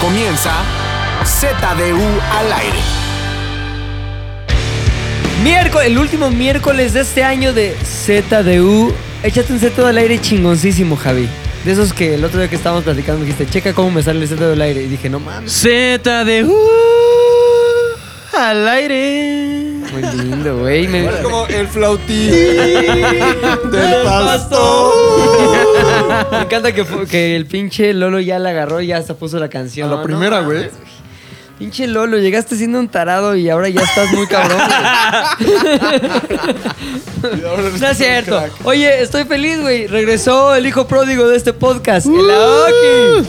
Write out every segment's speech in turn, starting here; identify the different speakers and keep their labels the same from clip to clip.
Speaker 1: comienza ZDU al aire.
Speaker 2: Miércoles, el último miércoles de este año de ZDU. Échate un Z del aire chingoncísimo, Javi. De esos que el otro día que estábamos platicando me dijiste, checa cómo me sale el Z del aire. Y dije, no mames.
Speaker 3: Z de al aire.
Speaker 2: Muy lindo, güey. Me-
Speaker 1: Como el flautín del pastor.
Speaker 2: Me encanta que, fu- que el pinche Lolo ya la agarró y ya se puso la canción.
Speaker 1: A la
Speaker 2: No
Speaker 1: primera,
Speaker 2: mames,
Speaker 1: güey.
Speaker 2: Pinche Lolo, llegaste siendo un tarado y ahora ya estás muy cabrón. güey. no es cierto. Oye, estoy feliz, güey. Regresó el hijo pródigo de este podcast, el Aoki.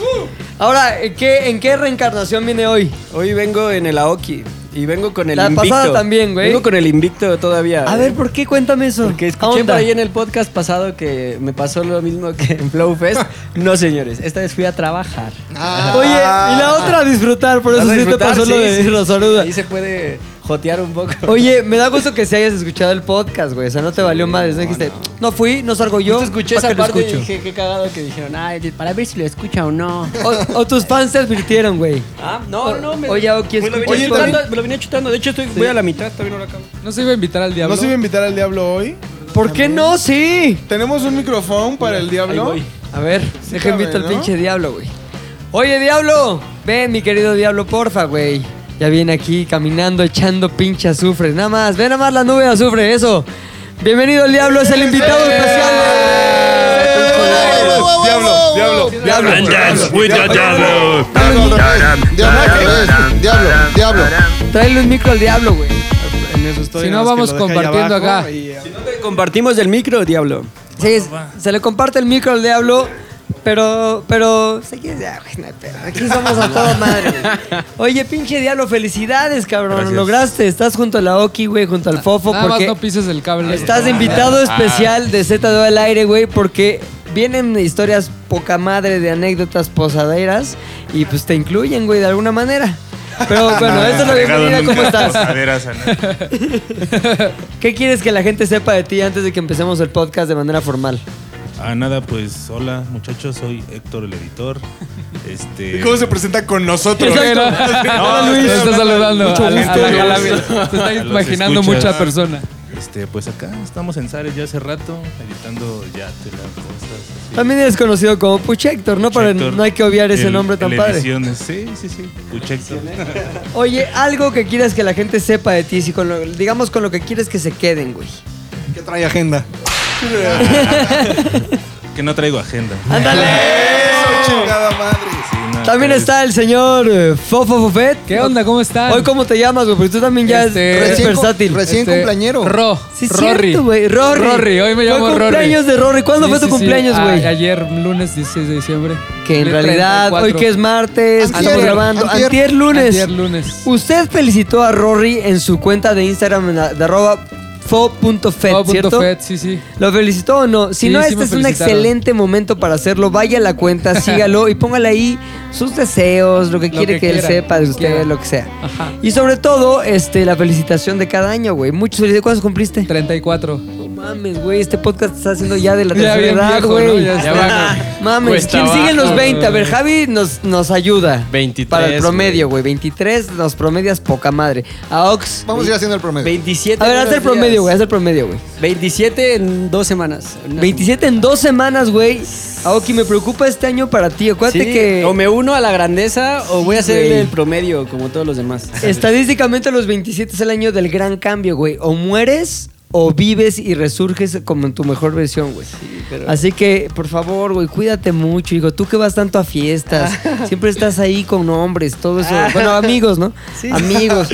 Speaker 2: Ahora, ¿en qué, en qué reencarnación viene hoy?
Speaker 4: Hoy vengo en el Aoki y vengo con el
Speaker 2: La
Speaker 4: invicto.
Speaker 2: pasada también, güey.
Speaker 4: Vengo con el invicto todavía.
Speaker 2: A ver, ¿por qué? Cuéntame eso.
Speaker 4: porque
Speaker 2: ¿A
Speaker 4: escuché
Speaker 2: onda?
Speaker 4: por ahí en el podcast pasado que me pasó lo mismo que en Flowfest. No, señores, esta vez fui a trabajar.
Speaker 2: Ah. Oye, y la otra a disfrutar, por
Speaker 4: A
Speaker 2: eso sí te
Speaker 4: disfrutar,
Speaker 2: pasó lo
Speaker 4: sí,
Speaker 2: de
Speaker 4: sí.
Speaker 2: Rosaruda.
Speaker 4: Ahí se puede jotear un poco.
Speaker 2: Oye, me da gusto que se hayas escuchado el podcast, güey. O sea, no te valió madres. No dijiste, no fui, no salgo yo.
Speaker 4: Justo escuché
Speaker 2: ¿pa'
Speaker 4: esa
Speaker 2: qué lo
Speaker 4: parte y
Speaker 2: escucho?"
Speaker 4: dije, qué cagado que dijeron, ay, para ver si lo escucha o no.
Speaker 2: O, o tus fans te advirtieron, güey.
Speaker 4: Ah, no, no. Me,
Speaker 2: Oye, Aoki,
Speaker 4: me lo
Speaker 2: escucha
Speaker 4: venía
Speaker 2: esto.
Speaker 4: chutando, me lo venía chutando. De hecho, estoy, voy a la mitad, todavía no lo acabo.
Speaker 3: No se iba a invitar al diablo.
Speaker 5: No se iba a invitar al diablo hoy.
Speaker 2: ¿Por qué no? Sí.
Speaker 5: Tenemos un micrófono para el diablo.
Speaker 4: voy.
Speaker 2: A ver, deja
Speaker 5: cabe,
Speaker 2: invito al
Speaker 5: ¿no?
Speaker 2: pinche diablo, güey. Oye, diablo. Ven, mi querido diablo, porfa, güey. Ya viene aquí caminando, echando pinche azufre. Nada más, ven nada más la nube de azufre, eso. Bienvenido el diablo, es el invitado especial. güey.
Speaker 5: Diablo, diablo, diablo.
Speaker 2: Diablo.
Speaker 6: Diablo, diablo.
Speaker 2: Tráele un micro al diablo, güey.
Speaker 5: En eso estoy,
Speaker 3: Si no,
Speaker 5: nada más
Speaker 3: vamos
Speaker 5: que lo dejé ahí
Speaker 3: compartiendo
Speaker 5: abajo
Speaker 3: acá.
Speaker 5: y, eh,
Speaker 4: Compartimos del micro, diablo.
Speaker 2: Sí, es- se le comparte el micro al diablo, pero, pero, sí, que- ya, güey, no hay pedo. aquí somos a toda madre. güey. Oye, pinche diablo, felicidades, cabrón, lo lograste. Estás junto a la Oki, güey, junto al Fofo,
Speaker 3: Ah, Nada más
Speaker 2: porque
Speaker 3: no pises el cable. Ah.
Speaker 2: estás invitado especial de Z2 al aire, güey, porque vienen historias poca madre de anécdotas posaderas y pues te incluyen, güey, de alguna manera. Pero bueno, esto es la bienvenida, ¿cómo estás? ¿Qué quieres que la gente sepa de ti antes de que empecemos el podcast de manera formal?
Speaker 7: Ah, nada, pues hola muchachos, soy Héctor el editor. Este,
Speaker 5: ¿Cómo se presenta con nosotros?
Speaker 3: Exacto.
Speaker 7: No,
Speaker 3: Luis,
Speaker 7: no,
Speaker 3: te está
Speaker 7: no,
Speaker 3: saludando.
Speaker 7: mucho
Speaker 3: a la-
Speaker 7: gusto,
Speaker 3: a la
Speaker 7: Luis.
Speaker 3: calavera.
Speaker 7: A
Speaker 3: Te está
Speaker 7: los
Speaker 3: imaginando
Speaker 7: escuchas.
Speaker 3: mucha persona.
Speaker 7: Este, pues acá estamos en Zares ya hace rato, editando ya te las cosas.
Speaker 2: También es conocido como Puchector, ¿no? Para,
Speaker 7: Héctor,
Speaker 2: no hay que obviar ese
Speaker 7: el-
Speaker 2: nombre tan
Speaker 7: el
Speaker 2: padre.
Speaker 7: Ediciones. Sí, sí, sí. Puchector.
Speaker 2: Oye, algo que quieras que la gente sepa de ti, si con lo- digamos con lo que quieres que se queden, güey.
Speaker 5: Que trae agenda.
Speaker 7: que no traigo agenda.
Speaker 5: Eso, chingada madre.
Speaker 7: Sí, no,
Speaker 2: También
Speaker 7: pero
Speaker 2: está el señor eh, Fofo Fofet.
Speaker 3: ¿Qué onda? ¿Cómo estás?
Speaker 2: Hoy, ¿cómo te llamas, güey? Porque tú también ya
Speaker 3: Este,
Speaker 2: eres
Speaker 3: recién
Speaker 2: versátil.
Speaker 6: Recién
Speaker 3: Este,
Speaker 6: cumpleañero.
Speaker 3: Ro.
Speaker 2: Sí, es
Speaker 3: Rory.
Speaker 2: cierto, güey. Rory.
Speaker 3: Rory, hoy me llamo
Speaker 2: Fue
Speaker 3: Rory.
Speaker 2: cumpleaños de Rory. ¿Cuándo
Speaker 3: Sí,
Speaker 2: fue tu
Speaker 3: sí, sí.
Speaker 2: cumpleaños,
Speaker 3: Ah,
Speaker 2: güey?
Speaker 3: ayer, lunes 16 de diciembre.
Speaker 2: que en
Speaker 3: Cumplí
Speaker 2: realidad,
Speaker 3: 34.
Speaker 2: hoy que es martes,
Speaker 6: Antier,
Speaker 2: estamos grabando. Antier,
Speaker 6: antier.
Speaker 2: lunes.
Speaker 3: Ayer lunes.
Speaker 2: Usted felicitó a Rory en su cuenta de Instagram en la- de arroba fo.fet,
Speaker 3: Oh, punto
Speaker 2: ¿cierto?
Speaker 3: Fed, sí, sí.
Speaker 2: ¿Lo felicitó o no? Si
Speaker 3: Sí,
Speaker 2: no,
Speaker 3: sí
Speaker 2: este
Speaker 3: me
Speaker 2: es un
Speaker 3: felicitaron.
Speaker 2: excelente momento para hacerlo. Vaya a la cuenta, sígalo y póngale ahí sus deseos, lo que
Speaker 3: Lo
Speaker 2: quiere que,
Speaker 3: que
Speaker 2: él
Speaker 3: quiera,
Speaker 2: sepa de
Speaker 3: lo que
Speaker 2: usted,
Speaker 3: quiera.
Speaker 2: lo que sea.
Speaker 3: Ajá.
Speaker 2: Y sobre todo, este, la felicitación de cada año, güey. Muchos felicidades. ¿Cuántos cumpliste?
Speaker 3: 34.
Speaker 2: No mames, güey. Este podcast está haciendo ya de la
Speaker 3: Ya
Speaker 2: tercera
Speaker 3: bien
Speaker 2: edad,
Speaker 3: viejo, ¿no?
Speaker 2: güey. Ah,
Speaker 3: Ya está.
Speaker 2: Mames,
Speaker 8: Cuesta
Speaker 2: ¿quién sigue en los
Speaker 8: abajo,
Speaker 2: 20? A ver,
Speaker 8: güey.
Speaker 2: Javi nos, nos ayuda.
Speaker 8: 23,
Speaker 2: Para el promedio, güey. 23 nos promedias poca madre. A Ox.
Speaker 6: Vamos a ir haciendo el promedio.
Speaker 4: 27.
Speaker 2: A ver, haz
Speaker 4: buenos
Speaker 2: el promedio,
Speaker 4: días.
Speaker 2: güey. Haz el promedio, güey.
Speaker 4: 27 en dos semanas. Una
Speaker 2: 27 en dos semanas, güey. Aoki, me preocupa este año para ti.
Speaker 4: semana.
Speaker 2: Acuérdate
Speaker 4: Sí,
Speaker 2: que
Speaker 4: O me uno a la grandeza o voy a hacer
Speaker 2: güey.
Speaker 4: el promedio como todos los demás.
Speaker 2: estadísticamente los 27 es el año del gran cambio, güey. O mueres o vives y resurges como en tu mejor versión, güey.
Speaker 4: pero-
Speaker 2: Así que, por favor, güey, cuídate mucho. Digo, tú que vas tanto a fiestas, siempre estás ahí con hombres, todo eso. Bueno, amigos, ¿no?
Speaker 4: Ah. Sí.
Speaker 2: Amigos.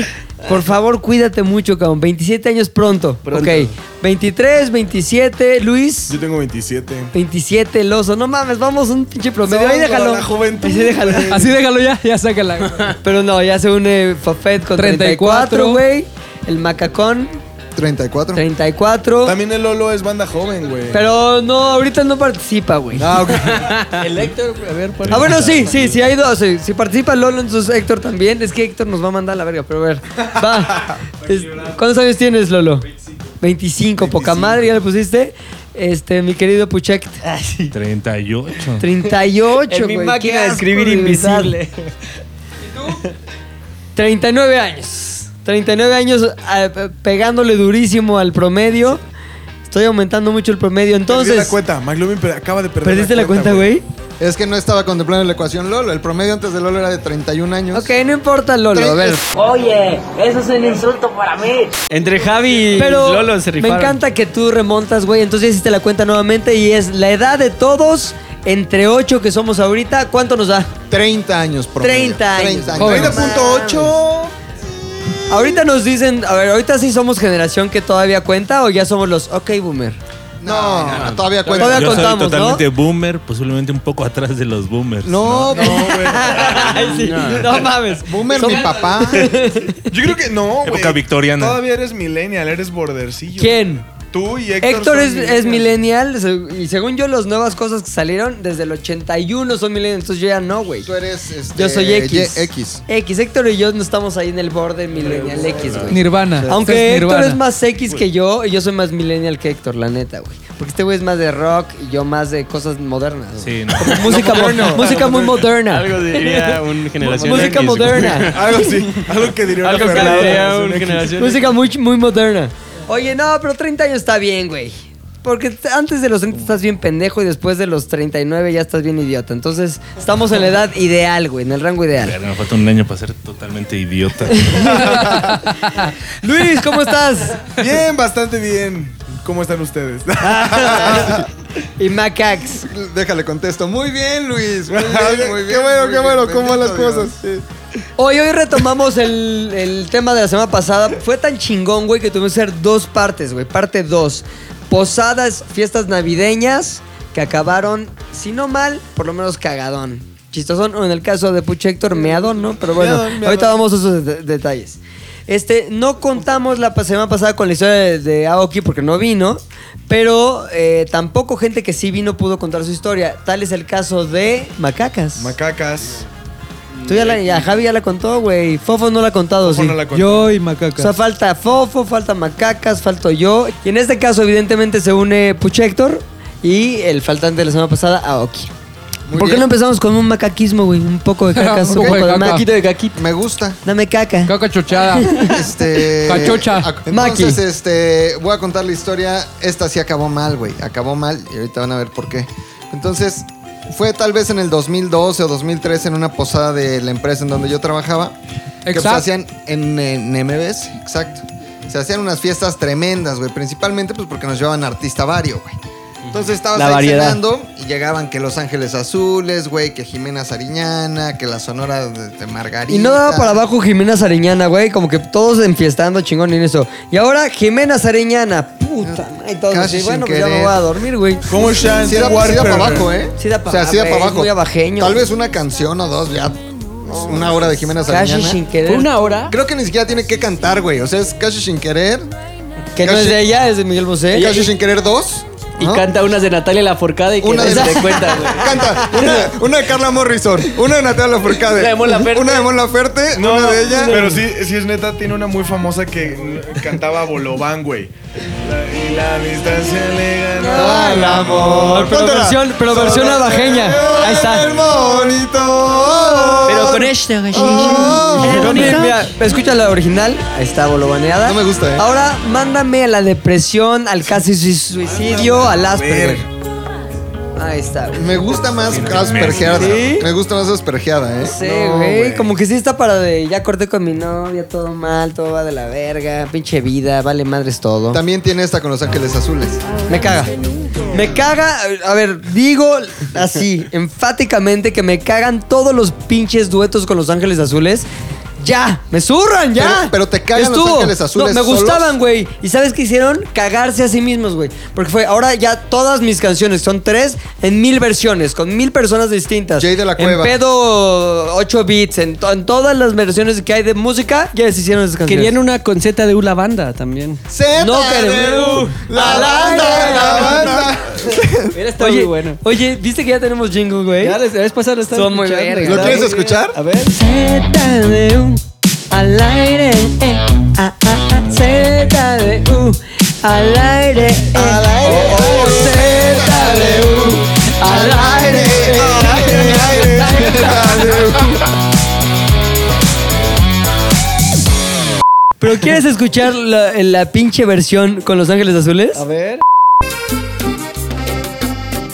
Speaker 2: Por favor, cuídate mucho, cabrón. 27 años pronto.
Speaker 4: Pronto.
Speaker 2: Ok. 23, 27, Luis.
Speaker 5: Yo tengo 27.
Speaker 2: 27 el oso. No mames, vamos un pinche promedio.
Speaker 5: Salgo
Speaker 2: Ahí
Speaker 5: a la
Speaker 2: déjalo.
Speaker 5: juventud,
Speaker 2: Ahí sí déjalo.
Speaker 3: Así déjalo ya, ya sácala.
Speaker 2: Pero no, ya se une Fafet con 34,
Speaker 3: 34,
Speaker 2: güey. El Macacón,
Speaker 6: 34.
Speaker 2: 34.
Speaker 5: También el Lolo es banda joven, güey.
Speaker 2: Pero no, ahorita no participa, güey.
Speaker 5: Ah, ok.
Speaker 4: El Héctor, a ver, pon-
Speaker 2: Ah, bueno, sí, sí, sí, hay dos. sí. Si participa Lolo, entonces Héctor también. Es que Héctor nos va a mandar a la verga, pero a ver. Va. Es- ¿Cuántos años tienes, Lolo? 25. 25, poca madre, ya le pusiste. Este, mi querido Puchect.
Speaker 5: Ah,
Speaker 7: 38.
Speaker 2: 38,
Speaker 4: En
Speaker 2: güey.
Speaker 4: mi
Speaker 2: qué
Speaker 4: máquina de
Speaker 2: asco
Speaker 4: escribir
Speaker 2: verdad.
Speaker 4: invisible.
Speaker 2: 39 años. 39 años eh, pe- pegándole durísimo al promedio. Estoy aumentando mucho el promedio.
Speaker 5: Perdí la
Speaker 2: Entonces,
Speaker 5: cuenta. McLovin per- acaba de perder
Speaker 2: ¿perdiste la cuenta, güey?
Speaker 6: Es que no estaba contemplando la ecuación Lolo. El promedio antes de Lolo era de 31 años.
Speaker 2: Ok, no importa, Lolo. A ver.
Speaker 8: Oye, eso es un insulto para mí.
Speaker 4: Entre Javi y
Speaker 2: Pero
Speaker 4: Lolo se
Speaker 2: me
Speaker 4: rifaron.
Speaker 2: encanta que tú remontas, güey. Entonces ya hiciste la cuenta nuevamente y es la edad de todos entre 8 que somos ahorita. ¿Cuánto nos da?
Speaker 6: 30 años promedio.
Speaker 2: 30 años.
Speaker 6: Joven.
Speaker 5: 30.8.
Speaker 2: Ahorita nos dicen, a ver, ahorita sí somos generación que todavía cuenta o ya somos los OK Boomer.
Speaker 6: No, no, todavía cuenta.
Speaker 2: Todavía
Speaker 7: Yo soy
Speaker 2: contamos, ¿no?
Speaker 7: totalmente boomer, posiblemente un poco atrás de los boomers.
Speaker 6: No,
Speaker 2: Ay, sí. No mames.
Speaker 6: Boomer, mi papá.
Speaker 5: Yo creo que no, güey.
Speaker 7: Época victoriana.
Speaker 5: Todavía eres millennial, eres bordercillo.
Speaker 2: ¿Quién?
Speaker 5: Tú y Héctor.
Speaker 2: Héctor
Speaker 5: son
Speaker 2: es, es
Speaker 5: millennials.
Speaker 2: millennial se- y según yo las nuevas cosas que salieron desde el 81 son millennials, entonces yo ya no, güey.
Speaker 6: Tú eres. este,
Speaker 2: Yo soy X.
Speaker 6: Y- X.
Speaker 2: X, Héctor y yo no estamos ahí en el borde millennial X, güey.
Speaker 3: Nirvana.
Speaker 2: Aunque
Speaker 3: Ustedes
Speaker 2: Héctor
Speaker 3: Nirvana.
Speaker 2: es más X que yo, y yo soy más millennial que Héctor, la neta, güey. Porque este güey es más de rock y yo más de cosas modernas. güey.
Speaker 7: Sí, no.
Speaker 2: Música, mo- música muy moderna.
Speaker 4: Algo diría un generación
Speaker 2: Música
Speaker 4: X, güey.
Speaker 2: moderna.
Speaker 5: Algo sí, algo que diría una
Speaker 4: Algo que
Speaker 5: Fernanda,
Speaker 4: diría
Speaker 5: es un
Speaker 4: un
Speaker 5: X.
Speaker 4: generación X.
Speaker 2: Música muy, muy moderna. Oye, no, pero 30 años está bien, güey. Porque t- antes de los 30 estás bien pendejo y después de los 39 ya estás bien idiota. Entonces, estamos en la edad ideal, güey, en el rango ideal.
Speaker 7: Verga, me falta un año para ser totalmente idiota.
Speaker 2: Luis, ¿cómo estás?
Speaker 5: Bien, bastante bien. ¿Cómo están ustedes?
Speaker 2: y Macax.
Speaker 6: Déjale contesto. Muy bien, Luis. Muy bien, muy bien.
Speaker 5: qué bueno,
Speaker 6: muy
Speaker 5: qué
Speaker 6: bien.
Speaker 5: bueno, cómo van las
Speaker 6: Bendito
Speaker 5: cosas. Sí.
Speaker 2: Hoy, hoy retomamos el, el tema de la semana pasada. Fue tan chingón, güey, que tuvimos que hacer dos partes, güey. Parte 2. Posadas, fiestas navideñas que acabaron, si no mal, por lo menos cagadón. Chistosón, o en el caso de Pucho Héctor, meadón, ¿no? Pero bueno,
Speaker 5: Meadón, meadón.
Speaker 2: ahorita vamos a esos de- detalles. Este, no contamos la pa- semana pasada con la historia de, de Aoki porque no vino, pero eh, tampoco gente que sí vino pudo contar su historia. Tal es el caso de Macacas.
Speaker 5: Macacas.
Speaker 2: Tú ya la, ya Javi ya la contó, güey. Fofo no la ha contado, sí.
Speaker 5: Fofo no la contó.
Speaker 3: Yo y
Speaker 2: O sea,
Speaker 3: Macaca.
Speaker 2: falta Fofo, falta Macacas, falto yo. Y en este caso, evidentemente, se une Puchector y el faltante de la semana pasada, Aoki.
Speaker 6: Muy
Speaker 2: ¿Por qué
Speaker 6: bien.
Speaker 2: no empezamos con un macaquismo, güey? Un poco de cacas, un
Speaker 3: Un
Speaker 2: poco
Speaker 3: poco de
Speaker 2: de
Speaker 3: caca.
Speaker 2: maquito.
Speaker 4: de caquita.
Speaker 6: Me gusta.
Speaker 2: Dame caca.
Speaker 3: Caca chochada.
Speaker 6: Este.
Speaker 3: Cachocha.
Speaker 6: ac-
Speaker 2: Maki.
Speaker 6: Entonces, este. Voy a contar la historia. Esta sí acabó mal, güey. Acabó mal y ahorita van a ver por qué. Entonces, fue tal vez en el 2012 o 2013 en una posada de la empresa en donde yo trabajaba. Que pues,
Speaker 3: Exacto.
Speaker 6: hacían en, en MBS, exacto. Se hacían unas fiestas tremendas, güey. Principalmente pues porque nos llevaban artista vario, güey. Entonces estabas
Speaker 4: La
Speaker 6: ahí
Speaker 4: variedad.
Speaker 6: cenando y llegaban que Los Ángeles Azules, güey, que Jimena Sariñana, que la Sonora de, de Margarita.
Speaker 2: Y no daba para abajo Jimena Sariñana, güey. Como que todos enfiestando chingón en eso. Y ahora Jimena Sariñana. Puta madre. y Todos
Speaker 6: Eh, Casi
Speaker 2: así, bueno,
Speaker 6: sin
Speaker 2: pues ya me
Speaker 6: querer.
Speaker 2: voy a dormir, güey.
Speaker 5: ¿Cómo están?
Speaker 6: Sí da, sí da para abajo, ¿eh?
Speaker 2: Sí da pa-
Speaker 6: O sea, sí da
Speaker 2: güey,
Speaker 6: para
Speaker 2: es
Speaker 6: abajo.
Speaker 2: muy abajeño.
Speaker 6: Tal vez una canción o dos, ya. Una hora de Jimena
Speaker 2: Casi sin
Speaker 6: Sariñana.
Speaker 2: querer.
Speaker 4: Una hora.
Speaker 6: Creo que ni siquiera tiene que cantar, güey. O sea, es casi sin querer.
Speaker 2: Que no es
Speaker 6: Casi-
Speaker 2: de ella, es de Miguel Bosé.
Speaker 6: Casi sin querer dos.
Speaker 4: Y
Speaker 6: ¿no?
Speaker 4: canta unas de Natalia Laforcada y que
Speaker 6: Una
Speaker 4: nadie
Speaker 6: de-
Speaker 4: se dé cuenta, güey.
Speaker 6: Canta una, una de Carla Morrison, una de Natalia Lafourcade,
Speaker 4: Una de Mon Laferte.
Speaker 6: una de Mon Laferte,
Speaker 5: No,
Speaker 6: una de ella.
Speaker 5: Pero sí, sí es neta, tiene una muy famosa que cantaba Bolobán, güey. La- Y la distancia le ganó al amor.
Speaker 2: Pero versión, pero versión abajeña. Ahí está.
Speaker 6: bonito.
Speaker 2: Pero con este.
Speaker 3: Ah,
Speaker 2: escucha la original. Ahí está bolobaneada.
Speaker 6: No me gusta, eh.
Speaker 2: Ahora mándame a la depresión, al casi sui- suicidio, al Asperger. Ahí está. güey.
Speaker 6: Me gusta más aspergeada.
Speaker 2: ¿Sí?
Speaker 6: Me gusta más aspergeada, ¿eh?
Speaker 2: No sé, güey. Como que sí está para de ya corté con mi novia, todo mal, todo va de la verga, pinche vida, vale madres todo.
Speaker 6: También tiene esta con Los Ángeles Azules.
Speaker 2: Me caga. Me caga, a ver, digo así, enfáticamente que me cagan todos los pinches duetos con Los Ángeles Azules. Ya, me zurran, ya.
Speaker 6: Pero- pero te cagan Los Ángeles Azules
Speaker 2: No, me
Speaker 6: solos.
Speaker 2: gustaban, güey. ¿Y sabes qué hicieron? Cagarse a sí mismos, güey. Porque fue, ahora ya todas mis canciones son tres en mil versiones, con mil personas distintas.
Speaker 6: Jay de la Cueva.
Speaker 2: En pedo 8 bits, en, to- en todas las versiones que hay de música, ya se hicieron esas canciones.
Speaker 4: Querían una con Z de U la banda también.
Speaker 6: Z
Speaker 2: No, pero-
Speaker 6: la banda, la banda.
Speaker 4: Era está
Speaker 2: Oye,
Speaker 4: muy bueno.
Speaker 2: oye, ¿viste que ya tenemos jingle, güey?
Speaker 4: Ya les, la vez pasada lo estaba
Speaker 2: Son muy
Speaker 4: escuchando.
Speaker 2: verga.
Speaker 6: ¿Lo quieres escuchar?
Speaker 4: A ver.
Speaker 2: ZDU al aire, eh, ah, ah, ah, ZDU al aire, eh, oh, al aire, ZDU al aire, eh, al aire, ¿Quieres escuchar la, la pinche versión con Los Ángeles Azules?
Speaker 4: A ver.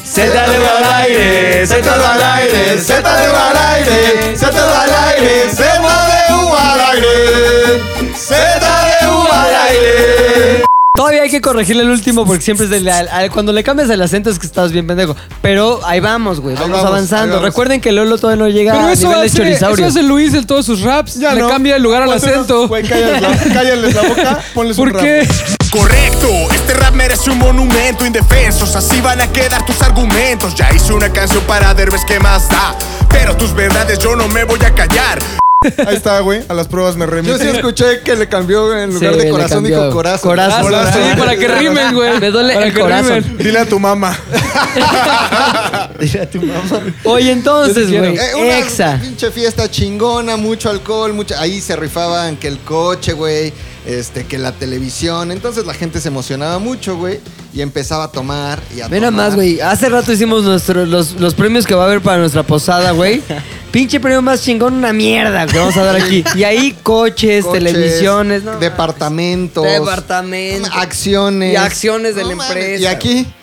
Speaker 1: Z de al aire, Z de al aire, Z de al aire, Z de al aire, Z de U al aire, Z de U al aire.
Speaker 2: Todavía hay que corregirle el último porque siempre es del... al- al- cuando le cambias el acento es que estás bien pendejo. Pero ahí vamos, güey.
Speaker 6: Ahí
Speaker 2: Vamos,
Speaker 6: vamos, ahí
Speaker 2: avanzando.
Speaker 6: vamos.
Speaker 2: Recuerden que Lolo todavía no llega
Speaker 3: Pero
Speaker 2: a
Speaker 3: eso
Speaker 2: niveles
Speaker 3: hace, eso
Speaker 2: chorizaurios.
Speaker 3: hace Luis en todos sus raps.
Speaker 5: Ya
Speaker 3: le
Speaker 5: no.
Speaker 3: cambia el lugar al
Speaker 5: Ponte unos-
Speaker 3: acento.
Speaker 5: Güey, cállales la, cállales la boca, ponles un
Speaker 3: ¿Por
Speaker 5: rap.
Speaker 3: qué?
Speaker 9: Correcto, este rap merece un monumento indefensos, así van a quedar tus argumentos. Ya hice una canción para Derbez que más da, pero tus verdades yo no me voy a callar.
Speaker 5: Ahí está, güey. A las pruebas me remito.
Speaker 6: Yo sí escuché que le cambió en lugar
Speaker 2: Sí,
Speaker 6: de
Speaker 2: le
Speaker 6: corazón,
Speaker 2: cambió.
Speaker 6: dijo corazón. ¿eh?
Speaker 2: Corazón.
Speaker 5: Corazón.
Speaker 3: Sí, para que rimen, güey.
Speaker 2: Me duele
Speaker 3: Para
Speaker 2: el
Speaker 3: que
Speaker 2: corazón.
Speaker 3: rimen.
Speaker 5: Dile a tu mamá.
Speaker 2: Oye, entonces,
Speaker 3: Yo sí
Speaker 2: güey.
Speaker 3: quiero.
Speaker 6: Eh, una
Speaker 2: Exa.
Speaker 6: pinche fiesta chingona, mucho alcohol, mucha... ahí se rifaban que el coche, güey, este, que la televisión. Entonces la gente se emocionaba mucho, güey, y empezaba a tomar y a
Speaker 2: Ve nada
Speaker 6: tomar.
Speaker 2: más, güey. Hace rato hicimos nuestro- los, los premios que va a haber para nuestra posada, güey. Pinche premio más chingón, una mierda que vamos a dar aquí. Y ahí coches,
Speaker 6: Coches,
Speaker 2: televisiones, ¿no?
Speaker 6: departamentos,
Speaker 2: Departamentos.
Speaker 6: acciones
Speaker 2: Y acciones de la
Speaker 6: mames,
Speaker 2: empresa.
Speaker 6: Y aquí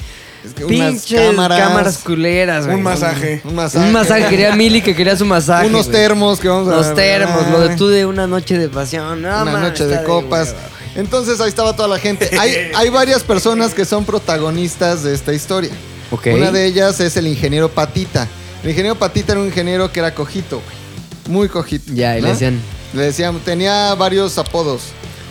Speaker 6: es que unas
Speaker 2: Pinches cámaras, culeras, güey.
Speaker 5: Un masaje.
Speaker 6: un masaje,
Speaker 2: Un masaje. Quería Mili que quería su masaje.
Speaker 6: unos
Speaker 2: güey.
Speaker 6: termos que vamos a Ah,
Speaker 2: Los termos, lo de tú de una noche de pasión. No,
Speaker 6: una
Speaker 2: mames,
Speaker 6: noche
Speaker 2: está
Speaker 6: de copas.
Speaker 2: hueva.
Speaker 6: Entonces ahí estaba toda la gente. Hay, hay varias personas que son protagonistas de esta historia.
Speaker 2: Ok.
Speaker 6: Una de ellas es el ingeniero Patita. El ingeniero Patita era un ingeniero que era cojito, güey. Muy cojito.
Speaker 2: Ya, y le
Speaker 6: ¿no?
Speaker 2: decían
Speaker 6: Le decían, tenía varios apodos.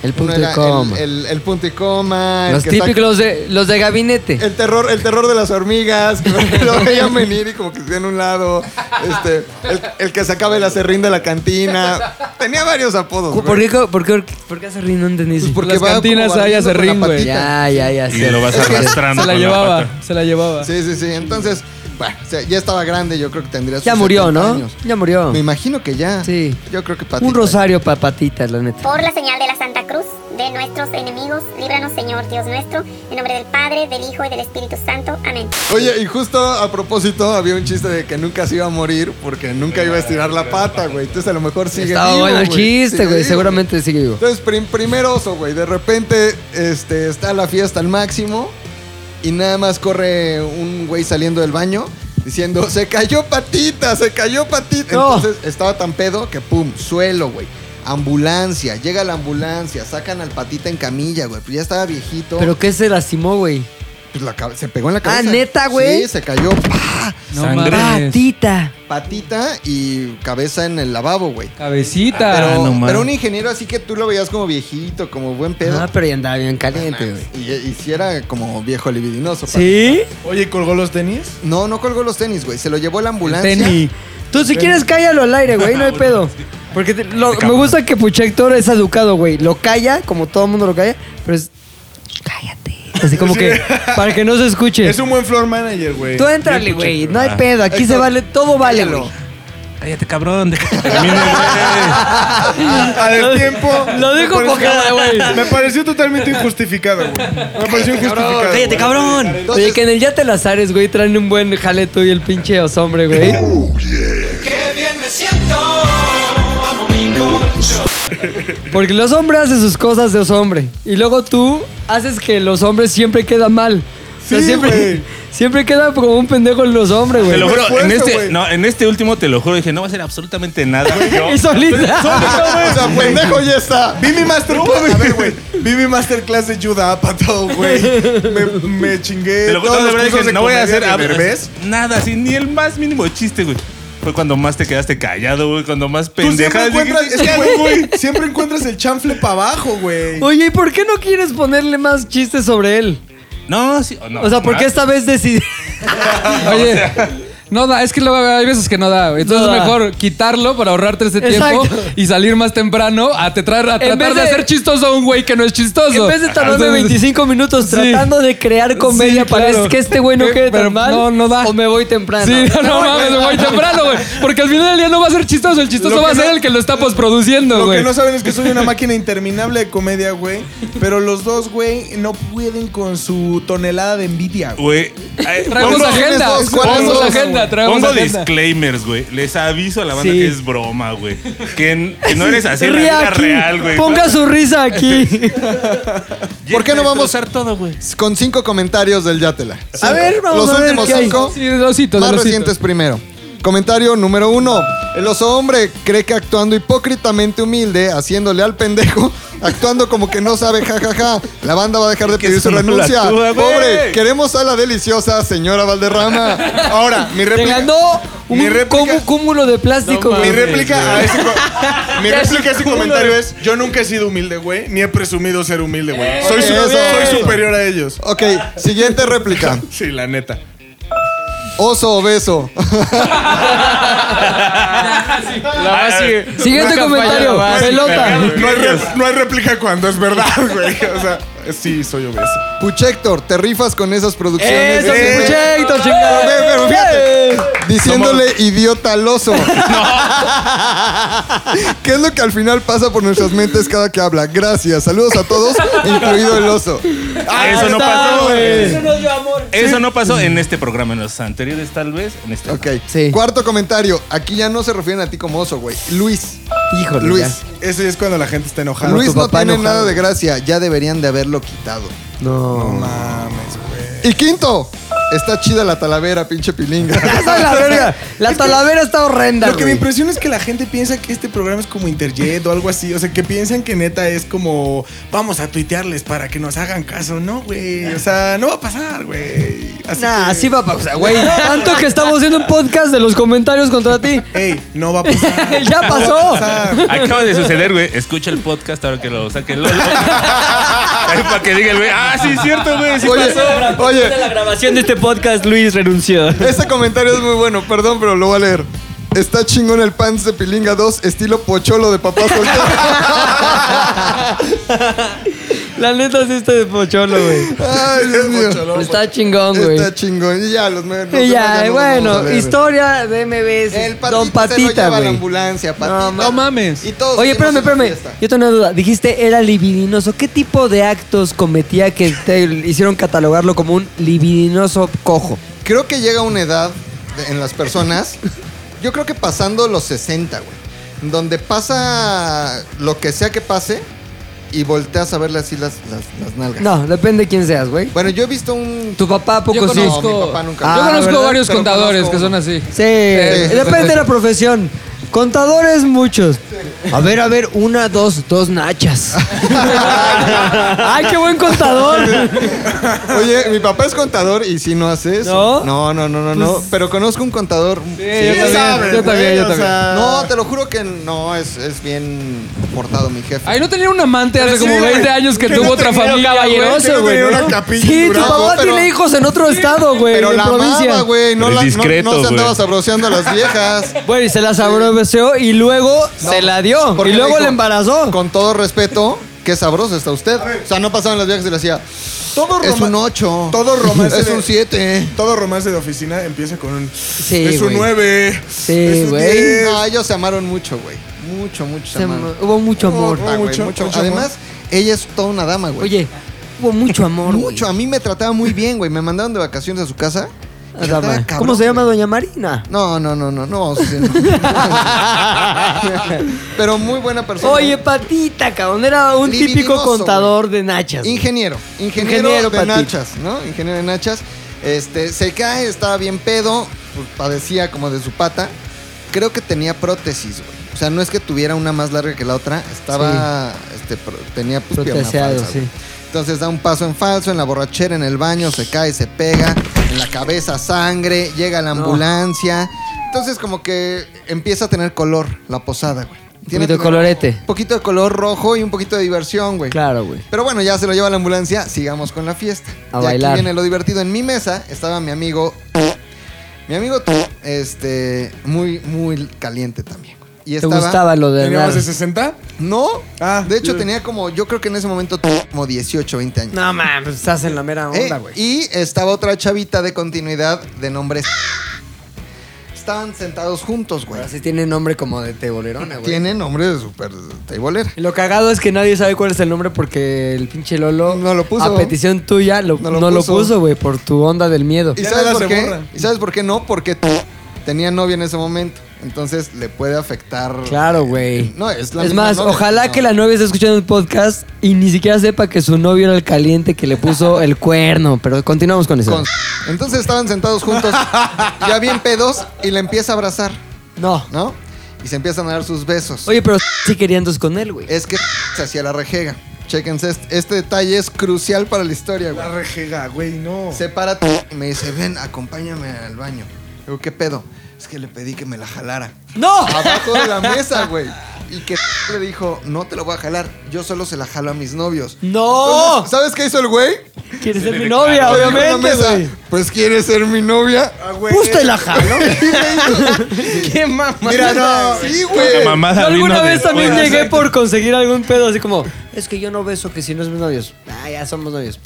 Speaker 2: el
Speaker 6: Uno
Speaker 2: punto
Speaker 6: era
Speaker 2: de
Speaker 6: el-
Speaker 2: coma.
Speaker 6: El, el punto y coma. el
Speaker 2: los
Speaker 6: que saca-
Speaker 2: típicos, los de, los de gabinete.
Speaker 6: el terror, el terror de las hormigas, que lo veían venir y como que se en un lado. Este, el, el que sacaba el acerrín de la cantina. Tenía varios apodos. güey.
Speaker 2: ¿Por qué, co- por qué, por qué hace rir? No entendí.
Speaker 6: Pues porque
Speaker 3: Las
Speaker 6: va como
Speaker 3: cantinas ahí
Speaker 6: barriendo
Speaker 3: hace
Speaker 6: con la
Speaker 3: ring, güey.
Speaker 2: Ya,
Speaker 6: patita.
Speaker 2: ya, ya.
Speaker 7: Y
Speaker 2: sé.
Speaker 7: lo vas arrastrando.
Speaker 3: Se la
Speaker 7: con
Speaker 3: llevaba,
Speaker 7: pata.
Speaker 3: se la llevaba.
Speaker 6: Sí, sí, sí. Entonces, bueno, o sea, ya estaba grande, yo creo que tendría sus
Speaker 2: Ya murió,
Speaker 6: 70
Speaker 2: ¿no?
Speaker 6: años.
Speaker 2: Ya murió.
Speaker 6: Me imagino que ya.
Speaker 2: Sí.
Speaker 6: Yo creo que Patita.
Speaker 2: Un rosario para patitas, la neta.
Speaker 10: Por la señal de la Santa Cruz de nuestros enemigos, líbranos Señor Dios nuestro, en nombre del Padre, del Hijo y del Espíritu Santo. Amén.
Speaker 6: Oye, y justo a propósito había un chiste de que nunca se iba a morir porque nunca iba a estirar la pata, güey. Entonces a lo mejor sigue
Speaker 2: Estaba
Speaker 6: vivo,
Speaker 2: bueno el
Speaker 6: güey.
Speaker 2: chiste,
Speaker 6: Sigue
Speaker 2: güey.
Speaker 6: vivo.
Speaker 2: Seguramente sigue vivo.
Speaker 6: Entonces, prim- primer oso, güey. De repente este, está la fiesta al máximo y nada más corre un güey saliendo del baño diciendo, se cayó patita, se cayó patita.
Speaker 2: No.
Speaker 6: Entonces estaba tan pedo que, pum, suelo, güey. Ambulancia, llega la ambulancia, sacan al patita en camilla, güey. Pues ya estaba viejito.
Speaker 2: ¿Pero qué se lastimó, güey?
Speaker 6: pues, la cabe- se pegó en la cabeza.
Speaker 2: ¿neta, güey?
Speaker 6: Sí, se cayó. ¡pah!
Speaker 3: No
Speaker 7: Sangre.
Speaker 2: Ah,
Speaker 3: mames.
Speaker 2: Patita.
Speaker 6: Patita y cabeza en el lavabo, güey.
Speaker 2: Ah,
Speaker 3: Cabecita.
Speaker 6: Pero,
Speaker 7: no mames.
Speaker 6: pero un ingeniero así que tú lo veías como viejito, como buen pedo.
Speaker 2: Ah, pero ya andaba bien caliente, güey.
Speaker 6: Y, y si era como viejo libidinoso.
Speaker 2: ¿Sí?
Speaker 5: Oye, ¿colgó los tenis?
Speaker 6: pa- No, no colgó los tenis, güey. Se lo llevó la ambulancia.
Speaker 2: Tenis. Tú si quieres cállalo al aire, güey, no
Speaker 5: Ah,
Speaker 2: hay pedo. Porque te- lo- me gusta que Puchector es educado, güey. Lo calla, como todo el mundo lo calla, pero es... Cállate. Así como que... Para que no se escuche.
Speaker 5: Es un Ah. buen floor manager, güey.
Speaker 2: Tú éntrale, güey. No hay pedo. Aquí se vale... Todo vale, güey.
Speaker 7: Cállate, cabrón. deja que termine, güey.
Speaker 5: A del tiempo.
Speaker 2: Lo
Speaker 5: me
Speaker 2: dijo
Speaker 5: pareció-
Speaker 2: poca, güey.
Speaker 5: Me pareció totalmente injustificado, güey. Me pareció injustificado. güey.
Speaker 2: cabrón. Oye, que en el Ya te las ares, güey, traen un buen jale tú y el pinche osombre, güey. Porque los hombres hacen sus cosas de hombre. Y luego tú haces que los hombres siempre quedan mal. O sea,
Speaker 5: Sí,
Speaker 2: siempre,
Speaker 5: güey.
Speaker 2: siempre queda como un pendejo en los hombres,
Speaker 7: Te
Speaker 2: güey.
Speaker 7: lo
Speaker 5: Me
Speaker 7: juro, en
Speaker 5: esfuerzo,
Speaker 7: este,
Speaker 5: güey.
Speaker 7: no, en este último te lo juro, dije, no va a ser absolutamente nada. Yo-
Speaker 2: Y
Speaker 5: Ah,
Speaker 2: solita.
Speaker 6: O sea, pendejo ya está.
Speaker 5: Vi mi masterclass. A ver, güey. Vi mi masterclass de Judah Apatow, güey. Me, me chingué.
Speaker 7: Te lo juro,
Speaker 5: todos
Speaker 7: de
Speaker 5: los
Speaker 7: verdad,
Speaker 5: cursos
Speaker 7: dije,
Speaker 5: de
Speaker 7: no voy a
Speaker 5: comedia
Speaker 7: hacer
Speaker 5: de
Speaker 7: ab-
Speaker 5: Derbez.
Speaker 7: nada, así, ni el más mínimo chiste, güey. Fue cuando más te quedaste callado, güey, cuando más
Speaker 5: Tú siempre
Speaker 7: pendejadas.
Speaker 5: encuentras,
Speaker 7: dijiste,
Speaker 5: es que,
Speaker 7: "Ya,
Speaker 5: güey, siempre encuentras el chanfle para abajo, güey.
Speaker 2: Oye, ¿y por qué no quieres ponerle más chistes sobre él?
Speaker 7: No, sí, no,
Speaker 2: O sea, ¿por qué
Speaker 7: más.
Speaker 2: esta vez decidí?
Speaker 3: Oye, no da, es que luego hay veces que no da. güey. Entonces
Speaker 2: No da.
Speaker 3: es mejor quitarlo para ahorrarte ese
Speaker 2: Exacto.
Speaker 3: tiempo y salir más temprano a, te traer, a
Speaker 2: En
Speaker 3: tratar
Speaker 2: vez
Speaker 3: de,
Speaker 2: de-
Speaker 3: hacer chistoso a un güey que no es chistoso.
Speaker 2: En vez de tardarme
Speaker 3: Entonces-
Speaker 2: 25 minutos
Speaker 3: Sí.
Speaker 2: tratando de crear comedia
Speaker 3: Sí,
Speaker 2: para
Speaker 3: claro.
Speaker 2: es que este güey no
Speaker 3: Pe-
Speaker 2: quede
Speaker 3: pero
Speaker 2: tan mal.
Speaker 3: no, no da.
Speaker 2: O me voy temprano.
Speaker 3: Sí, no, no mames, me voy temprano, güey. Porque al final del día no va a ser chistoso. El chistoso
Speaker 5: Lo
Speaker 3: va a
Speaker 5: que
Speaker 3: ser
Speaker 5: no-
Speaker 3: el que lo está posproduciendo,
Speaker 5: Lo
Speaker 3: güey.
Speaker 5: que no saben es que soy una máquina interminable de comedia, güey. Pero los dos, güey, no pueden con su tonelada de envidia, güey.
Speaker 7: Güey, ay,
Speaker 3: Traemos
Speaker 7: pongo-
Speaker 3: agenda.
Speaker 6: dos, cuatro,
Speaker 3: Traemos
Speaker 6: dos,
Speaker 3: agenda. agenda, traemos
Speaker 7: Pongo
Speaker 3: agenda.
Speaker 7: disclaimers, güey. Les aviso a la banda
Speaker 2: Sí.
Speaker 7: que es broma, güey. Que, n- que no eres así en la
Speaker 2: Ría
Speaker 7: vida
Speaker 2: aquí.
Speaker 7: real, güey.
Speaker 2: Ponga su risa aquí.
Speaker 6: ¿Por qué no vamos a usar
Speaker 7: todo, güey?
Speaker 6: Con cinco comentarios del Yatela.
Speaker 2: A ver, vamos
Speaker 6: Los
Speaker 2: a ver
Speaker 6: últimos
Speaker 2: qué hay.
Speaker 6: cinco
Speaker 3: Sí, de losito, de
Speaker 6: más
Speaker 3: losito.
Speaker 6: recientes primero. Comentario número uno. El oso hombre cree que actuando hipócritamente humilde, haciéndole al pendejo, actuando como que no sabe, jajaja, la banda va a dejar de
Speaker 7: que
Speaker 6: pedir su
Speaker 7: eso no la
Speaker 6: renuncia.
Speaker 7: actúa, güey.
Speaker 6: Pobre, queremos a la deliciosa señora Valderrama. Ahora, mi
Speaker 2: Te
Speaker 6: réplica.
Speaker 2: ganó un
Speaker 5: Mi réplica-
Speaker 2: cúmu- cúmulo de plástico,
Speaker 5: Mi
Speaker 2: güey.
Speaker 5: réplica a ese, co- mi réplica a ese comentario es: Yo nunca he sido humilde, güey, ni he presumido ser humilde, güey. Soy, su-
Speaker 6: Eso.
Speaker 5: soy superior a ellos.
Speaker 6: Ok, siguiente réplica.
Speaker 5: Sí, la neta.
Speaker 6: Oso obeso.
Speaker 2: Siguiente comentario.
Speaker 6: Ah,
Speaker 2: Pelota.
Speaker 5: No hay, re- no hay réplica cuando es verdad, güey. O sea, sí, soy obeso.
Speaker 6: Puchector, te rifas con esas producciones.
Speaker 2: Eso,
Speaker 6: Ese-
Speaker 2: mi proyecto, chingada.
Speaker 6: Pero, pero fíjate, diciéndole idiota al oso. ¿Qué es lo que al final pasa por nuestras mentes cada que habla? Gracias. Saludos a todos, incluido el oso.
Speaker 7: eso no pasó, güey.
Speaker 2: Eso nos dio amor.
Speaker 7: Eso no pasó en este programa, en los anteriores, tal vez. En este.
Speaker 6: Ok.
Speaker 2: Sí.
Speaker 6: Cuarto comentario. Aquí ya no se refieren a ti como oso, güey. Luis.
Speaker 2: Híjole, ya.
Speaker 6: Luis.
Speaker 5: Ese es cuando la gente está enojada.
Speaker 6: Luis no
Speaker 2: papá
Speaker 6: tiene
Speaker 2: enojado.
Speaker 6: nada de gracia. Ya deberían de haberlo quitado.
Speaker 2: No.
Speaker 6: Y quinto. Está chida la talavera, pinche pilinga.
Speaker 2: Esa es la verga. La talavera está horrenda.
Speaker 5: Lo que me
Speaker 2: güey.
Speaker 5: impresiona es que la gente piensa que este programa es como Interjet o algo así. O sea, que piensan que neta es como vamos a tuitearles para que nos hagan caso. No, güey. O sea, no va a pasar, güey. Así
Speaker 2: Nah,
Speaker 5: que-
Speaker 2: así va a pasar, güey. Tanto que estamos haciendo un podcast de los comentarios contra ti.
Speaker 5: Ey, no va a pasar.
Speaker 2: ya pasó.
Speaker 7: Acaba de suceder, güey. Escucha el podcast ahora que lo saque Lolo. Ahí para que diga el güey. Ah, sí, es cierto, güey. Sí
Speaker 6: Oye,
Speaker 7: pasó.
Speaker 6: oye,
Speaker 4: la grabación de este podcast, Luis renunció.
Speaker 6: Este comentario es muy bueno, perdón, pero lo voy a leer. Está chingón el pants de Pilinga 2, estilo pocholo de papá soltero.
Speaker 2: La neta sí está de pocholo, güey.
Speaker 6: Ay, Dios mío.
Speaker 2: Está chingón, güey.
Speaker 6: Está chingón. Y ya, los nueve. los
Speaker 2: Y
Speaker 6: demás
Speaker 2: ya,
Speaker 6: no los vamos a
Speaker 2: bueno,
Speaker 6: ver.
Speaker 2: historia de MBS.
Speaker 6: El patita
Speaker 2: Don
Speaker 6: se lo
Speaker 2: Patita,
Speaker 6: lleva a la
Speaker 2: güey.
Speaker 6: ambulancia, patita.
Speaker 2: No,
Speaker 3: No mames.
Speaker 6: Y todos
Speaker 2: Oye,
Speaker 6: seguimos
Speaker 2: espérame,
Speaker 6: en la
Speaker 2: espérame.
Speaker 6: fiesta.
Speaker 2: Yo tengo una duda. Dijiste era libidinoso. ¿Qué tipo de actos cometía que te hicieron catalogarlo como un libidinoso cojo?
Speaker 6: Creo que llega una edad de- en las personas, yo creo que pasando los 60, güey, en donde pasa lo que sea que pase y volteas a verle así las, las, las nalgas.
Speaker 2: No, depende de quién seas, güey.
Speaker 6: Bueno, yo he visto un...
Speaker 2: Tu papá ¿a poco
Speaker 3: Yo
Speaker 2: sí.
Speaker 3: conozco,
Speaker 6: No, mi papá nunca.
Speaker 3: yo
Speaker 2: Ah,
Speaker 3: conozco
Speaker 2: ¿verdad?
Speaker 3: varios
Speaker 6: Pero
Speaker 3: contadores
Speaker 6: conozco
Speaker 3: que son
Speaker 6: uno.
Speaker 3: así. Eh,
Speaker 2: Sí, depende de la profesión. Contadores muchos. A ver, a ver, una, dos, dos nachas. Ay, qué buen contador.
Speaker 6: Oye, mi papá es contador y si no hace eso. No, no, no, no, no. Pero conozco un contador. Sí,
Speaker 3: yo
Speaker 6: es-
Speaker 3: también, yo también, yo también.
Speaker 6: No, te lo juro que no, es, es bien portado mi jefe.
Speaker 3: Ay, no tenía un amante hace como
Speaker 5: sí,
Speaker 3: 20
Speaker 5: güey.
Speaker 3: años que
Speaker 5: Que
Speaker 3: tuvo
Speaker 5: no
Speaker 3: otra
Speaker 5: tenía un
Speaker 3: familia,
Speaker 5: caballeroso,
Speaker 3: güey.
Speaker 5: güey,
Speaker 3: ¿no?
Speaker 5: no era capilla
Speaker 2: Sí, tu
Speaker 5: durado,
Speaker 2: papá
Speaker 6: pero-
Speaker 2: tiene hijos en otro estado, güey,
Speaker 6: pero
Speaker 2: en
Speaker 6: la
Speaker 2: provincia.
Speaker 6: amaba, güey. No,
Speaker 7: Pero es
Speaker 6: la- no-
Speaker 7: discreto,
Speaker 6: no se andaba
Speaker 7: güey.
Speaker 6: sabroseando a las viejas.
Speaker 2: Bueno, y se la abrobeció y luego se la dio.
Speaker 6: Porque
Speaker 2: Y
Speaker 6: me
Speaker 2: luego
Speaker 6: dijo,
Speaker 2: la embarazó.
Speaker 6: Con todo respeto, qué sabroso está usted. O sea, no pasaban las viejas y le hacía.
Speaker 5: Todo
Speaker 6: Es
Speaker 5: roma-
Speaker 6: un 8.
Speaker 5: Todo romance.
Speaker 6: Es
Speaker 5: de-
Speaker 6: un 7.
Speaker 5: Todo romance de oficina empieza con un.
Speaker 2: Sí,
Speaker 5: es un
Speaker 2: güey.
Speaker 5: 9.
Speaker 2: Sí, güey.
Speaker 6: No, Ah, ellos se amaron mucho, güey. Mucho, mucho se
Speaker 2: Se-
Speaker 6: amaron.
Speaker 2: Hubo mucho amor.
Speaker 6: Puta, güey,
Speaker 5: mucho,
Speaker 6: mucho.
Speaker 5: mucho
Speaker 6: Además, ella es toda una dama, güey.
Speaker 2: Oye, hubo mucho amor. güey.
Speaker 6: Mucho, a mí me trataba muy bien, güey. Me mandaron de vacaciones a su casa. Me
Speaker 2: Adama.
Speaker 6: trataba cabrón,
Speaker 2: Ah, ¿Cómo se llama
Speaker 6: güey.
Speaker 2: Doña Marina?
Speaker 6: No, no, no, no, no vamos a decir. Pero muy buena persona.
Speaker 2: Oye, patita, cabrón. Era un típico
Speaker 6: Libidinoso,
Speaker 2: contador de nachas. güey.
Speaker 6: ingeniero, ingeniero,
Speaker 2: Ingeniero,
Speaker 6: de
Speaker 2: Pati.
Speaker 6: nachas, ¿no? Ingeniero de nachas. Este, se cae, estaba bien pedo, pues, padecía como de su pata. Creo que tenía prótesis, güey. O sea, no es que tuviera una más larga que la otra, estaba este, pro- tenía pues, pierna
Speaker 2: Proteseado,
Speaker 6: falsa, güey.
Speaker 2: sí.
Speaker 6: Entonces da un paso en falso, en la borrachera, en el baño, se cae, se pega, en la cabeza sangre, llega la
Speaker 2: No.
Speaker 6: ambulancia. Entonces como que empieza a tener color la posada, güey.
Speaker 2: poquito de
Speaker 6: Tiene tener-
Speaker 2: colorete.
Speaker 6: Un poquito de color rojo y un poquito de diversión, güey.
Speaker 2: Claro, güey.
Speaker 6: Pero bueno, ya se lo lleva la ambulancia, sigamos con la fiesta.
Speaker 2: A
Speaker 6: y
Speaker 2: bailar.
Speaker 6: aquí viene lo divertido. En mi mesa estaba mi amigo. Mi amigo, este, muy, muy caliente también. güey. Y
Speaker 2: Te
Speaker 6: estaba.
Speaker 2: gustaba lo de
Speaker 5: ¿Tenía
Speaker 2: dar.
Speaker 5: más de 60?
Speaker 6: No.
Speaker 5: Ah.
Speaker 6: de hecho, tenía como, yo creo que en ese momento como 18, 20 años.
Speaker 2: No mames, pues, estás en la mera
Speaker 6: Eh,
Speaker 2: onda, güey.
Speaker 6: y estaba otra chavita de continuidad de nombre. estaban sentados juntos, güey.
Speaker 2: Así tiene nombre como de tebolerona, güey.
Speaker 6: Tiene nombre de super teibolera.
Speaker 2: Y Lo cagado es que nadie sabe cuál es el nombre porque el pinche Lolo,
Speaker 6: No lo puso.
Speaker 2: a petición tuya, lo-
Speaker 6: No
Speaker 2: no,
Speaker 6: lo
Speaker 2: lo,
Speaker 6: puso.
Speaker 2: puso, güey, por tu onda del miedo.
Speaker 6: ¿Y
Speaker 5: Ya
Speaker 6: sabes
Speaker 5: nada
Speaker 6: por
Speaker 5: se
Speaker 6: qué?
Speaker 5: borra.
Speaker 6: ¿Y sabes por qué no? Porque tenía novia en ese momento. Entonces le puede afectar.
Speaker 2: Claro, güey.
Speaker 6: No, es la
Speaker 2: es
Speaker 6: misma
Speaker 2: más,
Speaker 6: novia,
Speaker 2: ojalá
Speaker 6: no.
Speaker 2: que la novia esté escuchando el podcast y ni siquiera sepa que su novio era el caliente que le puso el cuerno. Pero continuamos con eso.
Speaker 6: Con- Entonces estaban sentados juntos, ya bien pedos, y le empieza a abrazar,
Speaker 2: No.
Speaker 6: ¿no? Y se empiezan a dar sus besos.
Speaker 2: Oye, pero sí querían dos con él, güey.
Speaker 6: Es que se hacía la rejega. Chequense, este, este detalle es crucial para la historia, güey.
Speaker 5: La rejega, güey, no.
Speaker 6: Se para y me dice, ven, acompáñame al baño. Digo, ¿qué pedo? Es que le pedí que me la jalara.
Speaker 2: ¡No!
Speaker 6: Abajo de la mesa, güey. Y que le dijo, no te lo voy a jalar, yo solo se la jalo a mis novios.
Speaker 2: ¡No!
Speaker 6: Entonces, ¿Sabes qué hizo el güey?
Speaker 2: Quieres ser mi novia,
Speaker 6: Le dijo en la
Speaker 2: obviamente,
Speaker 6: mesa,
Speaker 2: güey.
Speaker 6: Pues quieres ser mi novia.
Speaker 5: Ah, güey.
Speaker 2: Pues te la jalo. ¡Qué mamá!
Speaker 5: Mira, no.
Speaker 6: Sí,
Speaker 7: La
Speaker 6: güey.
Speaker 7: mamada
Speaker 2: Yo alguna
Speaker 7: vino
Speaker 2: vez
Speaker 7: después.
Speaker 2: también llegué por conseguir algún pedo así como, es que yo no beso que si no es mis novios. Ah, ya somos novios.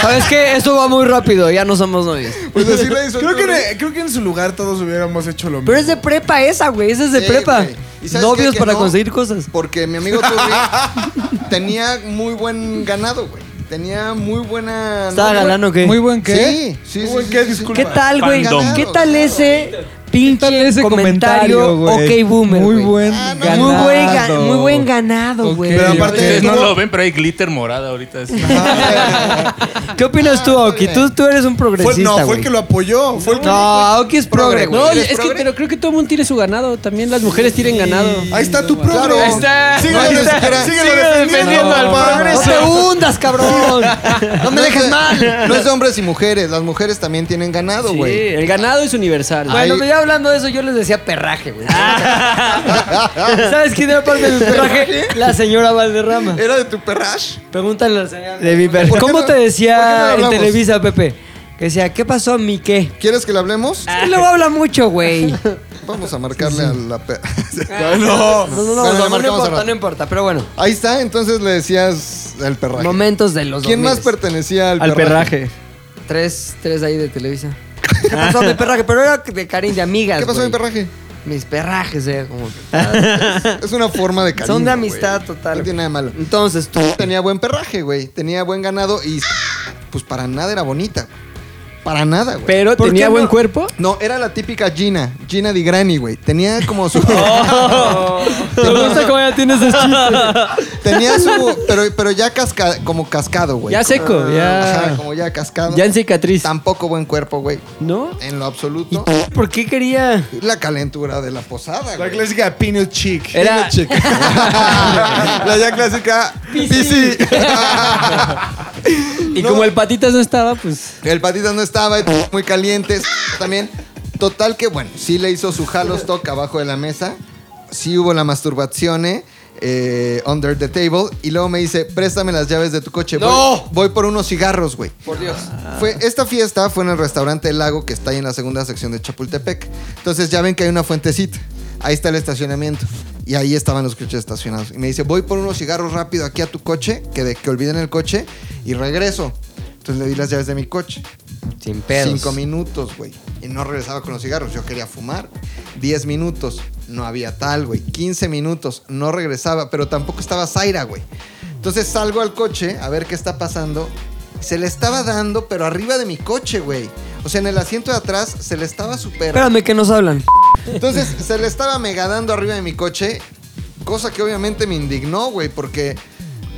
Speaker 2: ¿Sabes qué? Esto va muy rápido, ya no somos novios.
Speaker 6: Pues así la hizo.
Speaker 5: Creo que,
Speaker 6: entonces.
Speaker 5: en, creo que en su lugar todos hubiéramos hecho lo mismo.
Speaker 2: Pero es de prepa esa, güey, esa es de
Speaker 6: Sí,
Speaker 2: prepa.
Speaker 6: güey. ¿Y sabes
Speaker 2: Novios
Speaker 6: qué? Que
Speaker 2: para
Speaker 6: no,
Speaker 2: conseguir cosas.
Speaker 6: Porque mi amigo Turri tenía muy buen ganado, güey. Tenía muy buena.
Speaker 2: ¿Estaba
Speaker 6: novia.
Speaker 2: galán o qué?
Speaker 3: Muy buen qué.
Speaker 6: Sí, sí, sí.
Speaker 5: Uy,
Speaker 6: sí,
Speaker 5: qué
Speaker 6: sí, sí.
Speaker 5: disculpa.
Speaker 2: ¿Qué tal, güey?
Speaker 7: Fandom.
Speaker 2: ¿Qué tal ese pinche
Speaker 3: tal ese
Speaker 2: comentario,
Speaker 3: comentario, güey?
Speaker 2: ok boomer?
Speaker 3: Muy
Speaker 2: güey?
Speaker 3: buen
Speaker 2: Ah, no,
Speaker 3: ganado.
Speaker 2: Muy buen, ga- muy buen ganado,
Speaker 3: Ok,
Speaker 2: güey.
Speaker 5: Pero aparte-
Speaker 7: Ustedes no
Speaker 5: ¿Cómo?
Speaker 7: lo ven, pero hay glitter morada ahorita. así.
Speaker 2: ¿Qué opinas tú, Aoki? Tú, tú eres un
Speaker 5: Fue-
Speaker 2: progresista,
Speaker 5: no, fue
Speaker 2: güey.
Speaker 5: el que lo apoyó. Fue el que-
Speaker 2: No, Aoki es progre, güey.
Speaker 4: No,
Speaker 6: ¿Eres
Speaker 4: es que,
Speaker 6: progre?
Speaker 4: pero creo que todo el mundo tiene su ganado. También las mujeres tienen ganado.
Speaker 5: Ahí está tu progre.
Speaker 6: Claro. Ahí
Speaker 7: está.
Speaker 5: Síguelo,
Speaker 6: No, ahí está.
Speaker 5: síguelo
Speaker 7: Síguelo
Speaker 5: defendiendo
Speaker 7: defendiendo
Speaker 5: al
Speaker 7: al
Speaker 5: progre.
Speaker 2: No te hundas, cabrón. No me
Speaker 6: es
Speaker 2: dejes
Speaker 6: de-
Speaker 2: mal.
Speaker 6: No es de hombres y mujeres. Las mujeres también tienen ganado,
Speaker 4: Sí,
Speaker 6: güey.
Speaker 4: el ganado es universal.
Speaker 2: Bueno,
Speaker 6: Ahí-
Speaker 2: pero ya hablando de eso, yo les decía perraje, güey. ¿Sabes quién era parte de mi perraje? La señora Valderrama.
Speaker 6: ¿Era de tu perrash?
Speaker 2: Pregúntale a la señora.
Speaker 6: Eh. De mi perraje. ¿Por qué
Speaker 2: ¿Cómo
Speaker 6: no-
Speaker 2: te
Speaker 6: por qué no
Speaker 2: decía en
Speaker 6: hablamos?
Speaker 2: Televisa, Pepe? Que decía, ¿qué pasó, mi qué?
Speaker 6: ¿Quieres que le hablemos?
Speaker 2: Es que luego habla mucho, güey.
Speaker 6: Vamos a marcarle a la. pe-
Speaker 2: No, no, no,
Speaker 6: Bueno,
Speaker 2: no,
Speaker 6: le
Speaker 2: no
Speaker 6: marcamos al
Speaker 2: importa,
Speaker 6: rato.
Speaker 2: no importa. Pero bueno,
Speaker 6: Ahí está, entonces le decías el perraje.
Speaker 2: momentos de los
Speaker 6: ¿Quién más
Speaker 2: 2000s.
Speaker 6: pertenecía al,
Speaker 4: al perraje.
Speaker 2: Tres, tres ahí de Televisa. ¿Qué pasó mi perraje? Pero era de cariño, de amigas.
Speaker 6: ¿Qué pasó,
Speaker 2: güey.
Speaker 6: mi perraje?
Speaker 2: Mis perrajes, eh, como que-
Speaker 6: Es una forma de cariño.
Speaker 2: Son de
Speaker 6: güey.
Speaker 2: amistad total.
Speaker 6: No tiene nada de malo.
Speaker 2: Entonces tú.
Speaker 6: tenía buen perraje, güey. Tenía buen ganado y pues para nada era bonita. güey. Para nada, güey.
Speaker 4: Pero
Speaker 2: ¿Por
Speaker 4: tenía
Speaker 2: qué
Speaker 4: buen
Speaker 2: no?
Speaker 4: cuerpo.
Speaker 6: No, era la típica Gina, Gina Di Granny, güey. Tenía como su
Speaker 2: Me gusta cómo ya tienes ese chiste.
Speaker 6: tenía su pero pero ya casca, como cascado, güey.
Speaker 4: Ya seco, ya-
Speaker 6: Ajá, como ya cascado.
Speaker 4: Ya en cicatriz.
Speaker 6: Tampoco buen cuerpo, güey.
Speaker 4: ¿No?
Speaker 6: En lo absoluto.
Speaker 2: ¿Por qué quería?
Speaker 6: La calentura de la posada,
Speaker 5: La
Speaker 6: güey.
Speaker 5: clásica Pinot Chic.
Speaker 4: Era,
Speaker 6: la ya clásica Pisi.
Speaker 4: y como el patitas no estaba, pues.
Speaker 6: El patita no estaba, y muy caliente también. Total que, bueno, sí le hizo su halostock abajo de la mesa. Sí hubo la masturbación, eh, eh, under the table. Y luego me dice, préstame las llaves de tu coche. Voy, voy por unos cigarros, güey. Por Dios. Fue, esta fiesta fue en el restaurante El Lago, que está ahí en la segunda sección de Chapultepec. Entonces ya ven que hay una fuentecita. Ahí está el estacionamiento. Y ahí estaban los coches estacionados. Y me dice, voy por unos cigarros rápido aquí a tu coche, que, de, que olviden el coche, y regreso. Entonces le di las llaves de mi coche.
Speaker 2: Sin pedos.
Speaker 6: Cinco minutos, güey. Y no regresaba con los cigarros. Yo quería fumar. Diez minutos. No había tal, güey. Quince minutos. No regresaba. Pero tampoco estaba Zaira, güey. Entonces salgo al coche a ver qué está pasando. Se le estaba dando, pero arriba de mi coche, güey. O sea, en el asiento de atrás se le estaba super.
Speaker 2: Espérame que nos hablan.
Speaker 6: Entonces se le estaba mega dando arriba de mi coche. Cosa que obviamente me indignó, güey. Porque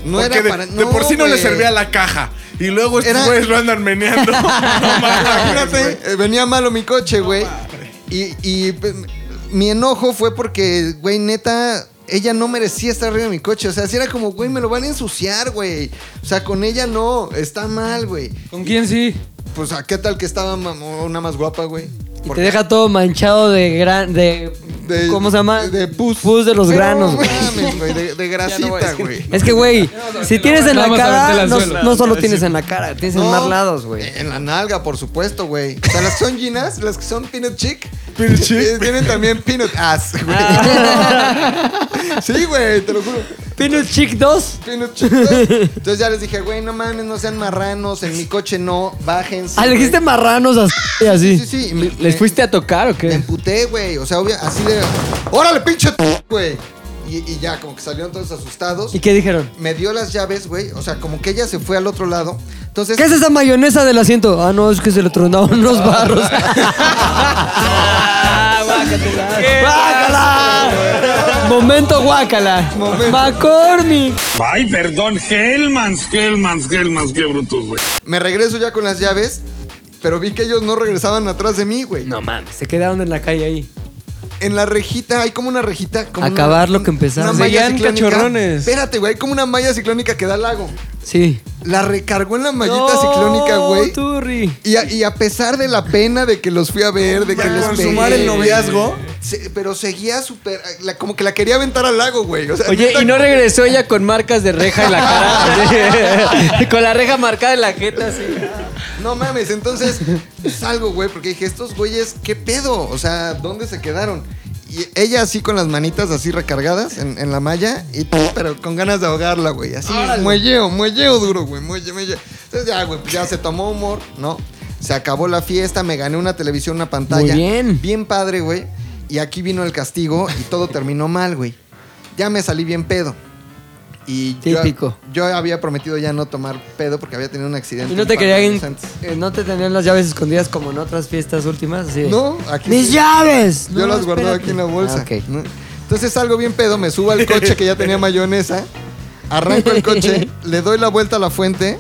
Speaker 6: no
Speaker 5: Porque
Speaker 6: era
Speaker 5: de,
Speaker 6: para.
Speaker 5: de por sí no le
Speaker 6: güey.
Speaker 5: servía la caja. Y luego estos
Speaker 6: Era-
Speaker 5: güeyes lo andan meneando. No mames, imagínate.
Speaker 6: Imagínate, eh, venía malo mi coche, güey. Y, y, pues, mi enojo fue porque, güey, neta, ella no merecía estar arriba de mi coche. O sea, si era como, güey, me lo van a ensuciar, güey. O sea, con ella no, está mal, güey.
Speaker 3: ¿Con quién sí?
Speaker 6: Pues, ¿a qué tal que estaba ma- una más guapa, güey?
Speaker 2: Y
Speaker 6: ¿Por
Speaker 2: te
Speaker 6: qué?
Speaker 2: deja todo manchado de gran. de.
Speaker 6: De-
Speaker 2: ¿Cómo se llama?
Speaker 6: de pus.
Speaker 2: de los
Speaker 6: Pero,
Speaker 2: granos, güey.
Speaker 6: mames, güey, de, de grasita, güey.
Speaker 2: Es que, güey, si tienes en la
Speaker 3: Vamos a
Speaker 2: cara,
Speaker 3: vertela al
Speaker 2: no,
Speaker 3: suelo.
Speaker 2: no solo tienes en la cara, tienes en
Speaker 6: No,
Speaker 2: más lados, güey.
Speaker 6: En la nalga, por supuesto, güey. O sea, las que son ginas, las que son peanut chick.
Speaker 5: Peanut chick.
Speaker 2: Ah.
Speaker 6: eh, Tienen también peanut ass, güey. sí, güey, te lo juro.
Speaker 2: Peanut Chick 2.
Speaker 6: Peanut Chick 2. Entonces ya les dije, güey, no mames, no sean marranos, en mi coche no, bájense.
Speaker 2: Ah, le dijiste
Speaker 6: güey.
Speaker 2: marranos así. así.
Speaker 6: Sí, sí, sí. y me-
Speaker 4: ¿Les fuiste a tocar o
Speaker 6: Me
Speaker 4: qué?
Speaker 6: emputé, güey. O sea, obvio, así de. ¡Órale, pinche t- güey! Y, y ya, como que salieron todos asustados.
Speaker 2: ¿Y qué dijeron?
Speaker 6: Me dio las llaves, güey. O sea, como que ella se fue al otro lado. Entonces.
Speaker 2: ¿Qué es esa mayonesa del asiento? Ah, no, es que se le tronaron unos barros. ¡Guácala! Momento guácala. McCormick.
Speaker 11: Ay, perdón, Hellmans, Hellmans, Hellmans, qué brutos, güey.
Speaker 6: Me regreso ya con las llaves. Pero vi que ellos no regresaban atrás de mí, güey.
Speaker 2: No mames, se quedaron en la calle ahí.
Speaker 6: En la rejita, hay como una rejita. Como una-
Speaker 2: Acabar lo que empezaron.
Speaker 6: una malla
Speaker 4: Seguían
Speaker 6: ciclónica.
Speaker 4: cachorrones.
Speaker 6: Espérate, güey. Hay como una malla ciclónica que da al lago.
Speaker 2: Sí.
Speaker 6: La recargó en la mallita ciclónica, güey.
Speaker 2: Turri.
Speaker 6: Y a, y a pesar de la pena de que los fui a ver, de que
Speaker 5: Para
Speaker 6: les
Speaker 5: consumar
Speaker 6: pegué,
Speaker 5: el noviazgo.
Speaker 6: se- pero seguía súper. la- Como que la quería aventar al lago, güey. O sea,
Speaker 4: Oye,
Speaker 6: neta,
Speaker 4: y no regresó ella con marcas de reja en la cara. así, con la reja marcada en la jeta, así.
Speaker 6: No mames, entonces salgo, güey, porque dije, estos güeyes, ¿qué pedo? O sea, ¿dónde se quedaron? Y ella así con las manitas así recargadas en, en la malla, y, pero con ganas de ahogarla, güey. Así, muelleo, muelleo duro, güey, muelle, muelle. Entonces ya, güey, ya se tomó humor, ¿no? Se acabó la fiesta, me gané una televisión, una pantalla.
Speaker 2: Muy bien.
Speaker 6: Bien padre, güey. Y aquí vino el castigo y todo terminó mal, güey. Ya me salí bien pedo. Y yo-
Speaker 2: Típico.
Speaker 6: Yo, había prometido ya no tomar pedo porque había tenido un accidente.
Speaker 2: Y no te
Speaker 6: un par de
Speaker 2: querían.
Speaker 6: años antes.
Speaker 2: eh, no te tenían las llaves escondidas como en otras fiestas últimas. Así de,
Speaker 6: No, aquí.
Speaker 2: ¡Mis
Speaker 6: sí.
Speaker 2: llaves!
Speaker 6: Yo
Speaker 2: No,
Speaker 6: las guardaba
Speaker 2: espérate.
Speaker 6: aquí en la bolsa.
Speaker 2: Ah, ok.
Speaker 6: ¿no? Entonces salgo bien pedo, me subo al coche que ya tenía mayonesa, arranco el coche, le doy la vuelta a la fuente,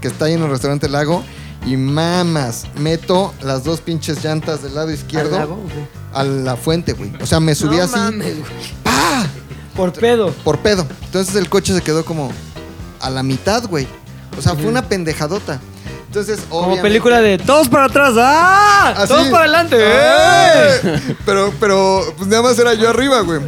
Speaker 6: que está ahí en el restaurante Lago, y mamas, meto las dos pinches llantas del lado izquierdo
Speaker 2: ¿Al lago? Ok.
Speaker 6: a la fuente, güey. O sea, me subí
Speaker 2: No
Speaker 6: así
Speaker 2: mames, güey. Por pedo.
Speaker 6: por pedo. Entonces el coche se quedó como a la mitad, güey. O sea, fue una pendejadota. Entonces,
Speaker 2: Como
Speaker 6: obviamente-
Speaker 2: película de todos para atrás. ¡Ah!
Speaker 6: Así.
Speaker 2: Todos para adelante. ¡Eh!
Speaker 6: ¡Eh! Pero, pero, pues nada más era yo arriba, güey.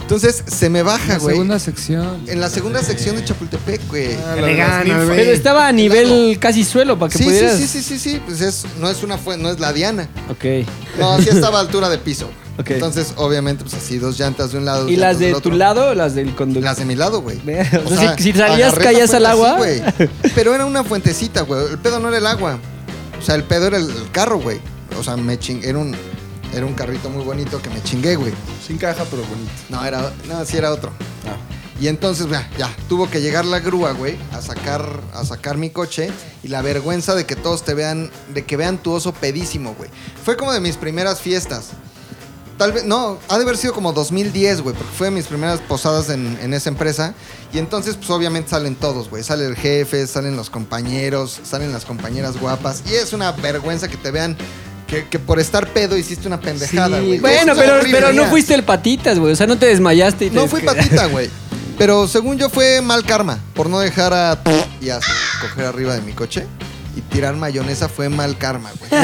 Speaker 6: Entonces se me baja,
Speaker 3: La
Speaker 6: güey.
Speaker 3: segunda Ah, sección.
Speaker 6: En la segunda sección de Chapultepec, güey.
Speaker 4: Pero estaba a nivel casi suelo para que
Speaker 6: Sí, sí,
Speaker 4: pudieras.
Speaker 6: sí, sí, sí, sí. Pues es, no es una fuente, no es la Diana.
Speaker 4: Ok.
Speaker 6: No, sí estaba a altura de piso.
Speaker 4: Ok.
Speaker 6: Entonces, obviamente, pues así, dos llantas de un lado. dos
Speaker 4: ¿Y las
Speaker 6: llantas del
Speaker 4: de
Speaker 6: otro.
Speaker 4: tu lado o las del conductor?
Speaker 6: Las de mi lado, güey.
Speaker 4: Ve, o sea, si- si salías,
Speaker 6: agarré
Speaker 4: caías
Speaker 6: esa
Speaker 4: al
Speaker 6: fuente
Speaker 4: agua.
Speaker 6: así, güey. Pero era una fuentecita, güey. El pedo no era el agua. O sea, el pedo era el, el carro, güey. O sea, me ching... era, un, era un carrito muy bonito que me chingué, güey.
Speaker 5: Sin caja, pero bonito.
Speaker 6: No, era, no, sí era otro. Y entonces, ya, ya, tuvo que llegar la grúa, güey, a sacar, a sacar mi coche. Y la vergüenza de que todos te vean, de que vean tu oso pedísimo, güey. Fue como de mis primeras fiestas. Tal vez, no, ha de haber sido como 2010, güey, porque fue de mis primeras posadas en, en esa empresa. Y entonces, pues obviamente salen todos, güey. Sale el jefe, salen los compañeros, salen las compañeras guapas. Y es una vergüenza que te vean que, que por estar pedo hiciste una pendejada,
Speaker 4: Sí.
Speaker 6: güey.
Speaker 4: Bueno,
Speaker 6: Eso es
Speaker 4: pero,
Speaker 6: horrible.
Speaker 4: pero no fuiste el patitas, güey. O sea, no te desmayaste y te
Speaker 6: No fui patita, güey. Pero según yo fue mal karma por no dejar a t- y a coger arriba de mi coche y tirar mayonesa fue mal karma, güey.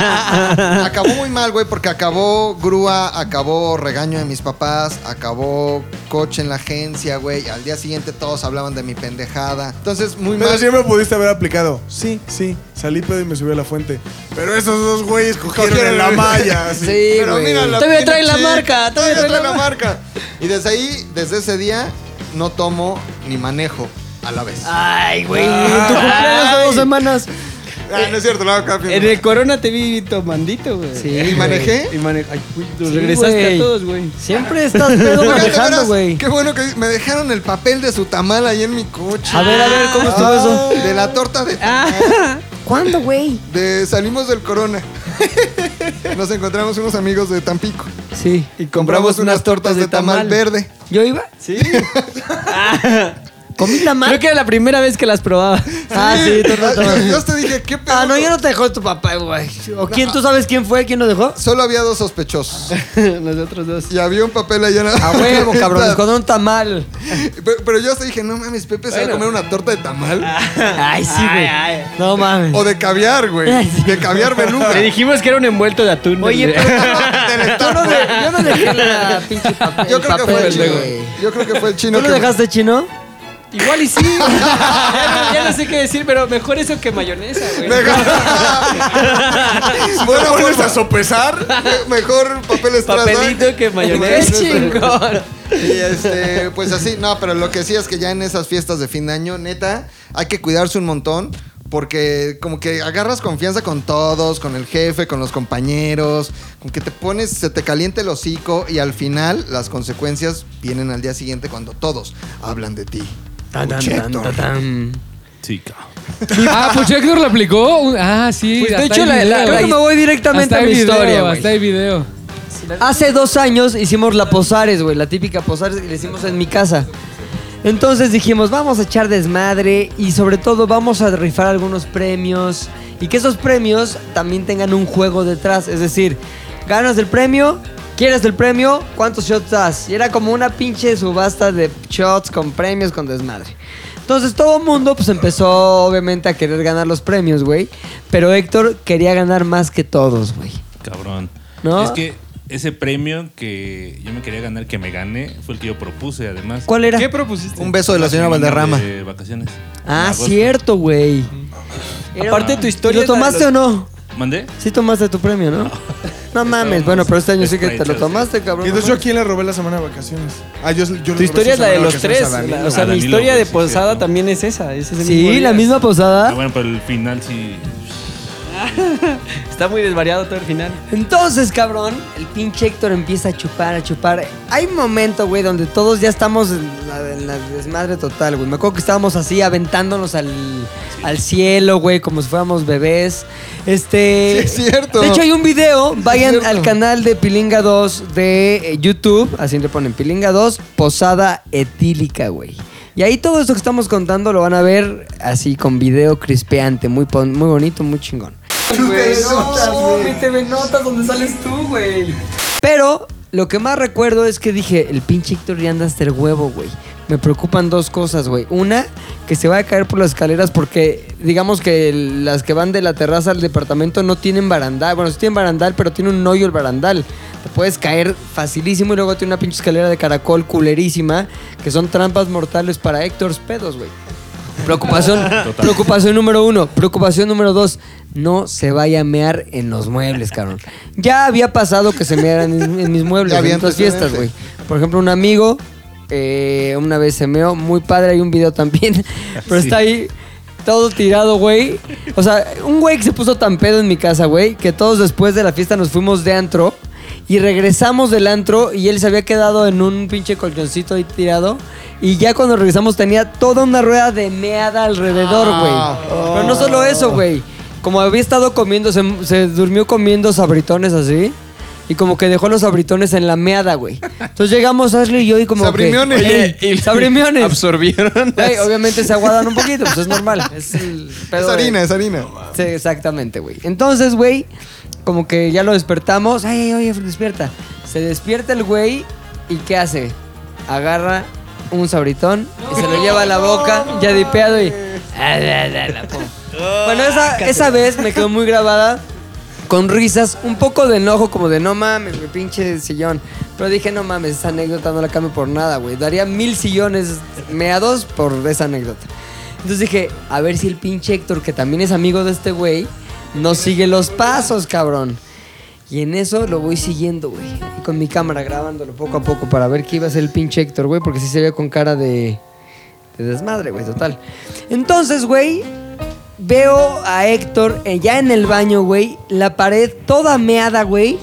Speaker 6: acabó muy mal, güey, porque acabó grúa, acabó regaño de mis papás, acabó coche en la agencia, güey. Al día siguiente todos hablaban de mi pendejada. Entonces, muy
Speaker 5: Pero
Speaker 6: mal.
Speaker 5: siempre pudiste haber aplicado. Sí, sí. Salí pedo y me subí a la fuente. Pero esos dos güeyes cogieron en la malla. así.
Speaker 4: Sí,
Speaker 6: Pero
Speaker 4: güey.
Speaker 6: mira, la
Speaker 4: Todavía
Speaker 6: pinche-
Speaker 4: trae la marca. Todavía trae la marca.
Speaker 6: marca. Y desde ahí, desde ese día, no tomo ni manejo a la vez.
Speaker 2: Ay, güey. Tu cumpleaños de dos semanas.
Speaker 6: Ah, no es cierto, la hago
Speaker 4: En el corona te vi tomandito, güey.
Speaker 2: Sí,
Speaker 6: ¿Y manejé?
Speaker 4: Y mane- Ay, güey, los
Speaker 2: Sí,
Speaker 4: regresaste
Speaker 2: güey.
Speaker 4: a todos, güey.
Speaker 2: Siempre estás pedo
Speaker 6: Oigan, de
Speaker 2: manejando,
Speaker 6: veras,
Speaker 2: güey.
Speaker 6: Qué bueno que me dejaron el papel de su tamal ahí en mi coche. Ah,
Speaker 2: A ver, a ver, ¿cómo estuvo eso?
Speaker 6: De la torta de
Speaker 2: Ah. ¿Cuándo, güey?
Speaker 6: de salimos del Corona. Nos encontramos unos amigos de Tampico.
Speaker 2: Sí.
Speaker 6: Y compramos unas tortas de tamal verde.
Speaker 2: ¿Yo iba? Sí. ¿Comí la
Speaker 4: Creo que era la primera vez que las probaba.
Speaker 2: Ah, sí, torta, torta.
Speaker 6: Yo te dije, ¿qué pedo?
Speaker 2: Ah, no, ya no te dejó tu papá, güey. ¿O quién? ¿Tú sabes quién fue? ¿Quién lo dejó?
Speaker 6: Solo había dos sospechosos.
Speaker 4: Nosotros dos.
Speaker 6: Y había un papel allá. en la-
Speaker 2: A huevo, cabrón, con un tamal.
Speaker 6: Pero, pero yo hasta dije, no mames, Pepe se va a comer una torta de tamal.
Speaker 2: Ah. Ay, sí, güey. No mames.
Speaker 6: O de caviar, güey. De caviar beluga.
Speaker 4: Le dijimos que era un envuelto de atún.
Speaker 2: Oye,
Speaker 4: güey.
Speaker 2: pero
Speaker 6: Del
Speaker 2: yo no, de- yo no dejé la pinche papel.
Speaker 6: Yo creo que fue el
Speaker 2: papel,
Speaker 6: chino.
Speaker 2: güey.
Speaker 6: Yo creo que fue el chino.
Speaker 2: ¿Tú lo
Speaker 6: que-
Speaker 2: dejaste chino?
Speaker 4: Igual y sí. güey. ya, no, ya no sé qué decir, pero mejor eso que mayonesa, güey.
Speaker 6: Buena
Speaker 5: ¿Vuelves
Speaker 6: forma.
Speaker 5: a sopesar?
Speaker 6: Me- pues, Mejor papel estrada.
Speaker 4: Papelito que mayonesa.
Speaker 6: Qué
Speaker 4: chingón.
Speaker 6: Y este, pues así, no, pero lo que sí es que ya en esas fiestas de fin de año, neta, hay que cuidarse un montón. Porque como que agarras confianza con todos, con el jefe, con los compañeros, con que te pones, se te caliente el hocico y al final las consecuencias vienen al día siguiente cuando todos hablan de ti.
Speaker 2: Tan, tan, tan,
Speaker 6: Puchector.
Speaker 2: tan, tan.
Speaker 3: Ah, pues Héctor la aplicó. Un- Ah, sí.
Speaker 2: Pues, de
Speaker 3: hasta
Speaker 2: hecho,
Speaker 3: hay
Speaker 2: la- la-
Speaker 3: video.
Speaker 2: creo que me voy directamente
Speaker 3: Hasta
Speaker 2: a
Speaker 3: hay
Speaker 2: mi
Speaker 3: video,
Speaker 2: historia, güey.
Speaker 3: Hasta hay video.
Speaker 2: Hace dos años hicimos la Posares, güey, la típica Posares que le hicimos en mi casa. Entonces dijimos, vamos a echar desmadre y sobre todo vamos a rifar algunos premios y que esos premios también tengan un juego detrás. Es decir, ganas el premio, quieres el premio, ¿cuántos shots das? Y era como una pinche subasta de shots con premios, con desmadre. Entonces todo el mundo pues empezó obviamente a querer ganar los premios, güey. Pero Héctor quería ganar más que todos, güey.
Speaker 7: Cabrón.
Speaker 2: ¿No?
Speaker 7: Es que ese premio que yo me quería ganar, que me gané, fue el que yo propuse, además.
Speaker 2: ¿Cuál era?
Speaker 7: ¿Qué
Speaker 3: propusiste?
Speaker 6: Un beso de la señora Valderrama.
Speaker 7: De vacaciones. En
Speaker 2: Ah,
Speaker 7: agosto.
Speaker 2: cierto, güey. Era-
Speaker 7: Aparte, tu historia
Speaker 2: ¿Lo
Speaker 7: es la de
Speaker 2: tomaste
Speaker 7: los-
Speaker 2: o no?
Speaker 7: ¿Mandé?
Speaker 2: Sí tomaste tu premio, ¿no? No mames, bueno, pero este año sí que te lo tomaste, cabrón.
Speaker 5: Y entonces yo a quién le robé la semana de vacaciones. Ah, yo, yo le
Speaker 4: Tu
Speaker 5: robé
Speaker 4: historia es
Speaker 5: su
Speaker 4: la de
Speaker 5: semana
Speaker 4: los
Speaker 5: vacaciones
Speaker 4: tres.
Speaker 5: a Danilo.
Speaker 4: la- o sea,
Speaker 7: A
Speaker 4: mi
Speaker 7: Danilo,
Speaker 4: historia de
Speaker 7: pues, sí,
Speaker 4: posada
Speaker 7: cierto.
Speaker 4: también es esa. es ese mismo
Speaker 2: Sí, la
Speaker 4: día.
Speaker 2: misma
Speaker 7: Ah,
Speaker 2: posada.
Speaker 7: bueno, pero el final sí.
Speaker 4: Está muy desvariado todo el final.
Speaker 2: Entonces, cabrón, el pinche Héctor empieza a chupar, a chupar. Hay un momento, güey, donde todos ya estamos en la, en la desmadre total, güey. Me acuerdo que estábamos así aventándonos al, al cielo, güey, como si fuéramos bebés. Este.
Speaker 6: Sí, es cierto.
Speaker 2: De hecho, hay un video. Vayan
Speaker 6: cierto.
Speaker 2: al canal de Pilinga 2 de eh, YouTube. Así le ponen Pilinga 2, Posada Etílica, güey. Y ahí todo esto que estamos contando lo van a ver así con video crispeante, muy, pon- muy bonito, muy chingón. donde sales tú, güey. Pero lo que más recuerdo es que dije, el pinche Héctor ya anda hasta el huevo, güey. Me preocupan dos cosas, güey. Una, que se va a caer por las escaleras porque digamos que el- las que van de la terraza al departamento no tienen barandal. Bueno, sí tienen barandal, pero tiene un hoyo el barandal. Te puedes caer facilísimo y luego tiene una pinche escalera de caracol culerísima que son trampas mortales para Héctor's pedos, güey. Preocupación, preocupación número uno. Preocupación número dos. No se vaya a mear en los muebles, cabrón. Ya había pasado que se mearan en, en mis muebles,
Speaker 6: Ya había
Speaker 2: en otras fiestas, güey.
Speaker 6: antecedentes.
Speaker 2: Por ejemplo, un amigo eh, una vez se meó. Muy padre, hay un video también. Pero
Speaker 7: Sí.
Speaker 2: está ahí todo tirado, güey. O sea, un güey que se puso tan pedo en mi casa, güey, que todos después de la fiesta nos fuimos de antro y regresamos del antro y él se había quedado en un pinche colchoncito ahí tirado. Y ya cuando regresamos tenía toda una rueda de meada alrededor, güey. Pero no solo eso, güey. Como había estado comiendo, se, se durmió comiendo sabritones así. Y como que dejó los sabritones en la meada, güey. Entonces llegamos Ashley y yo y como
Speaker 1: Sabrimiones.
Speaker 2: que... Oye, Sabrimiones.
Speaker 1: Absorbieron.
Speaker 2: Güey, obviamente se aguadan un poquito, pues es normal. Es, el pedo
Speaker 6: Es
Speaker 2: de-
Speaker 6: harina, es harina.
Speaker 2: Sí, exactamente, güey. Entonces, güey, como que ya lo despertamos. Ay, ay, oye, despierta. Se despierta el güey y ¿qué hace? Agarra un sabritón y se lo lleva a la boca, ya dipeado y... Bueno, esa, esa vez me quedó muy grabada con risas, un poco de enojo, como de no mames, mi pinche sillón. Pero dije, no mames, esa anécdota no la cambio por nada, güey. Daría mil sillones meados por esa anécdota. Entonces dije, a ver si el pinche Héctor, que también es amigo de este güey, no sigue los pasos, cabrón. Y en eso lo voy siguiendo, güey. Con mi cámara grabándolo poco a poco para ver qué iba a hacer el pinche Héctor, güey, porque sí se veía con cara de, de desmadre, güey, total. Entonces, güey, veo a Héctor eh, ya en el baño, güey, la pared toda meada, güey.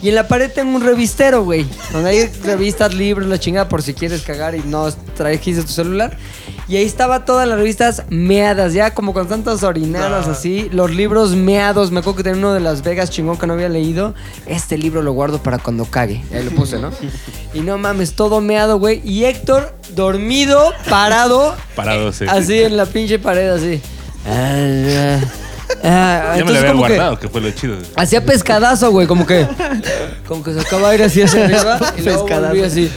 Speaker 2: Y en la pared tengo un revistero, güey. Donde hay revistas, libros, la chingada, por si quieres cagar y no trajiste tu celular. Y ahí estaba todas las revistas meadas, ya como con tantas orinadas así. Los libros meados. Me acuerdo que tenía uno de Las Vegas chingón que no había leído. Este libro lo guardo para cuando cague. Y Ahí lo puse, ¿no? Y no mames, todo meado, güey. Y Héctor, dormido, parado,
Speaker 7: Parado, sí.
Speaker 2: Así en la pinche pared, así. Ah, ah, ah,
Speaker 7: ya me lo
Speaker 2: entonces
Speaker 7: habían
Speaker 2: como que
Speaker 7: guardado, que... fue lo chido.
Speaker 2: Hacía pescadazo, güey, como que. Como que sacaba aire así hacia arriba y luego
Speaker 4: Pescadazo.
Speaker 2: volvía así.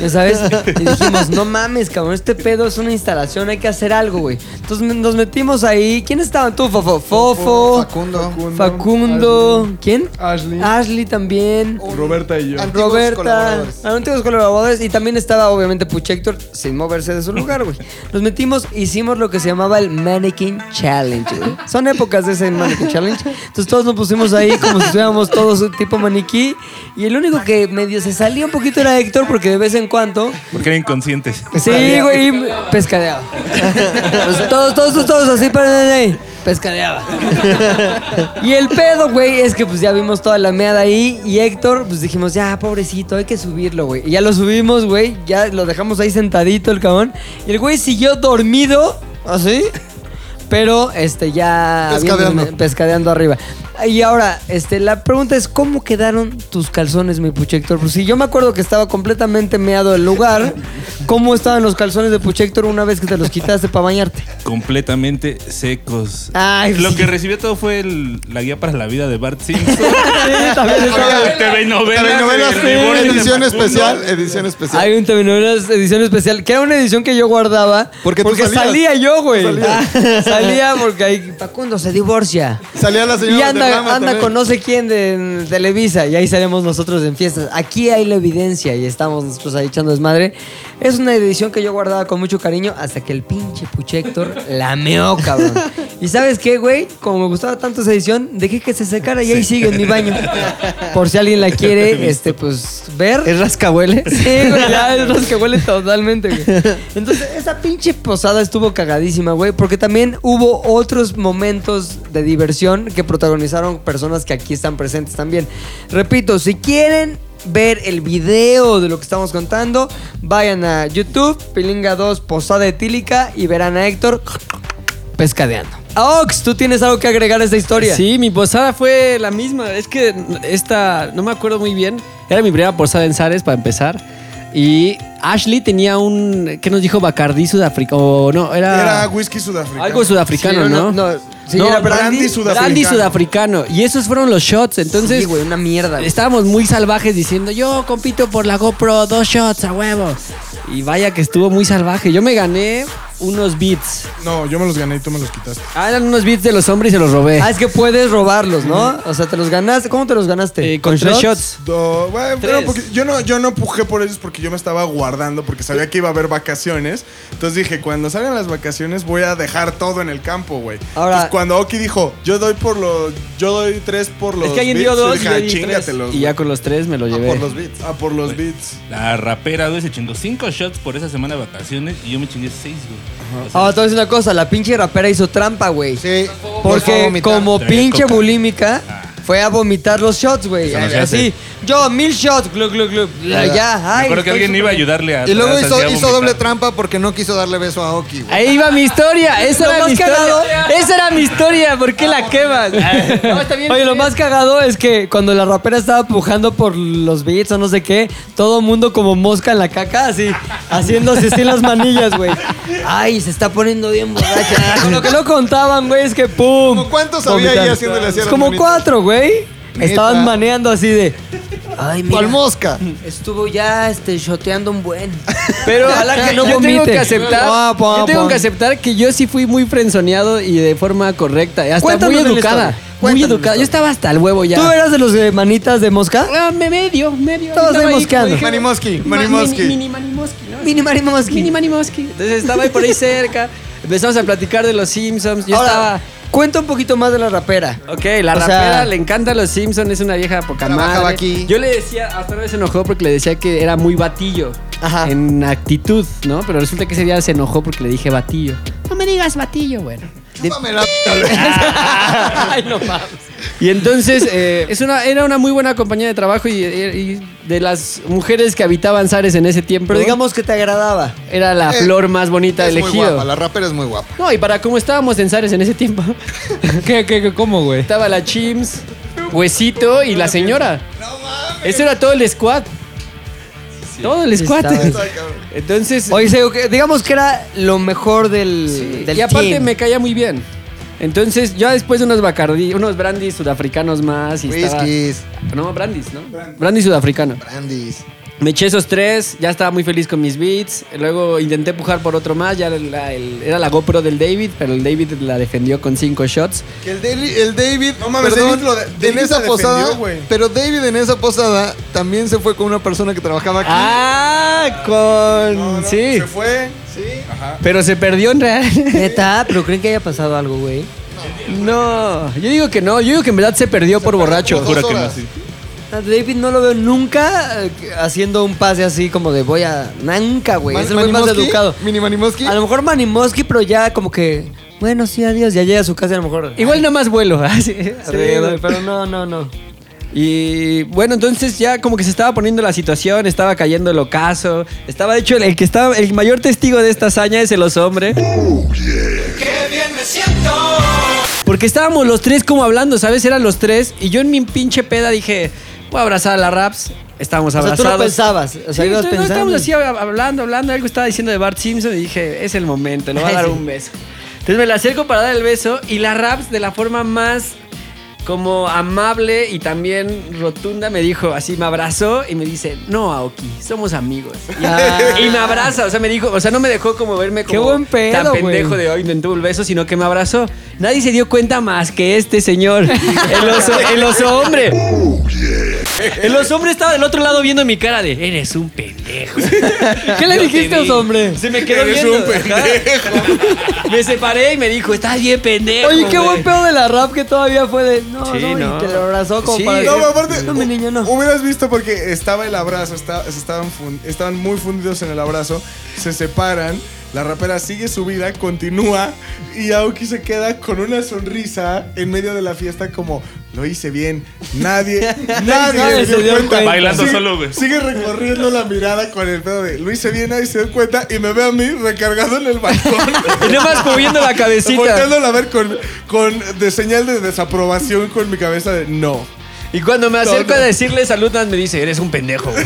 Speaker 2: Ya sabes. Y dijimos, no mames, cabrón, este pedo es una instalación, hay que hacer algo, güey. Entonces me- nos metimos ahí. ¿Quién estaba? Tú, Fofo. Fofo,
Speaker 6: Facundo.
Speaker 2: Facundo. ¿Quién?
Speaker 5: Ashley.
Speaker 2: Ashley también.
Speaker 5: Roberta y yo.
Speaker 6: Antiguos
Speaker 2: Roberta,
Speaker 6: colaboradores.
Speaker 2: antiguos colaboradores y también estaba obviamente Puchector sin moverse de su lugar, güey. Nos metimos, hicimos lo que se llamaba el Mannequin Challenge, güey. Son épocas de ese Mannequin Challenge. Entonces todos nos pusimos ahí como si estuviéramos todos un tipo maniquí. Y el único que medio se salía un poquito era Héctor, porque de vez en cuando.
Speaker 7: Porque eran inconscientes.
Speaker 2: Sí, güey, y pescadeaba. Pues todos, todos, todos así, pero pescadeaba. Y el pedo, güey, es que pues ya vimos toda la meada ahí y Héctor, pues dijimos, ya, pobrecito, hay que subirlo, güey. Y ya lo subimos, güey, ya lo dejamos ahí sentadito el cabrón. Y el güey siguió dormido, así, pero este ya...
Speaker 6: Pescadeando.
Speaker 2: habiéndome- pescadeando arriba. Y ahora, este, la pregunta es, ¿cómo quedaron tus calzones, mi Puchector? Pues si yo me acuerdo que estaba completamente meado el lugar, ¿cómo estaban los calzones de Puchector una vez que te los quitaste para bañarte?
Speaker 7: Completamente secos.
Speaker 2: Ay,
Speaker 7: Lo
Speaker 2: sí.
Speaker 7: que recibió todo fue el- la guía para la vida de Bart Simpson.
Speaker 2: también
Speaker 7: Oiga, TV novelas.
Speaker 6: Telenovelas,
Speaker 7: el
Speaker 6: sí,
Speaker 7: Reborn de
Speaker 6: edición
Speaker 7: Facundo.
Speaker 6: especial, edición especial.
Speaker 2: Hay un telenovelas edición especial, que era una edición que yo guardaba.
Speaker 6: Porque tú salías.
Speaker 2: salía yo, güey. Ah,
Speaker 6: Tú salías.
Speaker 2: Salía porque ahí Facundo se divorcia.
Speaker 6: Salía la señora
Speaker 2: Y
Speaker 6: del Rama
Speaker 2: anda, anda
Speaker 6: también.
Speaker 2: con no sé quién de en Televisa y ahí salimos nosotros en fiestas. Aquí hay la evidencia y estamos nosotros ahí echando desmadre. Es una edición que yo guardaba con mucho cariño hasta que el pinche Puchector la meó, cabrón. Y sabes qué, güey, como me gustaba tanto esa edición, dejé que se secara y ahí sigue en mi baño. Por si alguien la quiere, este, pues ver.
Speaker 4: ¿Es rascabueles?
Speaker 2: Sí, güey, ya es los que huele totalmente, güey. Entonces, esa pinche posada estuvo cagadísima, güey, porque también hubo otros momentos de diversión que protagonizaron personas que aquí están presentes también. Repito, si quieren ver el video de lo que estamos contando, vayan a YouTube, Pilinga 2, Posada Etílica y verán a Héctor pescadeando. Ox, tú tienes algo que agregar a esta historia.
Speaker 4: Sí, mi posada fue la misma. Es que esta, no me acuerdo muy bien. Era mi primera posada en Sares para empezar. Y Ashley tenía un, ¿qué nos dijo? Bacardí Sudáfrica. O no, era...
Speaker 5: Era whisky sudafricano.
Speaker 4: Algo sudafricano,
Speaker 2: Sí,
Speaker 4: ¿no?
Speaker 2: no, no, sí, era
Speaker 5: brandy sudafricano.
Speaker 4: brandy sudafricano. Y esos fueron los shots. Entonces,
Speaker 2: Sí, güey, una mierda. güey.
Speaker 4: estábamos muy salvajes diciendo, yo compito por la GoPro, dos shots a huevo. Y vaya que estuvo muy salvaje. Yo me gané unos beats.
Speaker 5: No, yo me los gané y tú me los quitaste.
Speaker 4: Ah, eran unos beats de los hombres y se los robé.
Speaker 2: Ah, es que puedes robarlos, ¿no? O sea, te los ganaste. ¿Cómo te los ganaste?
Speaker 4: Eh, con tres shots.
Speaker 5: Do- bueno, pero
Speaker 4: Tres.
Speaker 5: porque- yo no, yo no pujé por ellos porque yo me estaba guardando porque sabía que iba a haber vacaciones. Entonces dije, cuando salgan las vacaciones voy a dejar todo en el campo, güey.
Speaker 2: Ahora-
Speaker 5: Entonces, cuando Oki dijo, yo doy por los, yo doy tres por los.
Speaker 4: Es que alguien
Speaker 5: beats",
Speaker 4: dio
Speaker 5: yo
Speaker 4: dos
Speaker 5: dije,
Speaker 4: y yo
Speaker 5: "Ah,
Speaker 4: di tres.
Speaker 5: chíngatelos,
Speaker 4: Y ya con los tres me lo llevé.
Speaker 6: Por los beats.
Speaker 5: güey". Ah, por los beats.
Speaker 7: La rapera, güey, se chingó cinco shots por esa semana de vacaciones y yo me chingué seis, güey. O sea,
Speaker 2: Ahora Ah, te voy a decir una cosa, la pinche rapera hizo trampa, güey.
Speaker 6: Sí. Fue a
Speaker 2: Porque
Speaker 6: vomitar.
Speaker 2: como
Speaker 7: Traía
Speaker 2: pinche
Speaker 7: coca. Ah.
Speaker 2: bulímica, fue a vomitar los shots, güey.
Speaker 7: Eso no se
Speaker 2: Así, yo, mil shots, glu, glu, glu. Ya, ya,
Speaker 7: me
Speaker 2: Ah, ay.
Speaker 7: acuerdo
Speaker 2: estoy
Speaker 7: que alguien
Speaker 2: súper-
Speaker 7: iba a ayudarle a.
Speaker 6: Y luego
Speaker 7: atrás,
Speaker 6: hizo,
Speaker 7: así a
Speaker 6: hizo
Speaker 7: vomitar.
Speaker 6: doble trampa porque no quiso darle beso a Oki, güey.
Speaker 4: Ahí va mi historia, esa
Speaker 2: Lo
Speaker 4: era
Speaker 2: más
Speaker 4: mi historia.
Speaker 2: cagado-
Speaker 4: Esa era mi historia, ¿por qué la quemas? Ah, No, está bien.
Speaker 2: Oye, lo más cagado es que cuando la rapera estaba pujando por los beats o no sé qué, todo mundo como mosca en la caca, así, haciéndose así las manillas, güey. Ay, se está poniendo bien borracha. Con Lo que no contaban, güey, es que pum.
Speaker 6: ¿Como cuántos había ahí
Speaker 2: Vomitar.
Speaker 6: haciéndole así a las
Speaker 2: Como
Speaker 6: manitas?
Speaker 2: cuatro, güey.
Speaker 6: Neta.
Speaker 2: Estaban maneando así de. Ay, mira.
Speaker 6: Cual mosca.
Speaker 2: Estuvo ya este, shoteando un buen.
Speaker 4: Pero
Speaker 2: Ojalá que no
Speaker 4: yo tengo
Speaker 2: vomite.
Speaker 4: que aceptar,
Speaker 2: Pa, pa,
Speaker 4: yo tengo
Speaker 2: pa.
Speaker 4: que aceptar que yo sí fui muy frenzoneado y de forma correcta, hasta
Speaker 2: Cuéntanos de
Speaker 4: muy
Speaker 2: la
Speaker 4: educada,
Speaker 2: historia.
Speaker 4: muy
Speaker 2: Cuéntanos de la
Speaker 4: educada. Yo
Speaker 2: historia.
Speaker 4: estaba hasta el huevo ya.
Speaker 2: ¿Tú eras de los de manitas de mosca?
Speaker 4: Ah, me medio, medio.
Speaker 2: Todos ahí
Speaker 4: Estaba ahí,
Speaker 2: mosqueando.
Speaker 4: como dije,
Speaker 6: Manimoski,
Speaker 4: ma-
Speaker 6: Manimoski.
Speaker 4: mini- Mini manimoski, ¿no?
Speaker 2: Mini Mari Mosca.
Speaker 4: Mini manimoski. Entonces estaba ahí por ahí cerca, empezamos a platicar de los Simpsons, yo
Speaker 2: Ahora,
Speaker 4: estaba
Speaker 2: cuenta un poquito más de la rapera.
Speaker 4: Ok, la
Speaker 2: O sea-
Speaker 4: rapera le encanta los Simpsons, es una vieja poca
Speaker 6: Trabajaba
Speaker 4: madre.
Speaker 6: aquí.
Speaker 4: Yo le decía, hasta una vez se enojó porque le decía que era muy batillo
Speaker 2: Ajá.
Speaker 4: en actitud, ¿no? Pero resulta que ese día se enojó porque le dije batillo. No me digas batillo, bueno.
Speaker 6: Chúpame la-
Speaker 4: Ay, no mames. Y entonces, eh, es una, era una muy buena compañía de trabajo y, y- y de las mujeres que habitaban Sares en ese tiempo.
Speaker 2: Pero digamos que te agradaba.
Speaker 4: era la
Speaker 6: Eh,
Speaker 4: flor más bonita
Speaker 6: Es muy guapa,
Speaker 4: elegida.
Speaker 6: la rapera es muy guapa.
Speaker 4: No, y para cómo estábamos en Sares en ese tiempo,
Speaker 3: ¿Qué, qué, qué, cómo, güey?
Speaker 4: estaba la Chims, Huesito y la señora. Eso era todo el squad. Todo el squad.
Speaker 2: Estaba-
Speaker 4: Entonces, eh,
Speaker 2: Oye, sí, ok, digamos que era lo mejor del, del
Speaker 4: y aparte
Speaker 2: team.
Speaker 4: me caía muy bien. Entonces, ya después de unos Bacardí, unos brandis sudafricanos más y estaba-
Speaker 6: Whiskies,
Speaker 4: No, brandis, ¿no? Brandy sudafricano.
Speaker 6: brandies.
Speaker 4: Me eché esos tres, ya estaba muy feliz con mis beats. Luego intenté pujar por otro más, ya la- el- era la GoPro del David, pero el David la defendió con cinco shots.
Speaker 6: Que El, Deli- el David,
Speaker 5: No mames,
Speaker 6: perdón,
Speaker 5: David lo de- David
Speaker 6: en esa
Speaker 5: se
Speaker 6: posada,
Speaker 5: defendió, güey.
Speaker 6: pero David en esa posada también se fue con una persona que trabajaba aquí.
Speaker 4: Ah, con...
Speaker 5: No, no,
Speaker 4: sí,
Speaker 5: Se fue.
Speaker 4: pero se perdió en real.
Speaker 2: Neta, pero creen que haya pasado algo, güey.
Speaker 4: No, yo digo que no, yo digo que en verdad se perdió por borracho.
Speaker 2: por dos Juro que no, horas. sí. A Ah, David no lo veo nunca eh, haciendo un pase así como de voy a. Nunca, güey.
Speaker 6: Man-
Speaker 2: Es el güey más
Speaker 6: Manimoski,
Speaker 2: educado.
Speaker 6: ¿Mini Manimoski?
Speaker 2: A lo mejor Manimoski, pero ya como que. Bueno, sí, adiós. Ya llega a su casa y a lo mejor.
Speaker 4: Igual nada más vuelo. ah, así, alrededor.
Speaker 2: güey, pero no, no, no.
Speaker 4: Y bueno, entonces ya como que se estaba poniendo la situación, estaba cayendo el ocaso. Estaba, de hecho, el, el que estaba, el mayor testigo de esta hazaña es el osombre.
Speaker 5: Oh,
Speaker 1: ¡Qué bien me siento!
Speaker 4: Porque estábamos los tres como hablando, ¿sabes? Eran los tres. Y yo en mi pinche peda dije, voy a abrazar a la Raps. Estábamos
Speaker 2: O sea,
Speaker 4: abrazados.
Speaker 2: tú no pensabas, o sea,
Speaker 4: Sí,
Speaker 2: ibas
Speaker 4: no,
Speaker 2: pensando.
Speaker 4: estábamos así hab- hablando, hablando. Algo estaba diciendo de Bart Simpson y dije, es el momento, le voy a dar
Speaker 2: Sí.
Speaker 4: un beso. Entonces me la acerco para dar el beso y la Raps de la forma más como amable y también rotunda me dijo, así me abrazó y me dice, no, Aoki, somos amigos. Y,
Speaker 2: Ah.
Speaker 4: y me abraza, o sea, me dijo, o sea, no me dejó como verme como
Speaker 2: Qué buen pedo,
Speaker 4: tan pendejo
Speaker 2: güey.
Speaker 4: de hoy, intentó un beso, sino que me abrazó. Nadie se dio cuenta más que este señor, el oso, el oso hombre. El oso hombre estaba del otro lado viendo mi cara de, eres un pendejo.
Speaker 2: ¿Qué le
Speaker 4: Yo te
Speaker 2: dijiste,
Speaker 4: vi.
Speaker 2: oso hombre?
Speaker 4: Se me quedó
Speaker 2: Eres
Speaker 4: viendo.
Speaker 2: un
Speaker 4: ajá. Me separé y me dijo, estás bien pendejo.
Speaker 2: Oye, qué
Speaker 4: güey".
Speaker 2: buen pedo de la rap que todavía fue de. No,
Speaker 4: Sí,
Speaker 2: no,
Speaker 4: no.
Speaker 2: y que lo abrazó como
Speaker 4: Sí.
Speaker 2: para.
Speaker 4: No,
Speaker 2: decir,
Speaker 5: aparte-
Speaker 2: no, mi niño, no.
Speaker 5: Hubieras visto porque estaba el abrazo, esta- estaban, fun- estaban muy fundidos en el abrazo, se separan, la rapera sigue su vida, continúa y Aoki se queda con una sonrisa en medio de la fiesta como lo hice bien, nadie, nadie se dio cuenta.
Speaker 7: Bailando
Speaker 5: Sigue-
Speaker 7: solo, güey.
Speaker 5: Sigue recorriendo la mirada con el pedo de lo hice bien, nadie se dio cuenta y me ve a mí recargado en el balcón.
Speaker 4: Y nada más moviendo la cabecita.
Speaker 5: Volteándola a ver con, con de señal de desaprobación con mi cabeza de no.
Speaker 4: Y cuando me acerco
Speaker 5: Todo.
Speaker 4: a decirle saludas, me dice, eres un pendejo. güey".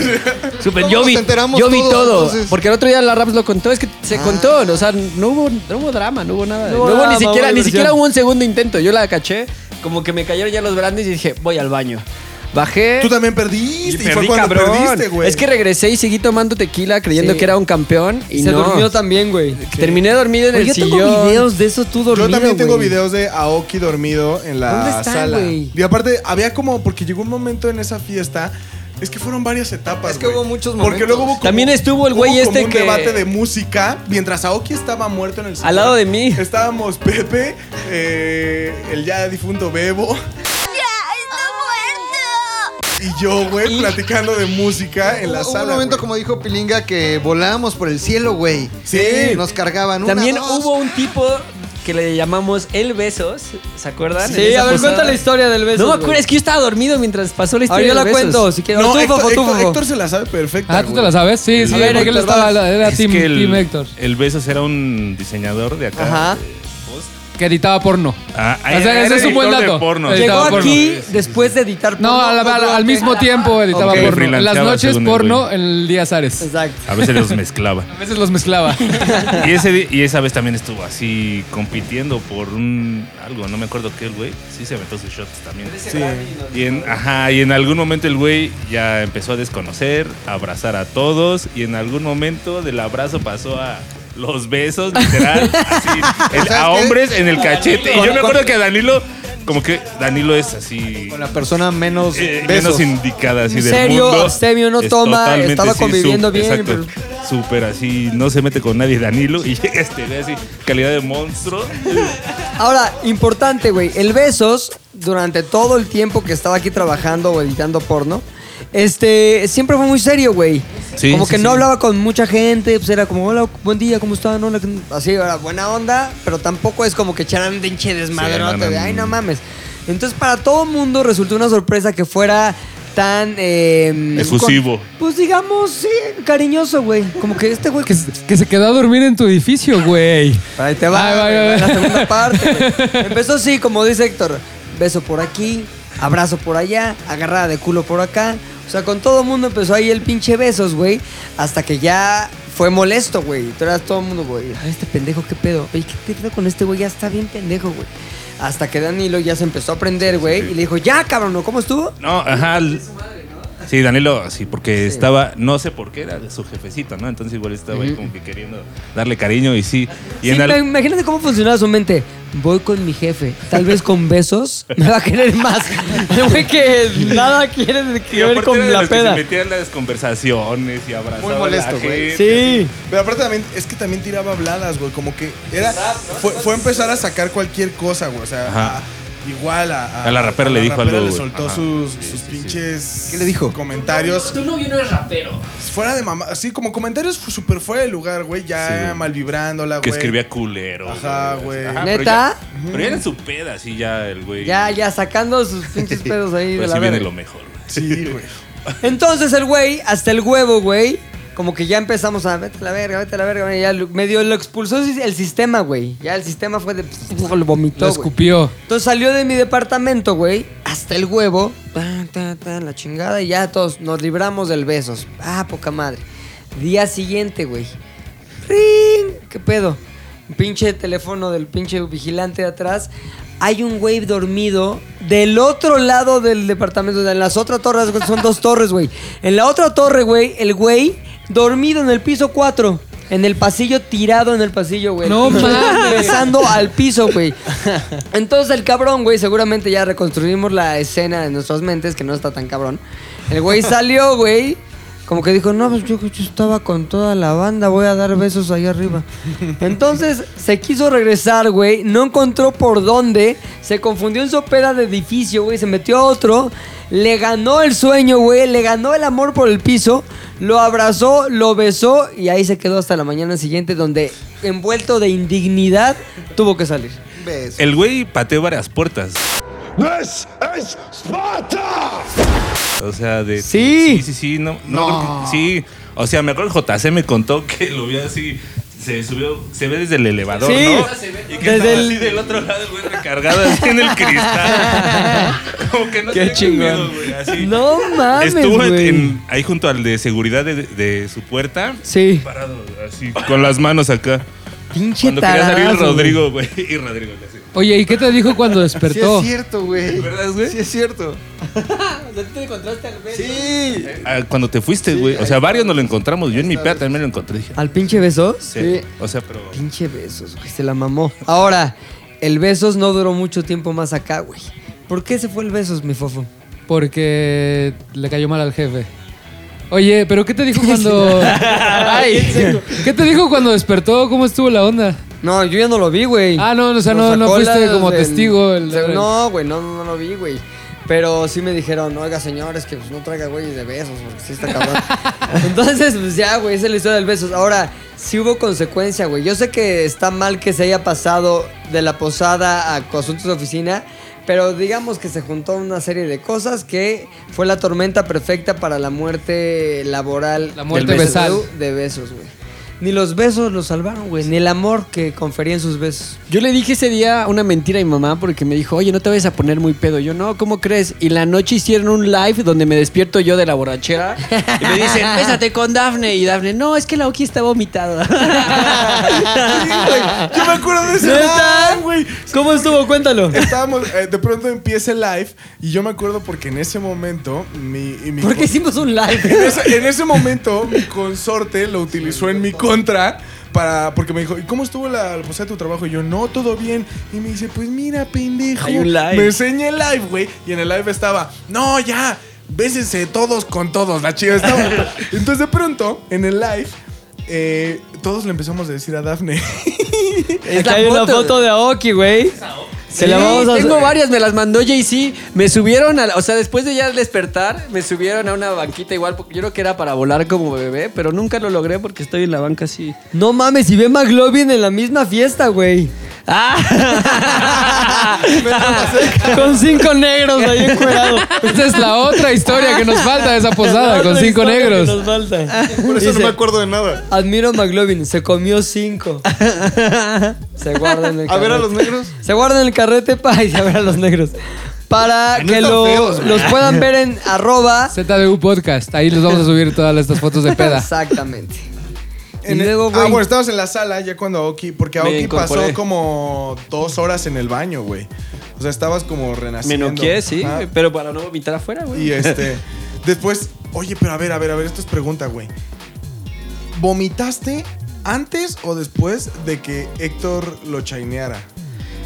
Speaker 4: Súper-
Speaker 6: Todos
Speaker 4: yo
Speaker 6: nos
Speaker 4: vi,
Speaker 6: enteramos
Speaker 4: yo vi
Speaker 6: todos,
Speaker 4: todo.
Speaker 6: entonces.
Speaker 4: Porque el otro día la Raps lo contó, es que se
Speaker 6: Ah.
Speaker 4: contó, o sea, no hubo, no hubo drama, no hubo nada.
Speaker 2: No
Speaker 4: No
Speaker 2: hubo
Speaker 4: hubo,
Speaker 2: drama,
Speaker 4: ni siquiera,
Speaker 2: hubo
Speaker 4: ni
Speaker 2: diversión.
Speaker 4: siquiera hubo un segundo intento. Yo la caché, como que me cayeron ya los brandes y dije, voy al baño. Bajé.
Speaker 5: Tú también perdiste. Y,
Speaker 4: perdí,
Speaker 5: fue cuando
Speaker 4: cabrón.
Speaker 5: perdiste, güey.
Speaker 4: Es que regresé y seguí tomando tequila creyendo
Speaker 2: Sí.
Speaker 4: que era un campeón y
Speaker 2: se
Speaker 4: no.
Speaker 2: durmió también, güey.
Speaker 4: Terminé dormido en
Speaker 2: Oye,
Speaker 4: el
Speaker 2: yo tengo
Speaker 4: sillón.
Speaker 2: videos de eso tú dormido.
Speaker 5: Yo también tengo
Speaker 2: güey.
Speaker 5: videos de Aoki dormido en la
Speaker 2: ¿Dónde está,
Speaker 5: sala.
Speaker 2: güey?
Speaker 5: Y aparte, había como, porque llegó un momento en esa fiesta. Es que fueron varias etapas.
Speaker 6: Es que
Speaker 5: güey.
Speaker 6: hubo muchos
Speaker 5: Porque
Speaker 6: momentos.
Speaker 5: luego hubo como-
Speaker 4: También estuvo el
Speaker 5: hubo
Speaker 4: güey
Speaker 5: como
Speaker 4: este
Speaker 5: un
Speaker 4: que-
Speaker 5: debate de música mientras Aoki estaba muerto en el sillón.
Speaker 4: Al lado de mí.
Speaker 5: Estábamos Pepe, eh, el ya difunto Bebo. Y yo, güey, platicando de música en la
Speaker 6: Hubo
Speaker 5: sala.
Speaker 6: un momento,
Speaker 5: güey.
Speaker 6: como dijo Pilinga, que volábamos por el cielo, güey.
Speaker 5: Sí.
Speaker 6: Nos cargaban una,
Speaker 4: También
Speaker 6: dos.
Speaker 4: hubo un tipo que le llamamos El Besos, ¿se acuerdan? En
Speaker 2: Sí,
Speaker 4: esa
Speaker 2: a ver,
Speaker 4: posada.
Speaker 2: cuenta la historia del beso.
Speaker 4: No me
Speaker 2: güey.
Speaker 4: acuerdo, es que yo estaba dormido mientras pasó la
Speaker 2: Ahora
Speaker 4: historia
Speaker 2: yo la
Speaker 4: del Besos.
Speaker 2: cuento, si quieres.
Speaker 5: No,
Speaker 2: tú,
Speaker 5: Héctor,
Speaker 2: Fofo, tú,
Speaker 5: Héctor-
Speaker 2: Fofo.
Speaker 5: Héctor se la sabe perfecta.
Speaker 3: Ah, ¿tú te
Speaker 5: güey.
Speaker 3: la sabes? Sí, sí,
Speaker 7: A ver,
Speaker 3: porque él
Speaker 2: Héctor,
Speaker 3: estaba,
Speaker 2: vas.
Speaker 3: era
Speaker 7: Es
Speaker 3: team,
Speaker 7: que el,
Speaker 3: team Héctor,
Speaker 7: el Besos era un diseñador de acá.
Speaker 2: Ajá.
Speaker 3: que editaba porno.
Speaker 7: Ah,
Speaker 3: O sea,
Speaker 7: era
Speaker 3: ese es un buen
Speaker 7: editor de
Speaker 3: dato.
Speaker 7: porno.
Speaker 3: Llegó
Speaker 2: Llegó
Speaker 3: editaba porno.
Speaker 2: aquí después de editar
Speaker 3: No,
Speaker 2: porno,
Speaker 3: al, al-
Speaker 2: durante-
Speaker 3: al mismo tiempo
Speaker 2: Ok.
Speaker 3: editaba porno. En las
Speaker 7: Freelanceaba,
Speaker 3: noches
Speaker 7: según el
Speaker 3: porno,
Speaker 7: güey.
Speaker 3: el día Zares.
Speaker 2: Exacto.
Speaker 7: A veces los mezclaba.
Speaker 3: A veces los mezclaba.
Speaker 7: Y, ese, di- y esa vez también estuvo así compitiendo por un algo, no me acuerdo qué el güey. Sí se aventó sus shots también. Y en, ajá, y en algún momento el güey ya empezó a desconocer, a abrazar a todos y en algún momento del abrazo pasó a los besos, literal, así, en-
Speaker 6: ¿Sabes
Speaker 7: a
Speaker 6: qué?
Speaker 7: hombres en el cachete. Y yo me acuerdo que a Danilo, como que Danilo es así...
Speaker 6: Con la persona menos
Speaker 7: eh,
Speaker 6: besos.
Speaker 7: menos indicada así del
Speaker 2: Serio,
Speaker 7: mundo.
Speaker 2: abstemio, no
Speaker 7: Es
Speaker 2: toma,
Speaker 7: totalmente,
Speaker 2: estaba
Speaker 7: sí,
Speaker 2: conviviendo
Speaker 7: sup-
Speaker 2: bien,
Speaker 7: Exacto, súper así, no se mete con nadie Danilo y llega este güey así, calidad de monstruo.
Speaker 2: Ahora, importante, güey. El Besos, durante todo el tiempo que estaba aquí trabajando o editando porno, este, siempre fue muy serio, güey.
Speaker 7: Sí,
Speaker 2: como
Speaker 7: sí,
Speaker 2: que no
Speaker 7: sí.
Speaker 2: hablaba con mucha gente, pues era como, hola, buen día, ¿cómo están? Hola, ¿qué- así, era buena onda, pero tampoco es como que echaran de hinche desmadrote,
Speaker 7: Sí, no, no,
Speaker 2: de, ay, no
Speaker 7: no.
Speaker 2: mames. Entonces, para todo mundo resultó una sorpresa que fuera tan... eh,
Speaker 7: Efusivo.
Speaker 2: con- pues digamos, sí, cariñoso, güey. Como que este güey...
Speaker 3: que, se- que se quedó a dormir en tu edificio, güey.
Speaker 2: Ahí te va,
Speaker 3: Ahí va,
Speaker 2: güey,
Speaker 3: ahí va.
Speaker 2: la segunda parte. güey. Empezó así, como dice Héctor. Beso por aquí, abrazo por allá, agarrada de culo por acá. O sea, con todo el mundo empezó ahí el pinche besos, güey. Hasta que ya fue molesto, güey. Tú eras todo el mundo, güey. "Ay, Este pendejo, ¿qué pedo? Oye, ¿qué pedo con este güey? Ya está bien pendejo, güey. Hasta que Danilo ya se empezó a prender, güey. Y le dijo, ya, cabrón, ¿no? ¿cómo estuvo?
Speaker 7: No, ajá. l- Sí, Danilo, sí, porque estaba, no sé por qué, era su jefecito, ¿no? Entonces igual estaba ahí
Speaker 2: Ujú.
Speaker 7: como que queriendo darle cariño y sí. Y
Speaker 2: Sí,
Speaker 7: en al-
Speaker 2: pero Imagínate cómo funcionaba su mente. Voy con mi jefe. Tal vez con besos me va a querer más. El güey que nada quiere de- que
Speaker 7: y
Speaker 2: ver
Speaker 7: aparte era
Speaker 2: con
Speaker 7: de
Speaker 2: la
Speaker 7: los que
Speaker 2: peda.
Speaker 7: se metía en las conversaciones y abrazaba
Speaker 5: Muy molesto, güey.
Speaker 2: Sí.
Speaker 5: Pero aparte también, es que también tiraba habladas, güey. Como que era. Fue, fue empezar a sacar cualquier cosa, güey. O sea,
Speaker 7: Ajá.
Speaker 5: a- igual a.
Speaker 7: A la rapera le dijo algo,
Speaker 5: Le
Speaker 7: güey.
Speaker 5: soltó
Speaker 7: Ajá.
Speaker 5: sus, sus pinches. ¿Qué le dijo? Comentarios.
Speaker 4: Tu novio no es rapero.
Speaker 5: Fuera de mamá. Sí, como comentarios fu- súper fuera de lugar, güey. Ya
Speaker 7: Sí.
Speaker 5: malvibrándola, güey.
Speaker 7: Que escribía culero.
Speaker 5: Ajá, güey.
Speaker 7: Ajá, pero
Speaker 2: ¿Neta?
Speaker 7: ya- Pero ya era su peda, así ya el güey.
Speaker 2: Ya, ya, sacando sus pinches pedos ahí de
Speaker 7: Pero Pues sí
Speaker 2: la
Speaker 7: viene
Speaker 2: verga.
Speaker 7: lo mejor. güey.
Speaker 5: Sí, güey.
Speaker 2: Entonces el güey, hasta el huevo, güey. Como que ya empezamos a vete a la verga, vete a la verga. güey, Ya lo- medio lo expulsó el sistema, güey. Ya el sistema fue de. Lo vomitó.
Speaker 3: Lo
Speaker 2: güey.
Speaker 3: escupió.
Speaker 2: Entonces salió de mi departamento, güey, hasta el huevo, tan, tan, tan, la chingada, y ya todos nos libramos del besos. Ah, poca madre. Día siguiente, güey. ¡Ring! ¿Qué pedo? Pinche teléfono del pinche vigilante de atrás. Hay un güey dormido del otro lado del departamento. En las otras torres, güey, son dos torres, güey. En la otra torre, güey, el güey dormido en el piso 4. En el pasillo, tirado en el pasillo, güey.
Speaker 3: No mames.
Speaker 2: Besando al piso, güey. Entonces el cabrón, güey, seguramente ya reconstruimos la escena de nuestras mentes, que no está tan cabrón. El güey salió, güey. Como que dijo, no, pues yo, yo estaba con toda la banda, voy a dar besos ahí arriba. Entonces se quiso regresar, güey, no encontró por dónde, se confundió en su peda de edificio, güey, se metió a otro, le ganó el sueño, güey, le ganó el amor por el piso, lo abrazó, lo besó y ahí se quedó hasta la mañana siguiente donde, envuelto de indignidad, tuvo que salir.
Speaker 6: Beso.
Speaker 7: El güey pateó varias puertas. O sea, de.
Speaker 2: Sí.
Speaker 7: Sí, sí, sí, no. no, creo que- sí. O sea, me acuerdo que JC me contó que lo vio así. Se subió, se ve desde el elevador,
Speaker 2: Sí.
Speaker 7: ¿no? Y que
Speaker 2: Desde
Speaker 7: estaba
Speaker 2: el-
Speaker 7: así del otro lado, el güey, recargado así en el cristal. Como que no
Speaker 2: Qué
Speaker 7: tenía
Speaker 2: chingón.
Speaker 7: miedo, güey, así.
Speaker 2: No mames,
Speaker 7: Estuvo en-
Speaker 2: güey.
Speaker 7: en- ahí junto al de seguridad de, de su puerta,
Speaker 2: Sí.
Speaker 7: parado así, con las manos acá.
Speaker 2: Pinche
Speaker 7: Cuando quería
Speaker 2: tarado.
Speaker 7: salir Rodrigo, güey. Y Rodrigo le hacía.
Speaker 3: Oye, ¿y qué te dijo cuando despertó?
Speaker 6: Sí es cierto, güey.
Speaker 7: ¿Verdad, güey?
Speaker 6: Sí es cierto.
Speaker 4: te encontraste al
Speaker 6: Sí.
Speaker 7: Ah, Cuando te fuiste, güey. O sea, varios nos lo encontramos. Yo en mi peda también lo encontré. Dije, "Ah,
Speaker 2: ¿Al pinche besos?
Speaker 7: sí. O sea, pero.
Speaker 2: Pinche besos, güey, se la mamó. Ahora, el besos no duró mucho tiempo más acá, güey. ¿Por qué se fue el besos, mi fofo?
Speaker 3: Porque le cayó mal al jefe. Oye, pero ¿qué te dijo cuando. Ay, ¿Qué te dijo cuando despertó? ¿Cómo estuvo la onda?
Speaker 2: No, yo ya no lo vi, güey.
Speaker 3: Ah, no, o sea,
Speaker 2: Lo
Speaker 3: no, no
Speaker 2: sacó
Speaker 3: fuiste
Speaker 2: la-
Speaker 3: como
Speaker 2: el-
Speaker 3: testigo. el-
Speaker 2: se- no, güey, no, no, no lo vi, güey. Pero sí me dijeron, oiga, señores, que pues, no traiga güeyes de besos, porque sí está cabrón. Entonces, pues ya, güey, esa es la historia del besos. Ahora, sí hubo consecuencia, güey. Yo sé que está mal que se haya pasado de la posada a asuntos de oficina, pero digamos que se juntó una serie de cosas que fue la tormenta perfecta para la muerte laboral.
Speaker 3: La muerte
Speaker 2: del
Speaker 3: besal.
Speaker 2: besos- De besos, güey. Ni los besos lo salvaron, güey. Ni el amor que conferían sus besos.
Speaker 4: Yo le dije ese día una mentira a mi mamá porque me dijo, oye, no te vayas a poner muy pedo. Yo, no, ¿cómo crees? Y la noche hicieron un live donde me despierto yo de la borrachera y me dicen, pésate con Dafne. Y Dafne, no, es que la Oki está vomitada.
Speaker 5: Yo me acuerdo de ese
Speaker 2: ¿Neta?
Speaker 5: live, güey.
Speaker 2: ¿Cómo estuvo? Cuéntalo.
Speaker 5: Estábamos, eh, de pronto empieza el live y yo me acuerdo porque en ese momento mi, y mi
Speaker 2: ¿Por qué
Speaker 5: co-
Speaker 2: hicimos un
Speaker 5: en,
Speaker 2: live?
Speaker 5: ese, en ese momento mi consorte lo utilizó en mi contra para porque me dijo, "¿Y cómo estuvo la, la posada de tu trabajo?" Y yo, "No, todo bien." Y me dice, "Pues mira, pendejo."
Speaker 4: Hay un live.
Speaker 5: Me enseña el live, güey, y en el live estaba, "No, ya, bésense todos con todos, la chica estaba." Entonces de pronto en el live eh, todos le empezamos a decir a Dafne.
Speaker 2: Es la foto. de Aoki, güey. Se la
Speaker 4: Sí,
Speaker 2: vamos a
Speaker 4: Tengo varias, me las mandó JC. Me subieron a. la- O sea, después de ya despertar, me subieron a una banquita igual. porque Yo creo que era para volar como bebé, pero nunca lo logré porque estoy en la banca así.
Speaker 2: No mames, y ve McLovin en la misma fiesta, güey.
Speaker 4: ¡Ah!
Speaker 2: Con cinco negros ahí encuerado.
Speaker 3: Esta es la otra historia que nos falta de esa
Speaker 2: Otra
Speaker 3: posada, Ah, con cinco
Speaker 2: historia que
Speaker 3: negros.
Speaker 2: nos
Speaker 5: Ah,
Speaker 2: falta.
Speaker 6: Por eso
Speaker 2: Dice,
Speaker 6: no me acuerdo de nada.
Speaker 2: Admiro a McLovin, se comió cinco. Se guarda en el
Speaker 6: A ver a
Speaker 2: carrete.
Speaker 6: los negros.
Speaker 2: Se guarda en el carrete para y se ver a los negros. Para que
Speaker 6: Ah, están
Speaker 2: lo-
Speaker 6: feos,
Speaker 2: los puedan ver en arroba.
Speaker 3: ZDU Podcast. Ahí les vamos a subir todas estas fotos de peda.
Speaker 2: Exactamente. Y
Speaker 5: En el-
Speaker 2: luego,
Speaker 5: ah,
Speaker 2: güey.
Speaker 5: bueno, estábamos en la sala ya cuando Aoki, porque
Speaker 4: Me
Speaker 5: Aoki
Speaker 4: incorporé.
Speaker 5: pasó como dos horas en el baño, güey. O sea, estabas como
Speaker 4: Me
Speaker 5: renaciendo.
Speaker 4: noqué, sí,
Speaker 5: Ajá. eh,
Speaker 4: pero para no vomitar afuera, güey.
Speaker 5: Y este, después Oye, pero a ver, a ver, a ver, esto es pregunta, güey. ¿Vomitaste antes o después de que Héctor lo chaineara?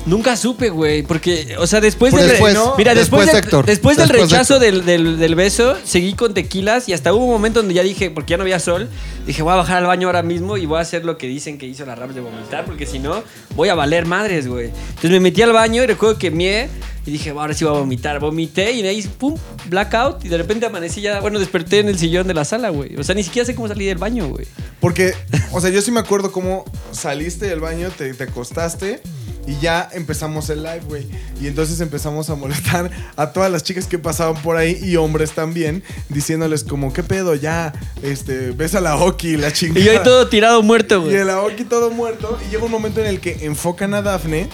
Speaker 4: Nunca supe, güey, porque, o sea, después,
Speaker 5: Pues
Speaker 4: del,
Speaker 5: después,
Speaker 4: no, mira, después,
Speaker 5: después
Speaker 4: del,
Speaker 5: de Héctor,
Speaker 4: después del
Speaker 5: después de
Speaker 4: rechazo del, del- del beso, seguí con tequilas y hasta hubo un momento donde ya dije, porque ya no había sol, dije, voy a bajar al baño ahora mismo y voy a hacer lo que dicen que hizo la rap de vomitar, porque si no, voy a valer madres, güey. Entonces me metí al baño y recuerdo que mié y dije, "Va, ahora sí voy a vomitar. Vomité y de ahí, pum, blackout y de repente amanecí ya, bueno, desperté en el sillón de la sala, güey. O sea, ni siquiera sé cómo salí del baño, güey.
Speaker 5: Porque, o sea, yo sí me acuerdo cómo saliste del baño, te, te acostaste y ya empezamos el live, güey. Y entonces empezamos a molestar a todas las chicas que pasaban por ahí y hombres también, diciéndoles como, ¿qué pedo ya? Este, ves a la Oki, la chingada.
Speaker 4: Y yo ahí todo tirado muerto,
Speaker 5: Y
Speaker 4: güey.
Speaker 5: el Aoki todo muerto. Y llega un momento en el que enfocan a Daphne.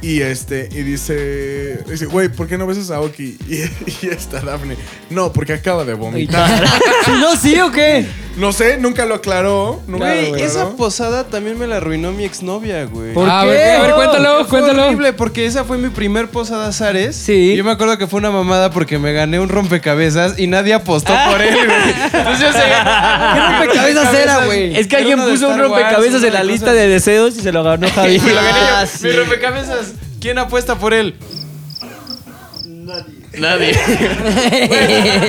Speaker 5: Y este, y dice, dice, güey, ¿por qué no besas a Aoki? Y, y está Daphne. No, porque acaba de vomitar.
Speaker 2: ¿No sí o qué?
Speaker 5: No sé, nunca lo aclaró. Nunca
Speaker 12: Güey,
Speaker 5: lo aclaró.
Speaker 12: esa posada también me la arruinó mi exnovia, güey.
Speaker 3: ¿Por Ah, qué? a ver, a ver, cuéntalo,
Speaker 12: Fue
Speaker 3: cuéntalo.
Speaker 12: horrible, porque esa fue mi primer posada Zares.
Speaker 2: Sí.
Speaker 12: Yo me acuerdo que fue una mamada porque me gané un rompecabezas y nadie apostó
Speaker 4: Ah,
Speaker 12: por él, güey. Entonces yo sé.
Speaker 4: ¿Qué
Speaker 12: rompecabezas era, güey?
Speaker 4: Es que
Speaker 12: Era
Speaker 4: alguien
Speaker 12: uno de
Speaker 4: puso un
Speaker 12: Star Wars,
Speaker 4: rompecabezas
Speaker 12: una
Speaker 4: en la
Speaker 12: de
Speaker 4: lista
Speaker 12: cosas.
Speaker 4: de deseos y se lo ganó Javi.
Speaker 12: Y me lo gané yo.
Speaker 4: Ah,
Speaker 12: Mi rompecabezas. ¿Quién apuesta por él? Nadie. Nadie.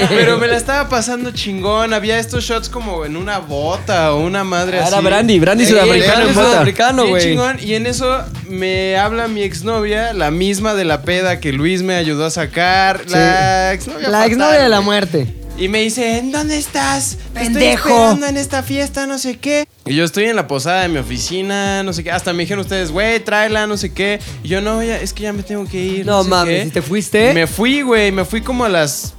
Speaker 12: Pero me la estaba pasando chingón. Había estos shots como en una bota o una madre
Speaker 4: Ah, Era
Speaker 12: así. Eh,
Speaker 4: brandy, brandy sudafricano en bota.
Speaker 12: Bien
Speaker 4: güey.
Speaker 12: chingón. Y en eso me habla mi exnovia, la misma de la peda que Luis me ayudó a sacar. La exnovia.
Speaker 2: La
Speaker 12: fatal,
Speaker 2: exnovia de la
Speaker 12: güey.
Speaker 2: muerte.
Speaker 12: Y me dice, ¿en dónde estás? Te
Speaker 2: Pendejo.
Speaker 12: Estoy esperando en esta fiesta, no sé qué. Y yo estoy en la posada de mi oficina, no sé qué. Hasta me dijeron ustedes, güey, tráela, no sé qué. Y yo, no, ya, es que ya me tengo que ir.
Speaker 2: No
Speaker 12: sé
Speaker 2: mames,
Speaker 12: qué".
Speaker 2: ¿y te fuiste?
Speaker 12: Me fui, güey, me fui como a las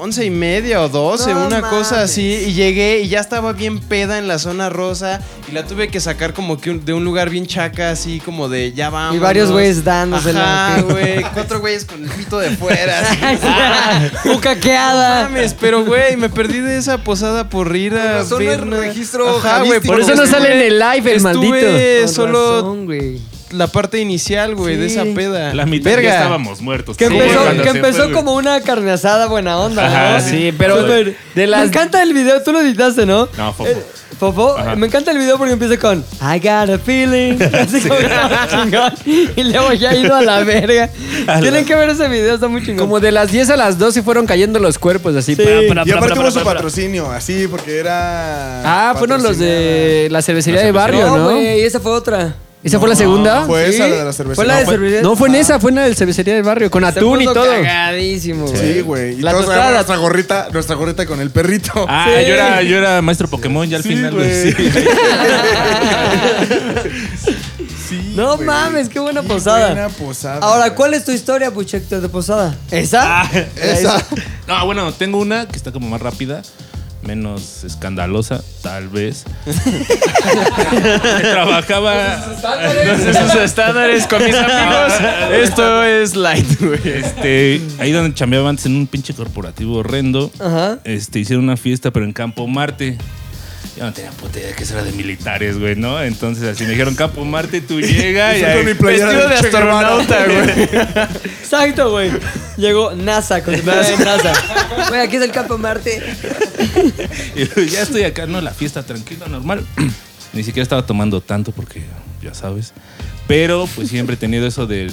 Speaker 12: once y media o doce,
Speaker 2: No
Speaker 12: una cosa
Speaker 2: mames.
Speaker 12: así. Y llegué y ya estaba bien peda en la zona rosa. Y la tuve que sacar como que un- de un lugar bien chaca, así como de ya vamos.
Speaker 2: Y varios güeyes dándosela.
Speaker 12: Ajá,
Speaker 2: ok.
Speaker 12: güey. Cuatro güeyes con el pito de fuera. así.
Speaker 2: Bucaqueada.
Speaker 12: mames, pero güey, me perdí de esa posada por ir a
Speaker 6: razón no hay
Speaker 12: una-
Speaker 6: registro
Speaker 12: Ajá, güey,
Speaker 6: javístico.
Speaker 4: Por eso no
Speaker 12: estuve-
Speaker 4: sale en el live el
Speaker 12: estuve
Speaker 4: maldito.
Speaker 12: solo
Speaker 2: Con razón, güey.
Speaker 12: la parte inicial, güey, de esa
Speaker 2: Sí.
Speaker 12: peda.
Speaker 7: La mitad
Speaker 12: Verga.
Speaker 7: ya estábamos muertos.
Speaker 2: Que
Speaker 7: Sí,
Speaker 2: empezó,
Speaker 7: cuando
Speaker 2: que
Speaker 7: se
Speaker 2: empezó
Speaker 7: fue,
Speaker 2: como una carne asada buena onda,
Speaker 7: Ajá,
Speaker 2: ¿no?
Speaker 7: sí,
Speaker 4: pero
Speaker 2: Súper.
Speaker 4: de
Speaker 2: Me
Speaker 4: las-
Speaker 2: encanta el video, tú lo editaste, ¿no?
Speaker 7: No, Fofo.
Speaker 2: Eh, Fofo,
Speaker 7: Ajá.
Speaker 2: me encanta el video porque empieza con I got a feeling. Así como todo chingón. Y luego ya ha ido a la verga. Tienen que ver ese video, está muy chingón.
Speaker 4: Como de las 10 a las 12 fueron cayendo los cuerpos así.
Speaker 2: Sí.
Speaker 4: pra, pra,
Speaker 5: Y
Speaker 4: pra,
Speaker 5: aparte
Speaker 4: pra,
Speaker 5: hubo
Speaker 4: pra,
Speaker 5: su
Speaker 4: pra.
Speaker 5: patrocinio, así, porque era.
Speaker 4: Ah, fueron los de eh, la cervecería de barrio,
Speaker 2: no,
Speaker 4: ¿no?
Speaker 2: güey, esa fue otra.
Speaker 4: ¿Esa fue la segunda?
Speaker 5: Fue esa
Speaker 2: ¿Ah? Sí,
Speaker 5: la de la cervecería.
Speaker 2: Fue la de cervecería.
Speaker 4: No, fue en esa, fue en la del cervecería del barrio, con
Speaker 2: Se
Speaker 4: atún y
Speaker 2: puso
Speaker 4: todo.
Speaker 2: Cagadísimo, güey.
Speaker 5: Sí, güey. Y
Speaker 4: La
Speaker 5: todos
Speaker 4: tostada.
Speaker 5: traíamos nuestra gorrita, nuestra gorrita con el perrito.
Speaker 7: Ah,
Speaker 2: Sí.
Speaker 7: yo, era, yo era maestro Pokémon ya al
Speaker 5: Sí,
Speaker 7: final.
Speaker 5: güey.
Speaker 7: güey. Sí.
Speaker 5: Sí,
Speaker 2: No
Speaker 5: güey.
Speaker 2: mames, qué buena
Speaker 5: Qué
Speaker 2: posada.
Speaker 5: buena posada,
Speaker 2: Ahora,
Speaker 5: güey.
Speaker 2: ¿cuál es tu historia, Puchecto, de posada? ¿Esa?
Speaker 7: Ah,
Speaker 6: Esa.
Speaker 7: No, Ah, bueno, tengo una que está como más rápida, menos escandalosa, tal vez. Trabajaba. Ah,
Speaker 12: Entonces sus estándares con mis amigos. Esto es light, güey.
Speaker 7: Este, ahí donde chambeaba antes en un pinche corporativo horrendo.
Speaker 2: Ajá.
Speaker 7: Este, hicieron una fiesta, pero en Campo Marte. Yo no tenía puta idea que eso era de militares, güey, ¿no? Entonces así me dijeron, Campo Marte, tú llega y
Speaker 5: Yo con mi
Speaker 7: ahí,
Speaker 5: playera
Speaker 12: Vestido de
Speaker 5: Che Guevara.
Speaker 12: astronauta, güey.
Speaker 2: Exacto, güey. Llegó NASA con su NASA. NASA. Güey, aquí es el campo Marte.
Speaker 7: y ya estoy acá, ¿no? La fiesta tranquila, normal. Ni siquiera estaba tomando tanto porque, ya sabes. Pero pues siempre he tenido eso de,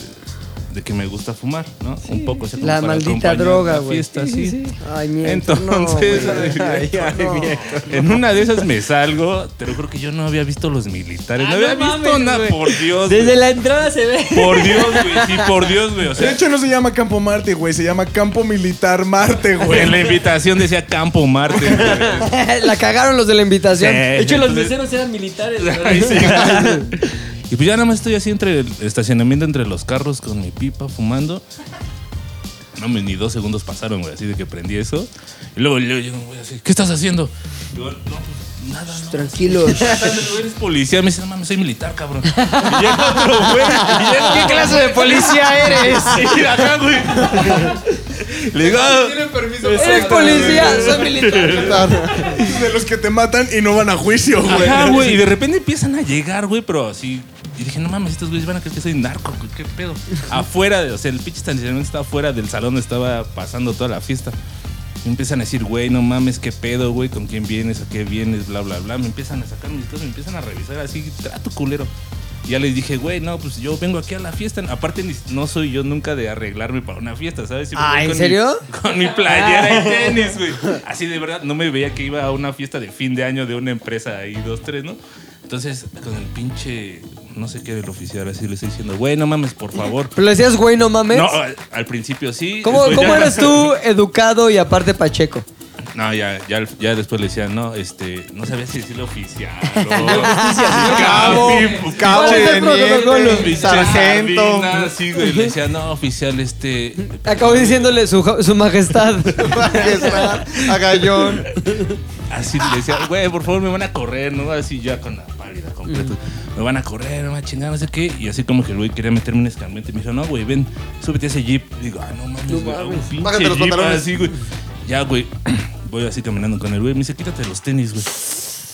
Speaker 7: de que me gusta fumar, ¿no? Un poco. o sea, como
Speaker 2: La
Speaker 7: para
Speaker 2: maldita
Speaker 7: acompañar
Speaker 2: droga,
Speaker 7: la
Speaker 2: güey.
Speaker 7: fiesta, sí.
Speaker 2: Ay, mierda.
Speaker 7: Entonces, en una de esas me salgo, te lo juro que yo no había visto los
Speaker 2: Ah,
Speaker 7: militares, no había visto nada, por Dios.
Speaker 2: Desde
Speaker 7: güey.
Speaker 2: la entrada se ve.
Speaker 7: Por Dios, güey, sí, por Dios, güey. O
Speaker 5: De
Speaker 7: sea,
Speaker 5: hecho, no se llama Campo Marte, güey. Se llama Campo Militar Marte,
Speaker 7: güey,
Speaker 5: güey.
Speaker 7: en la invitación decía Campo Marte. güey.
Speaker 2: La cagaron los de la invitación.
Speaker 7: Sí,
Speaker 2: de hecho, los
Speaker 7: entonces-
Speaker 2: meseros eran militares.
Speaker 7: Ahí
Speaker 2: güey.
Speaker 7: sí. Y pues ya nada más estoy así entre el estacionamiento, entre los carros, con mi pipa, fumando. No, me- ni dos segundos pasaron, güey, así de que prendí eso. Y luego yo, yo, güey, así, ¿qué estás haciendo? Y yo, no, pues nada, no. "Ah,
Speaker 2: Tranquilo.
Speaker 7: Tú eres policía, me dice, no mames, soy militar, cabrón. Y llega otro güey. y llega-
Speaker 12: ¿Qué clase de policía eres?
Speaker 7: Sí, acá, güey. Le digo, "Ah,
Speaker 2: Eres policía, soy militar.
Speaker 5: De los que te matan y no van a juicio, güey.
Speaker 7: ajá, güey. Y de repente empiezan a llegar, güey, pero así. Y dije, no mames, estos güeyes van a creer que soy narco, güey, qué pedo. Afuera de, o sea, el pinche estacionamiento estaba afuera del salón donde estaba pasando toda la fiesta. Me empiezan a decir, güey, no mames, qué pedo, güey, con quién vienes, a qué vienes, bla, bla, bla. Me empiezan a sacar mis cosas, me empiezan a revisar así, trato culero. Y Ya les dije, güey, no, pues yo vengo aquí a la fiesta. Aparte, ni- no soy yo nunca de arreglarme para una fiesta, ¿sabes? Siempre
Speaker 2: Ah,
Speaker 7: voy
Speaker 2: ¿en
Speaker 7: con
Speaker 2: serio?
Speaker 7: mi- con mi playera y tenis, güey. Así de verdad, no me veía que iba a una fiesta de fin de año de una empresa ahí, dos, tres, ¿no? Entonces, con el pinche, no sé qué era el oficial, así le estoy diciendo, güey, no mames, por favor.
Speaker 2: ¿Pero le decías, güey, no mames?
Speaker 7: No, al- al principio sí.
Speaker 2: ¿Cómo,
Speaker 7: después
Speaker 2: cómo
Speaker 7: ya-
Speaker 2: eres tú educado y aparte pacheco?
Speaker 7: No, ya, ya, ya después le decían, no, este, no sabía si decirlo oficial.
Speaker 1: Cabo, cabo teniente, sargento.
Speaker 7: sargento. Sí, güey, le decían, no, oficial, este,
Speaker 2: Acabo diciéndole su, ja- su majestad.
Speaker 7: a Gallón. Así le decía, güey, por favor, me van a correr, ¿no? Así ya con la pálida completa.
Speaker 1: Mm.
Speaker 7: Me van a correr, me van a chingar, no sé qué. Y así como que el güey quería meterme un escarmiento. Y me dijo, no, güey, ven, súbete a ese jeep. Y digo, ah, no mames,
Speaker 1: No
Speaker 7: güey,
Speaker 1: mames.
Speaker 7: un pinche
Speaker 1: Bájate los
Speaker 7: jeep
Speaker 1: pantalones.
Speaker 7: Así, güey. Ya, güey, voy así caminando con el güey. Me dice, quítate los tenis, güey.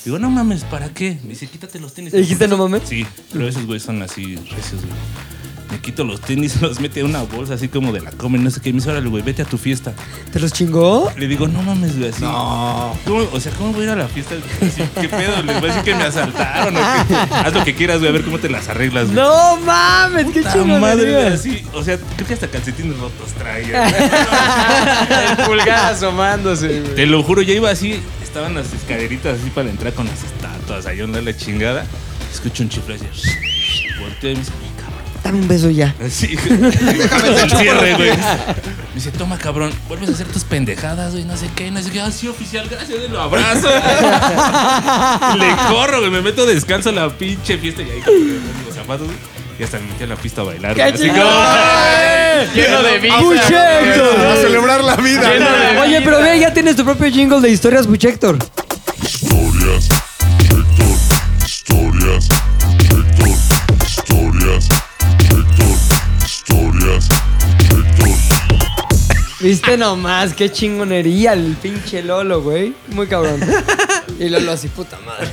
Speaker 7: Digo, no mames, ¿para qué? Me dice, quítate los tenis.
Speaker 2: ¿Le dijiste, no mames?
Speaker 7: Sí, pero esos güeyes son así recios, güey. Me quito los tenis, los mete en una bolsa así como de la comen, no sé qué. Me dice, órale, güey, vete a tu fiesta.
Speaker 2: ¿Te los chingó?
Speaker 7: Le digo, no mames, güey, así. No. o sea, ¿cómo voy a ir a la fiesta? Así, ¿Qué pedo? Les voy a decir que me asaltaron. o qué? Haz lo que quieras, güey, a ver cómo te las arreglas, güey.
Speaker 2: No mames, qué
Speaker 7: Puta
Speaker 2: chingo.
Speaker 7: madre, güey, así. O sea, creo que hasta calcetines rotos traía.
Speaker 12: Pulgadas asomándose, güey.
Speaker 7: Te lo juro, ya iba así. Estaban las escaleritas así para entrar con las estatuas. Ahí onda la chingada. Escucho un chifle así. Volteo y me dice,
Speaker 2: Dame un beso ya.
Speaker 7: Sí. el cierre, güey. Me dice, toma, cabrón, vuelves a hacer tus pendejadas, güey, no sé qué, no sé qué. Ah, sí, oficial, gracias, güey, lo abrazo. güey. Le corro, güey, me meto descanso a la pinche fiesta y ahí con los zapatos, güey. Y hasta me metí a la pista a bailar, güey. Así como-
Speaker 1: Lleno de
Speaker 5: Ah,
Speaker 1: vida.
Speaker 2: ¡Puchector!
Speaker 1: A celebrar la vida. Lleno de
Speaker 2: Oye, pero ve, ya tienes tu propio jingle de historias Buchector. Viste nomás, qué chingonería el pinche Lolo, güey. Muy cabrón. Y Lolo así, puta madre.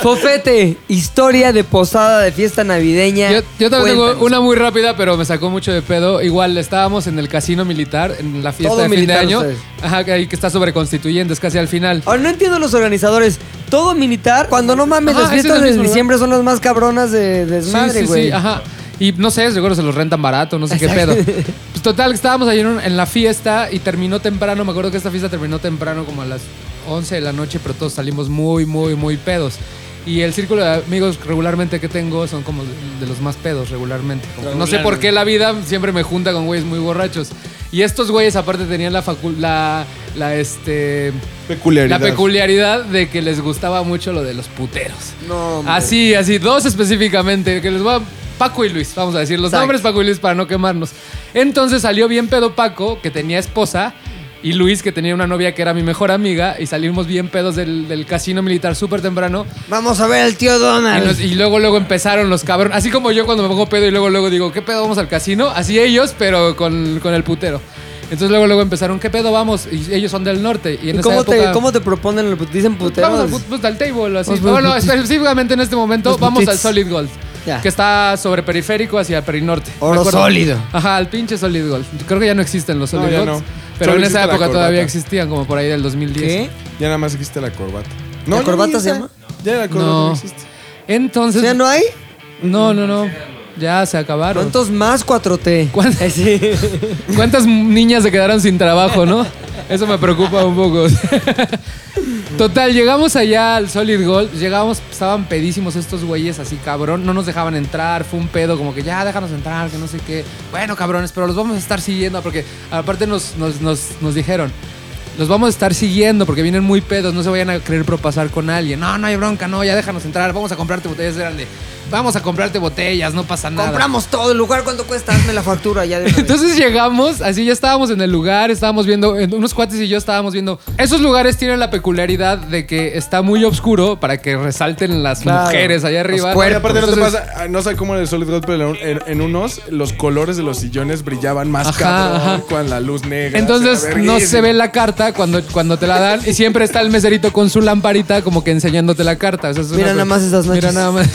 Speaker 2: Fofete, historia de posada de fiesta navideña.
Speaker 3: Yo, yo también
Speaker 2: Cuéntanos.
Speaker 3: tengo una muy rápida, pero me sacó mucho de pedo. Igual estábamos en el casino militar, en la fiesta
Speaker 2: Todo
Speaker 3: de fin de
Speaker 2: militar
Speaker 3: año.
Speaker 2: ustedes.
Speaker 3: Ajá, que ahí que está sobre constituyentes, casi al final.
Speaker 2: Ahora, Ah, no entiendo los organizadores. Todo militar, cuando no mames,
Speaker 3: Ajá,
Speaker 2: las
Speaker 3: ese es
Speaker 2: fiestas
Speaker 3: el
Speaker 2: de
Speaker 3: mismo lugar.
Speaker 2: diciembre son las más cabronas de de desmadre,
Speaker 3: sí, sí,
Speaker 2: güey.
Speaker 3: sí, ajá. Y no sé, seguro se los rentan barato, no sé qué
Speaker 2: Exacto.
Speaker 3: pedo. Pues total, que estábamos ahí en, un- en la fiesta y terminó temprano. Me acuerdo que esta fiesta terminó temprano, como a las 11 de la noche, pero todos salimos muy, muy, muy pedos. Y el círculo de amigos regularmente que tengo son como de los más pedos regularmente. Como que no sé por qué la vida siempre me junta con güeyes muy borrachos. Y estos güeyes aparte tenían la facu- la, la este
Speaker 5: Peculiaridad.
Speaker 3: la peculiaridad de que les gustaba mucho lo de los puteros.
Speaker 2: No, hombre.
Speaker 3: Así, así, dos específicamente, que les voy a... Paco y Luis, vamos a decir los
Speaker 2: Exacto.
Speaker 3: nombres Paco y Luis para no quemarnos. Entonces salió bien pedo Paco, que tenía esposa, y Luis, que tenía una novia que era mi mejor amiga, y salimos bien pedos del, del casino militar súper temprano.
Speaker 2: Vamos a ver al tío Donald.
Speaker 3: Y, nos- y luego, luego empezaron los cabrones. Así como yo cuando me pongo pedo y luego, luego digo, ¿qué pedo vamos al casino? Así ellos, pero con, con el putero. Entonces luego, luego empezaron, ¿qué pedo vamos? Y ellos son del norte. ¿Y, en
Speaker 2: ¿Y
Speaker 3: esa
Speaker 2: ¿Cómo,
Speaker 3: época-
Speaker 2: te, ¿Cómo te proponen? el put- Dicen puteros.
Speaker 3: Vamos al fut- pues, al table, así.
Speaker 2: Vamos por
Speaker 3: Bueno,
Speaker 2: los putitos.
Speaker 3: específicamente en este momento
Speaker 2: Los
Speaker 3: vamos al
Speaker 2: putitos.
Speaker 3: Solid Gold.
Speaker 2: Ya.
Speaker 3: Que está sobre periférico hacia perinorte.
Speaker 2: Oro
Speaker 3: ¿De acuerdo?
Speaker 2: sólido.
Speaker 3: Ajá, al pinche Solid Gold. Creo que ya no existen los
Speaker 5: No,
Speaker 3: Solid
Speaker 5: ya
Speaker 3: Golds.
Speaker 5: no.
Speaker 3: Pero
Speaker 5: Solo
Speaker 3: en
Speaker 5: existe
Speaker 3: esa
Speaker 5: la
Speaker 3: época todavía
Speaker 5: corbata.
Speaker 3: existían, como por ahí del 2010.
Speaker 2: ¿Qué?
Speaker 5: Ya nada más existe la corbata.
Speaker 2: ¿La
Speaker 5: ya
Speaker 2: corbata
Speaker 5: ni
Speaker 2: se
Speaker 5: esa-
Speaker 2: llama?
Speaker 5: Ya la corbata no,
Speaker 3: No.
Speaker 5: existe.
Speaker 3: Entonces.
Speaker 2: ¿Ya no hay?
Speaker 3: No, no, no. Ya se acabaron.
Speaker 2: ¿Cuántos más 4T?
Speaker 3: ¿Cuántas, ¿Cuántas niñas se quedaron sin trabajo, no? Eso me preocupa un poco. Total, llegamos allá al Solid Gold. Llegamos, estaban pedísimos estos güeyes así, cabrón. No nos dejaban entrar. Fue un pedo, como que ya déjanos entrar, que no sé qué. Bueno, cabrones, pero los vamos a estar siguiendo. Porque aparte nos, nos, nos, nos dijeron, los vamos a estar siguiendo porque vienen muy pedos. No se vayan a querer propasar con alguien. No, no hay bronca, no, ya déjanos entrar. Vamos a comprarte botellas grande. Vamos a comprarte botellas, no pasa nada.
Speaker 2: Compramos todo el lugar. ¿Cuánto cuesta? Hazme la factura ya de una vez.
Speaker 3: Entonces llegamos, así ya estábamos en el lugar, estábamos viendo, en- unos cuates y yo estábamos viendo. Esos lugares tienen la peculiaridad de que está muy oscuro para que resalten las
Speaker 2: Claro.
Speaker 3: mujeres allá
Speaker 2: Los
Speaker 3: arriba.
Speaker 5: Y
Speaker 2: cuerpos.
Speaker 5: aparte no te
Speaker 3: Entonces-
Speaker 5: pasa, ah, no sé cómo en el Solid Gold, pero en, en unos los colores de los sillones brillaban más
Speaker 3: Ajá,
Speaker 5: cabrón
Speaker 3: ajá.
Speaker 5: con la luz negra.
Speaker 3: Entonces
Speaker 5: Era
Speaker 3: no
Speaker 5: verguísima.
Speaker 3: se ve la carta carta cuando, cuando te la dan y siempre está el meserito con su lamparita como que enseñándote la carta. O sea, es una
Speaker 2: Mira
Speaker 3: cosa-
Speaker 2: nada más esas
Speaker 3: Mira
Speaker 2: nachas.
Speaker 3: nada más.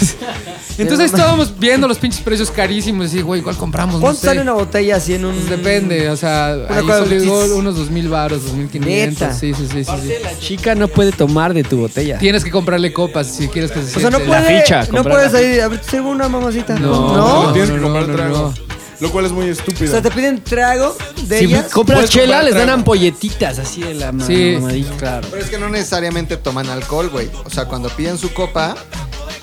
Speaker 3: Entonces
Speaker 2: nada más.
Speaker 3: estábamos viendo los pinches precios carísimos y decir, güey, ¿cuál compramos? No
Speaker 2: ¿Cuánto
Speaker 3: sé. Pues
Speaker 2: sale una botella así en un...?
Speaker 3: Depende, o sea,
Speaker 2: Una
Speaker 3: ahí
Speaker 2: cosa-
Speaker 3: salió unos 2000 baros, 2500.
Speaker 2: Neta.
Speaker 3: Sí, sí, sí, sí, sí.
Speaker 4: La chica no puede tomar de tu botella.
Speaker 3: Tienes que comprarle copas si quieres que se
Speaker 4: O sea, no
Speaker 3: siente-
Speaker 4: puede- La ficha,
Speaker 2: No
Speaker 4: comprar
Speaker 2: puedes
Speaker 4: la
Speaker 2: ahí... A ver, tengo una mamacita.
Speaker 3: No,
Speaker 2: ¿No?
Speaker 3: no,
Speaker 5: Tienes que
Speaker 3: no,
Speaker 5: comprar
Speaker 3: no,
Speaker 5: trago.
Speaker 3: no.
Speaker 5: Lo cual es muy estúpido.
Speaker 2: O sea, te piden trago de
Speaker 4: Si
Speaker 2: ellas. Eh,
Speaker 4: compras
Speaker 5: Puedes
Speaker 4: chela,
Speaker 5: comprar
Speaker 4: les dan
Speaker 5: trago.
Speaker 4: ampolletitas así de la ma-
Speaker 3: Sí.
Speaker 4: mamadita.
Speaker 6: Pero es que no necesariamente toman alcohol, güey. O sea, cuando piden su copa,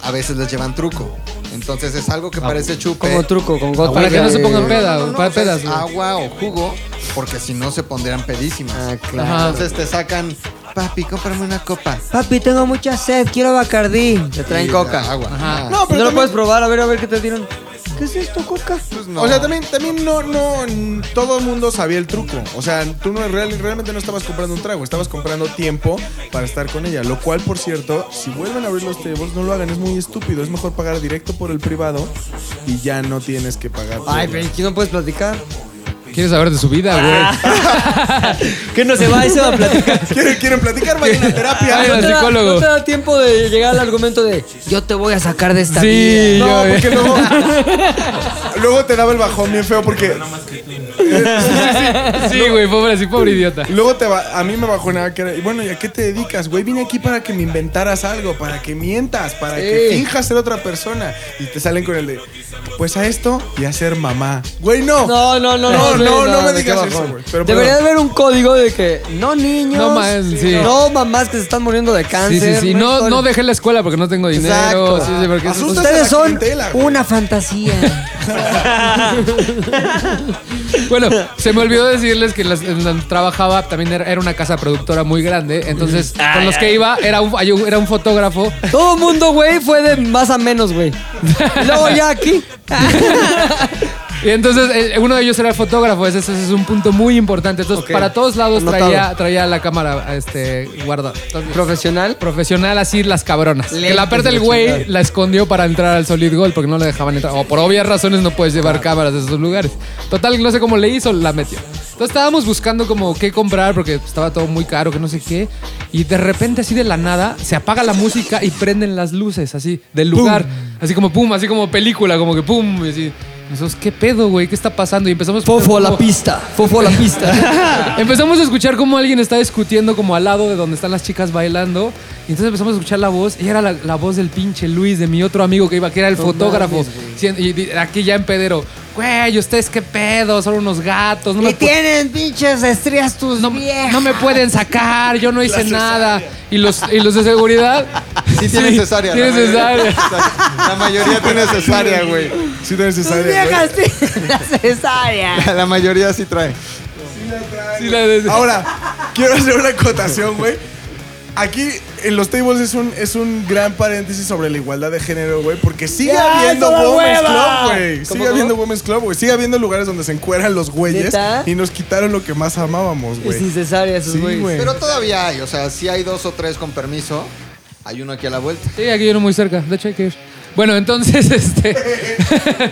Speaker 6: a veces les llevan truco. Entonces es algo que parece chupe.
Speaker 2: Como truco, con gota.
Speaker 3: Para que no se
Speaker 2: de-
Speaker 3: pongan peda,
Speaker 6: No, no,
Speaker 3: güey,
Speaker 6: no,
Speaker 3: para
Speaker 6: o sea,
Speaker 3: pedas.
Speaker 6: es
Speaker 3: güey.
Speaker 6: agua o jugo, porque si no se pondrían pedísimas.
Speaker 2: Ah, claro.
Speaker 3: Ajá.
Speaker 6: Entonces te sacan, papi, cómprame una copa.
Speaker 2: Papi, tengo mucha sed, quiero Bacardí. Te traen
Speaker 6: Y
Speaker 2: coca.
Speaker 6: la Agua. Ah,
Speaker 3: Ajá.
Speaker 5: No,
Speaker 2: No,
Speaker 5: pero
Speaker 2: lo
Speaker 5: también-
Speaker 2: puedes probar, a ver, a ver qué te dieron. ¿Qué es esto, coca?
Speaker 6: Pues no.
Speaker 5: O sea, también, también no, no, n- todo el mundo sabía el truco. O sea, tú no, real- realmente no estabas comprando un trago, estabas comprando tiempo para estar con ella. Lo cual, por cierto, si vuelven a abrir los tables, no lo hagan, es muy estúpido. Es mejor pagar directo por el privado y ya no tienes que pagar. por-
Speaker 2: Ay, pero ¿y no puedes platicar?
Speaker 3: Quieres saber de su vida, güey.
Speaker 4: Que no se va y se va a platicar.
Speaker 5: ¿Quieren, quieren platicar? Vayan a terapia.
Speaker 3: Ay,
Speaker 2: no,
Speaker 3: al
Speaker 2: te da,
Speaker 3: psicólogo.
Speaker 2: no te da tiempo de llegar al argumento de yo te voy a sacar de esta vida.
Speaker 3: Sí,
Speaker 5: No,
Speaker 3: yo-
Speaker 2: eh.
Speaker 5: porque luego, luego te daba el bajón bien feo porque
Speaker 3: Sí, güey, pobre así, pobre idiota.
Speaker 5: luego te va, a mí me bajoneaba que era, y bueno, ¿y a qué te dedicas? Güey, vine aquí para que me inventaras algo, para que mientas, para que
Speaker 3: Sí.
Speaker 5: finjas ser otra persona. Y te salen con el de, pues a esto y a ser mamá. Güey, no.
Speaker 2: No, no, no,
Speaker 5: No,
Speaker 2: no.
Speaker 5: no, no me
Speaker 2: de
Speaker 5: digas
Speaker 2: qué
Speaker 5: eso,
Speaker 2: bajón.
Speaker 5: güey. Pero
Speaker 2: Debería
Speaker 5: perdón.
Speaker 2: haber un código de que no niños,
Speaker 3: No más, sí.
Speaker 2: no mamás que se están muriendo de
Speaker 3: Sí,
Speaker 2: cáncer.
Speaker 3: sí, sí. No,
Speaker 2: historia.
Speaker 3: no dejé la escuela porque no tengo dinero.
Speaker 2: Exacto.
Speaker 3: Sí, sí, porque
Speaker 5: Asunto
Speaker 3: Usted-
Speaker 5: Ustedes
Speaker 2: Ustedes
Speaker 5: son
Speaker 2: son
Speaker 5: una
Speaker 2: una fantasía.
Speaker 3: Bueno, se me olvidó decirles que las- en donde trabajaba también era, era una casa productora muy grande. Entonces, con los que iba era un, hay un- era un fotógrafo.
Speaker 2: Todo el mundo, güey, fue de más a menos, güey. Y luego ya aquí.
Speaker 3: Y entonces eh, uno de ellos era fotógrafo. Ese, ese es un punto muy importante. Entonces, para todos lados
Speaker 2: Anotado.
Speaker 3: traía, traía la cámara este, guardada. Entonces,
Speaker 2: Profesional.
Speaker 3: profesional así las cabronas. que la
Speaker 2: Lentes
Speaker 3: parte
Speaker 2: de
Speaker 3: del
Speaker 2: la
Speaker 3: güey
Speaker 2: chingada.
Speaker 3: la escondió para entrar al Solid Gold porque no le dejaban entrar. O por obvias razones no puedes
Speaker 2: Ah.
Speaker 3: llevar cámaras de esos lugares. Total, no sé cómo le hizo, la metió. Entonces estábamos buscando como qué comprar porque estaba todo muy caro, que no sé qué. Y de repente así de la nada se apaga la música y prenden las luces así del lugar. Así como pum, así como película, como que pum. Y así. Nosotros, ¿qué pedo, güey? ¿Qué está pasando? Y empezamos...
Speaker 2: Fofo a la
Speaker 3: como-
Speaker 2: pista. Fofo a la pista.
Speaker 3: Empezamos a escuchar cómo alguien está discutiendo como al lado de donde están las chicas bailando. Y entonces empezamos a escuchar la voz. Y era la, la voz del pinche Luis, de mi otro amigo que iba, que era el fotógrafo. Sí, y di- aquí ya en pedero. Güey, ustedes qué pedo, son unos gatos. No me, pu- Pues
Speaker 2: tienen pinches estrías tus
Speaker 3: no- no me pueden sacar, yo no hice nada. Y los, y los de seguridad.
Speaker 6: Sí, tiene cesárea.
Speaker 3: Tiene
Speaker 6: la mayoría.
Speaker 3: cesárea.
Speaker 6: La mayoría tiene cesárea, güey.
Speaker 5: Sí, no es
Speaker 2: Tus
Speaker 5: necesario.
Speaker 2: viejas tienen la cesárea.
Speaker 6: La mayoría sí trae.
Speaker 3: Sí, la de-
Speaker 6: Ah,
Speaker 5: Ahora, quiero hacer una acotación, güey. Aquí en los tables es un, es un gran paréntesis sobre la igualdad de género, güey, porque sigue
Speaker 2: ¡Ya,
Speaker 5: habiendo
Speaker 2: eso da
Speaker 5: Women's
Speaker 2: hueva!
Speaker 5: Club, güey. Sigue
Speaker 2: cómo?
Speaker 5: habiendo Women's Club, güey. Sigue habiendo lugares donde se encueran los güeyes
Speaker 2: ¿Neta?
Speaker 5: y nos quitaron lo que más amábamos,
Speaker 2: Es
Speaker 5: güey.
Speaker 2: necesaria esos
Speaker 5: Sí,
Speaker 2: güeyes.
Speaker 5: güey.
Speaker 6: Pero todavía hay, o sea, si hay dos o tres con permiso, hay uno aquí a la vuelta.
Speaker 3: Sí, aquí hay uno muy cerca. De hecho, hay que ir. Bueno, entonces, este.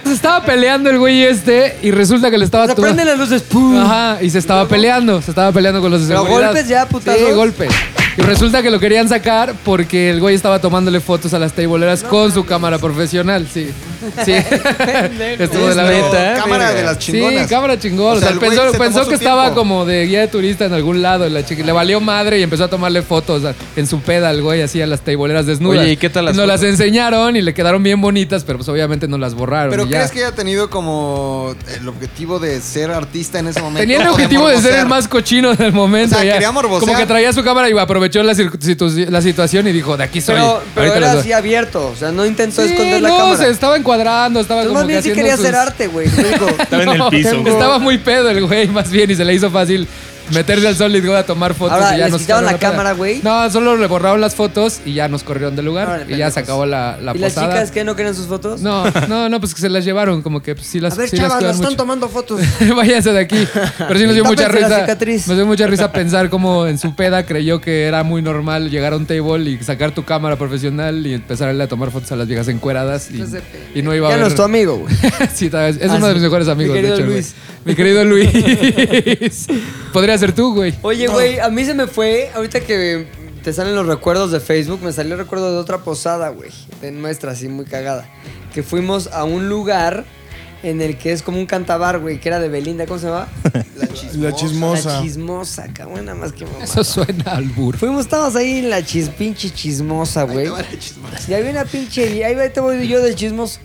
Speaker 3: se estaba peleando el güey este y resulta que le estaba
Speaker 2: O sea,
Speaker 3: tomando-
Speaker 2: prenden las luces, ¡pum!
Speaker 3: Ajá, y se estaba peleando, se estaba peleando con los de
Speaker 2: ¿Pero
Speaker 3: seguridad.
Speaker 2: golpes ya, putazos?
Speaker 3: Sí, golpes. Y resulta que lo querían sacar porque el güey estaba tomándole fotos a las tableras con su cámara profesional, sí. Sí. Estuvo de la meta.
Speaker 6: Cámara de las chingonas.
Speaker 3: Sí, cámara chingona.
Speaker 6: O
Speaker 3: O
Speaker 6: sea,
Speaker 3: sea,
Speaker 6: el güey
Speaker 3: pensó,
Speaker 6: se tomó
Speaker 3: pensó
Speaker 6: su
Speaker 3: que estaba
Speaker 6: tiempo.
Speaker 3: como de guía de turista en algún lado. La chica le valió madre y empezó a tomarle fotos a- en su peda al güey, así a las tableras desnudas.
Speaker 12: Oye, ¿y qué tal las
Speaker 3: Nos
Speaker 12: fotos?
Speaker 3: las enseñaron y le quedaron bien bonitas, pero pues obviamente no las borraron.
Speaker 6: Pero
Speaker 3: y ya.
Speaker 6: ¿crees que haya tenido como el objetivo de ser artista en ese momento?
Speaker 3: Tenía el
Speaker 6: O
Speaker 3: objetivo de ser el
Speaker 6: morbosear?
Speaker 3: más cochino del momento.
Speaker 6: O sea,
Speaker 3: ya.
Speaker 6: quería morbosear.
Speaker 3: Como que traía su cámara y aprovechó la, circu- situ- la situación y dijo, de aquí soy.
Speaker 2: Pero, pero
Speaker 3: Ahorita
Speaker 2: era
Speaker 3: las doy".
Speaker 2: así abierto, o sea, no intentó
Speaker 3: Sí,
Speaker 2: esconder la
Speaker 3: no,
Speaker 2: cámara.
Speaker 3: se estaba encuadrando, estaba
Speaker 2: Entonces,
Speaker 3: como
Speaker 2: más
Speaker 3: que
Speaker 2: bien sí
Speaker 3: haciendo
Speaker 2: quería
Speaker 3: sus-
Speaker 2: hacer arte, güey. no digo,
Speaker 7: Estaba en el piso. güey.
Speaker 3: Estaba muy pedo el güey, más bien, y se le hizo fácil meterse al Solid Gold a tomar fotos.
Speaker 2: Ahora,
Speaker 3: y ya
Speaker 2: ¿les
Speaker 3: nos
Speaker 2: quitaron la
Speaker 3: corrieron peda.
Speaker 2: cámara, güey?
Speaker 3: No, solo le borraron las fotos y ya nos corrieron del lugar.
Speaker 2: Órale,
Speaker 3: y ya se
Speaker 2: pendejos.
Speaker 3: acabó la, la
Speaker 2: ¿Y las
Speaker 3: posada.
Speaker 2: chicas que no querían sus fotos?
Speaker 3: No, no, no, pues que se las llevaron, como que pues, sí las
Speaker 2: A ver,
Speaker 3: sí las
Speaker 2: chavas,
Speaker 3: cuidan
Speaker 2: nos están
Speaker 3: mucho.
Speaker 2: tomando fotos.
Speaker 3: Váyanse de aquí. Pero sí nos dio mucha
Speaker 2: Tápense la
Speaker 3: risa.
Speaker 2: cicatriz.
Speaker 3: Nos dio mucha risa pensar cómo en su peda creyó que era muy normal llegar a un table y sacar tu cámara profesional y empezar a irle a tomar fotos a las viejas encueradas. Y, y no iba a
Speaker 2: Ya
Speaker 3: haber.
Speaker 2: no es tu amigo, güey.
Speaker 3: sí, tal vez. Es
Speaker 2: Ah,
Speaker 3: uno
Speaker 2: sí.
Speaker 3: de mis mejores
Speaker 2: Mi
Speaker 3: amigos.
Speaker 2: querido
Speaker 3: de hecho,
Speaker 2: Luis.
Speaker 3: güey. Mi querido Luis. Podría podría ser tú, güey.
Speaker 2: Oye, güey, a mí se me fue, ahorita que te salen los recuerdos de Facebook, me salió el recuerdo de otra posada, güey, de nuestra, así muy cagada. Que fuimos a un lugar en el que es como un cantabar, güey, que era de Belinda, ¿cómo se llama?
Speaker 5: La
Speaker 2: La
Speaker 5: chismosa.
Speaker 2: chismosa, cabrón, nada más que mamada.
Speaker 3: Eso suena al burro.
Speaker 2: Fuimos, estabas ahí en la chis, pinche chismosa, güey. Y había una pinche, y ahí te voy yo del chismoso.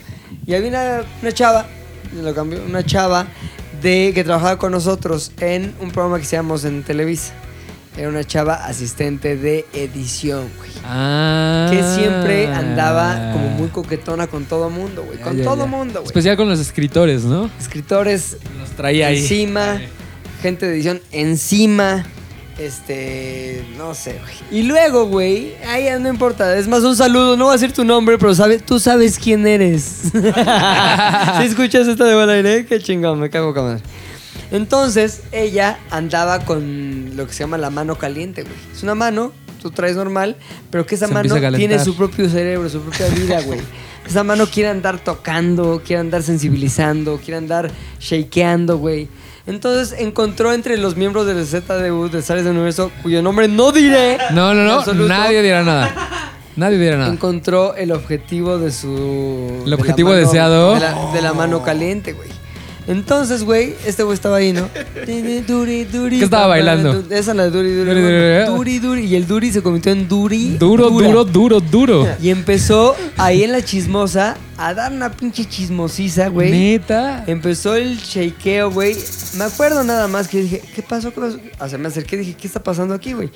Speaker 2: Y había una, una chava, me lo cambió, una chava de que trabajaba con nosotros en un programa que hacíamos en Televisa. Era una chava asistente de edición, güey.
Speaker 3: Ah.
Speaker 2: Que siempre andaba como muy coquetona con todo mundo, güey. Con
Speaker 3: Ah. Ya, ya,
Speaker 2: todo
Speaker 3: ya.
Speaker 2: mundo, güey.
Speaker 3: Especial con los escritores, ¿no?
Speaker 2: Escritores
Speaker 3: Los traía ahí.
Speaker 2: encima, gente de edición encima, este, no sé, güey. Y luego, güey, ahí no importa, es más un saludo, no voy a decir tu nombre, pero sabe, tú sabes quién eres. si escuchas esta de buen aire, qué chingón, me cago con madre. Entonces, ella andaba con lo que se llama la mano caliente, güey. Es una mano, tú traes normal, pero que esa
Speaker 3: Se
Speaker 2: mano
Speaker 3: empieza a
Speaker 2: tiene
Speaker 3: calentar.
Speaker 2: su propio cerebro, su propia vida, güey. Esa mano quiere andar tocando, quiere andar sensibilizando, quiere andar shakeando, güey. Entonces encontró entre los miembros del ZDU, de Sales del Universo, cuyo nombre no diré.
Speaker 3: No, no,
Speaker 2: en
Speaker 3: no.
Speaker 2: absoluto,
Speaker 3: Nadie dirá nada. Nadie dirá nada.
Speaker 2: Encontró el objetivo de su.
Speaker 3: El
Speaker 2: de la
Speaker 3: objetivo
Speaker 2: mano-
Speaker 3: deseado.
Speaker 2: De la, de la mano caliente, güey. Entonces, güey, este güey estaba ahí, ¿no? ¿Qué
Speaker 3: ¿Qué estaba bailando?
Speaker 2: Esa la de Duri Duri.
Speaker 3: Duri,
Speaker 2: Duri
Speaker 3: Duri,
Speaker 2: Duri.
Speaker 3: ¿eh?
Speaker 2: Y el Duri se convirtió en Duri.
Speaker 3: Duro,
Speaker 2: dura.
Speaker 3: duro, duro, duro.
Speaker 2: Y empezó ahí en la chismosa a dar una pinche chismosiza, güey.
Speaker 3: Neta.
Speaker 2: Empezó el shakeo, güey. Me acuerdo nada más que dije, ¿qué pasó? ¿Qué pasó? O sea, me acerqué y dije, ¿qué está pasando aquí, güey?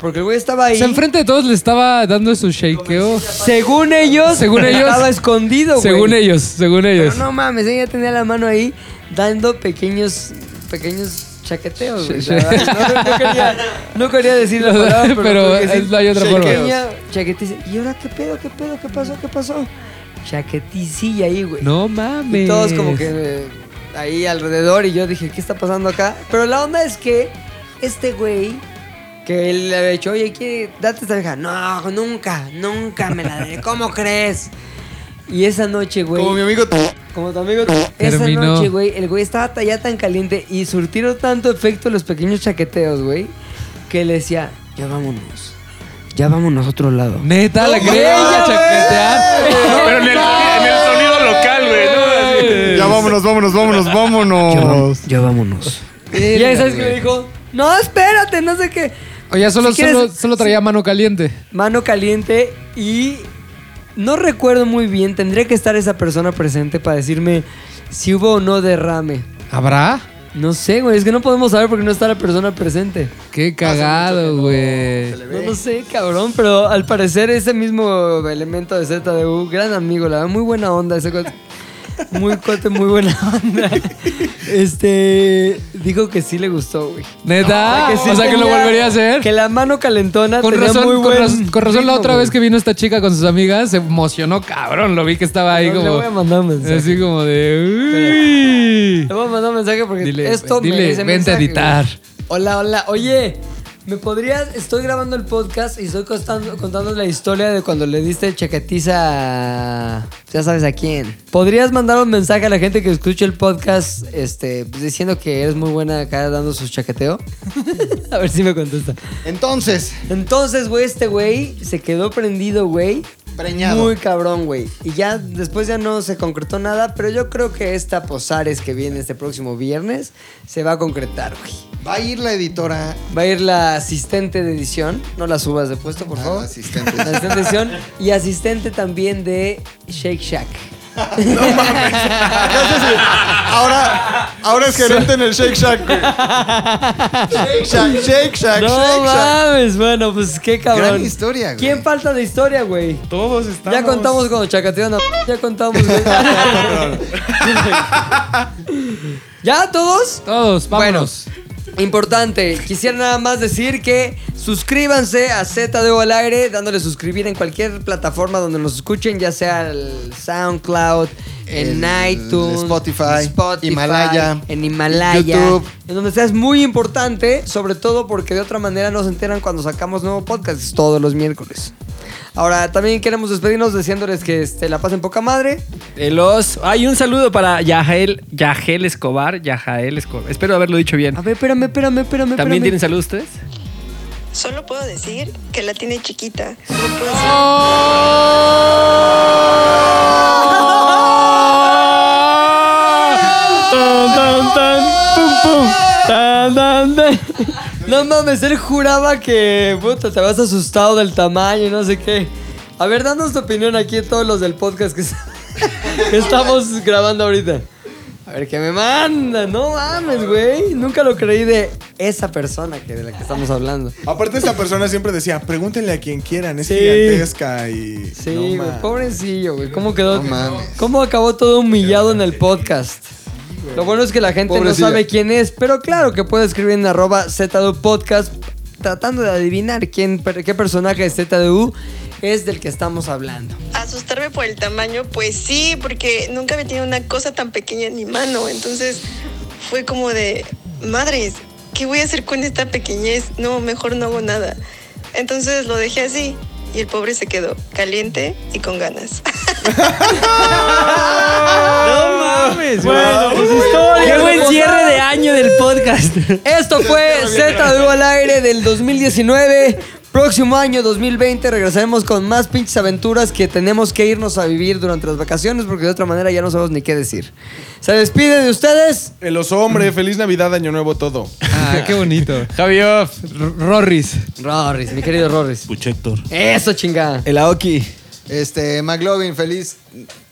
Speaker 2: Porque el güey estaba
Speaker 3: O
Speaker 2: ahí.
Speaker 3: sea, enfrente de todos le estaba dando su shakeo.
Speaker 2: Según ellos,
Speaker 3: Según ellos.
Speaker 2: estaba escondido, güey.
Speaker 3: Según ellos, según ellos.
Speaker 2: Pero no mames, ella tenía la mano ahí dando pequeños, pequeños chaqueteos, güey.
Speaker 3: Sh-
Speaker 2: La verdad, No, no quería, no quería decir la palabra, pero,
Speaker 3: Pero
Speaker 2: tuve que decir
Speaker 3: es- no hay otra forma.
Speaker 2: pequeña chaquetiza. ¿Y ahora qué pedo, qué pedo, qué pasó, qué pasó? Chaqueticilla ahí, güey.
Speaker 3: No mames.
Speaker 2: Y todos como que eh, ahí alrededor y yo dije, ¿qué está pasando acá? Pero la onda es que este güey que él le había dicho, oye, ¿quiere, date esta vieja. No, nunca, nunca me la daré. ¿Cómo crees? Y esa noche, güey.
Speaker 12: Como mi amigo.
Speaker 2: Como tu amigo. Esa
Speaker 3: Terminó.
Speaker 2: noche, güey, el güey estaba ta- ya tan caliente y surtieron tanto efecto los pequeños chaqueteos, güey, que le decía, ya vámonos. Ya vámonos a otro lado.
Speaker 3: Neta, la
Speaker 2: ¡No,
Speaker 3: quería
Speaker 2: güey!
Speaker 3: chaquetear.
Speaker 7: Pero en el, en el sonido local, güey.
Speaker 3: Pues,
Speaker 6: Ya vámonos, vámonos, vámonos, vámonos.
Speaker 2: Ya vámonos. Y ya sabes que me dijo, no, espérate, no sé qué.
Speaker 3: Oye, solo,
Speaker 2: Si quieres-
Speaker 3: solo, solo traía mano caliente.
Speaker 2: Mano caliente y no recuerdo muy bien, tendría que estar esa persona presente para decirme si hubo o no derrame.
Speaker 3: ¿Habrá?
Speaker 2: No sé, güey, es que no podemos saber porque no está la persona presente.
Speaker 3: Qué cagado, güey.
Speaker 2: No lo sé, cabrón, pero al parecer ese mismo elemento de ZDU, gran amigo, la verdad, muy buena onda ese cuate. Muy cuate, muy buena onda. Este, dijo que sí le gustó, güey.
Speaker 3: Neta.
Speaker 2: O sea, que sí
Speaker 3: Ah, o sea, que lo
Speaker 2: tenía-
Speaker 3: volvería a hacer.
Speaker 2: Que la mano calentona
Speaker 3: Con
Speaker 2: tenía
Speaker 3: razón,
Speaker 2: muy
Speaker 3: con,
Speaker 2: buen
Speaker 3: razón- con razón la
Speaker 2: ritmo,
Speaker 3: otra
Speaker 2: güey.
Speaker 3: vez que vino esta chica con sus amigas, se emocionó cabrón. Lo vi que estaba ahí
Speaker 2: No, Le voy a
Speaker 3: como.
Speaker 2: mandar un mensaje.
Speaker 3: Así como de.
Speaker 2: Le voy a mandar un mensaje porque
Speaker 3: Uy. Dile,
Speaker 2: esto
Speaker 3: dile,
Speaker 2: merece
Speaker 3: vente a
Speaker 2: mensaje,
Speaker 3: editar.
Speaker 2: güey. Hola, hola. Oye, ¿me podrías...? Estoy grabando el podcast y estoy contando, contando la historia de cuando le diste chaquetiza a... Ya sabes a quién. ¿Podrías mandar un mensaje a la gente que escuche el podcast este, pues, diciendo que eres muy buena acá dando su chaqueteo? a ver si me contesta.
Speaker 6: Entonces,
Speaker 2: Entonces, güey, este güey se quedó prendido, güey.
Speaker 6: Preñado.
Speaker 2: Muy cabrón, güey. Y ya después ya no se concretó nada, pero yo creo que esta Posares que viene este próximo viernes se va a concretar, güey.
Speaker 6: va a ir la editora.
Speaker 2: Va a ir la asistente de edición. No la subas de puesto, por
Speaker 6: Ah,
Speaker 2: favor.
Speaker 6: la asistente.
Speaker 2: La asistente de edición. Y asistente también de Shake Shack.
Speaker 5: Ahora, ahora es gerente en el Shake Shack. güey. Shake Shack, Shake Shack,
Speaker 2: No
Speaker 5: Shake Shack.
Speaker 2: mames, bueno, pues qué cabrón.
Speaker 6: Gran historia, güey.
Speaker 2: ¿Quién falta de historia, güey?
Speaker 12: Todos estamos.
Speaker 2: Ya contamos cuando chacatearon a... Ya contamos, güey. ¿Ya todos?
Speaker 3: Todos, vámonos.
Speaker 2: Importante, quisiera nada más decir que suscríbanse a ZDU al aire, dándole suscribir en cualquier plataforma donde nos escuchen, ya sea el SoundCloud, en
Speaker 6: El
Speaker 2: iTunes,
Speaker 6: Spotify, Himalaya,
Speaker 2: en Himalaya,
Speaker 6: YouTube.
Speaker 2: en donde sea es muy importante, sobre todo porque de otra manera no se enteran cuando sacamos nuevo podcast todos los miércoles. Ahora, también queremos despedirnos deseándoles que este, la pasen poca madre.
Speaker 4: El os. Hay un saludo para Yajael, Yajel Escobar. Yajael Escobar. Espero haberlo dicho bien.
Speaker 2: A ver, espérame, espérame, espérame. Ah, espérame.
Speaker 4: ¿También tienen saludos ustedes?
Speaker 13: Solo puedo decir que la tiene chiquita. Solo puedo decir-
Speaker 4: Tan, tan, tan, pum, pum. Tan, tan, tan.
Speaker 2: No mames, él juraba que puta, te habías asustado del tamaño y no sé qué. A ver, danos tu opinión aquí todos los del podcast que, está- que estamos grabando ahorita. A ver, que me manda. No mames, güey. Nunca lo creí de esa persona que, de la que estamos hablando.
Speaker 5: Aparte, esta persona siempre decía: pregúntenle a quien quieran, es
Speaker 2: Sí.
Speaker 5: gigantesca y.
Speaker 2: Sí,
Speaker 5: No,
Speaker 2: güey,
Speaker 5: man.
Speaker 2: pobrecillo, güey. ¿Cómo quedó? ¿Cómo acabó todo humillado en el podcast? Lo bueno es que la gente
Speaker 6: Pobrecilla.
Speaker 2: no sabe quién es, pero claro que puede escribir en arroba ZDU Podcast tratando de adivinar quién, per- qué personaje de ZDU es del que estamos hablando.
Speaker 13: Asustarme por el tamaño, pues sí, porque nunca había tenido una cosa tan pequeña en mi mano. Entonces fue como de, madres, ¿qué voy a hacer con esta pequeñez? No, mejor no hago nada. Entonces lo dejé así y el pobre se quedó caliente y con ganas.
Speaker 4: No mames, güey.
Speaker 2: Bueno, pues,
Speaker 4: Qué
Speaker 2: historias
Speaker 4: buen
Speaker 2: hermosas.
Speaker 4: cierre de año del podcast.
Speaker 2: Esto fue ZDU al aire del 2019. Próximo año 2020 regresaremos con más pinches aventuras que tenemos que irnos a vivir durante las vacaciones porque de otra manera ya no sabemos ni qué decir. Se despide de ustedes.
Speaker 5: El oso hombre, feliz Navidad, Año Nuevo, todo.
Speaker 3: Ah, qué bonito.
Speaker 12: Javier.
Speaker 3: Rorris.
Speaker 2: Rorris, mi querido Rorris.
Speaker 7: Puchector.
Speaker 2: Eso, chingada.
Speaker 6: El Aoki. Este, McLovin, feliz.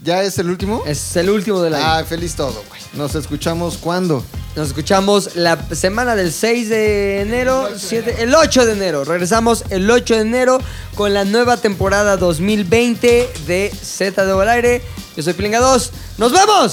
Speaker 6: ¿Ya es el último?
Speaker 2: Es el último del año.
Speaker 6: Ah, feliz todo, güey. Nos escuchamos cuándo.
Speaker 2: Nos escuchamos la semana del 6 de enero, 7, el 8 de enero. Regresamos el 8 de enero con la nueva temporada 2020 de Z de al aire. Yo soy Plinga 2. ¡Nos vemos!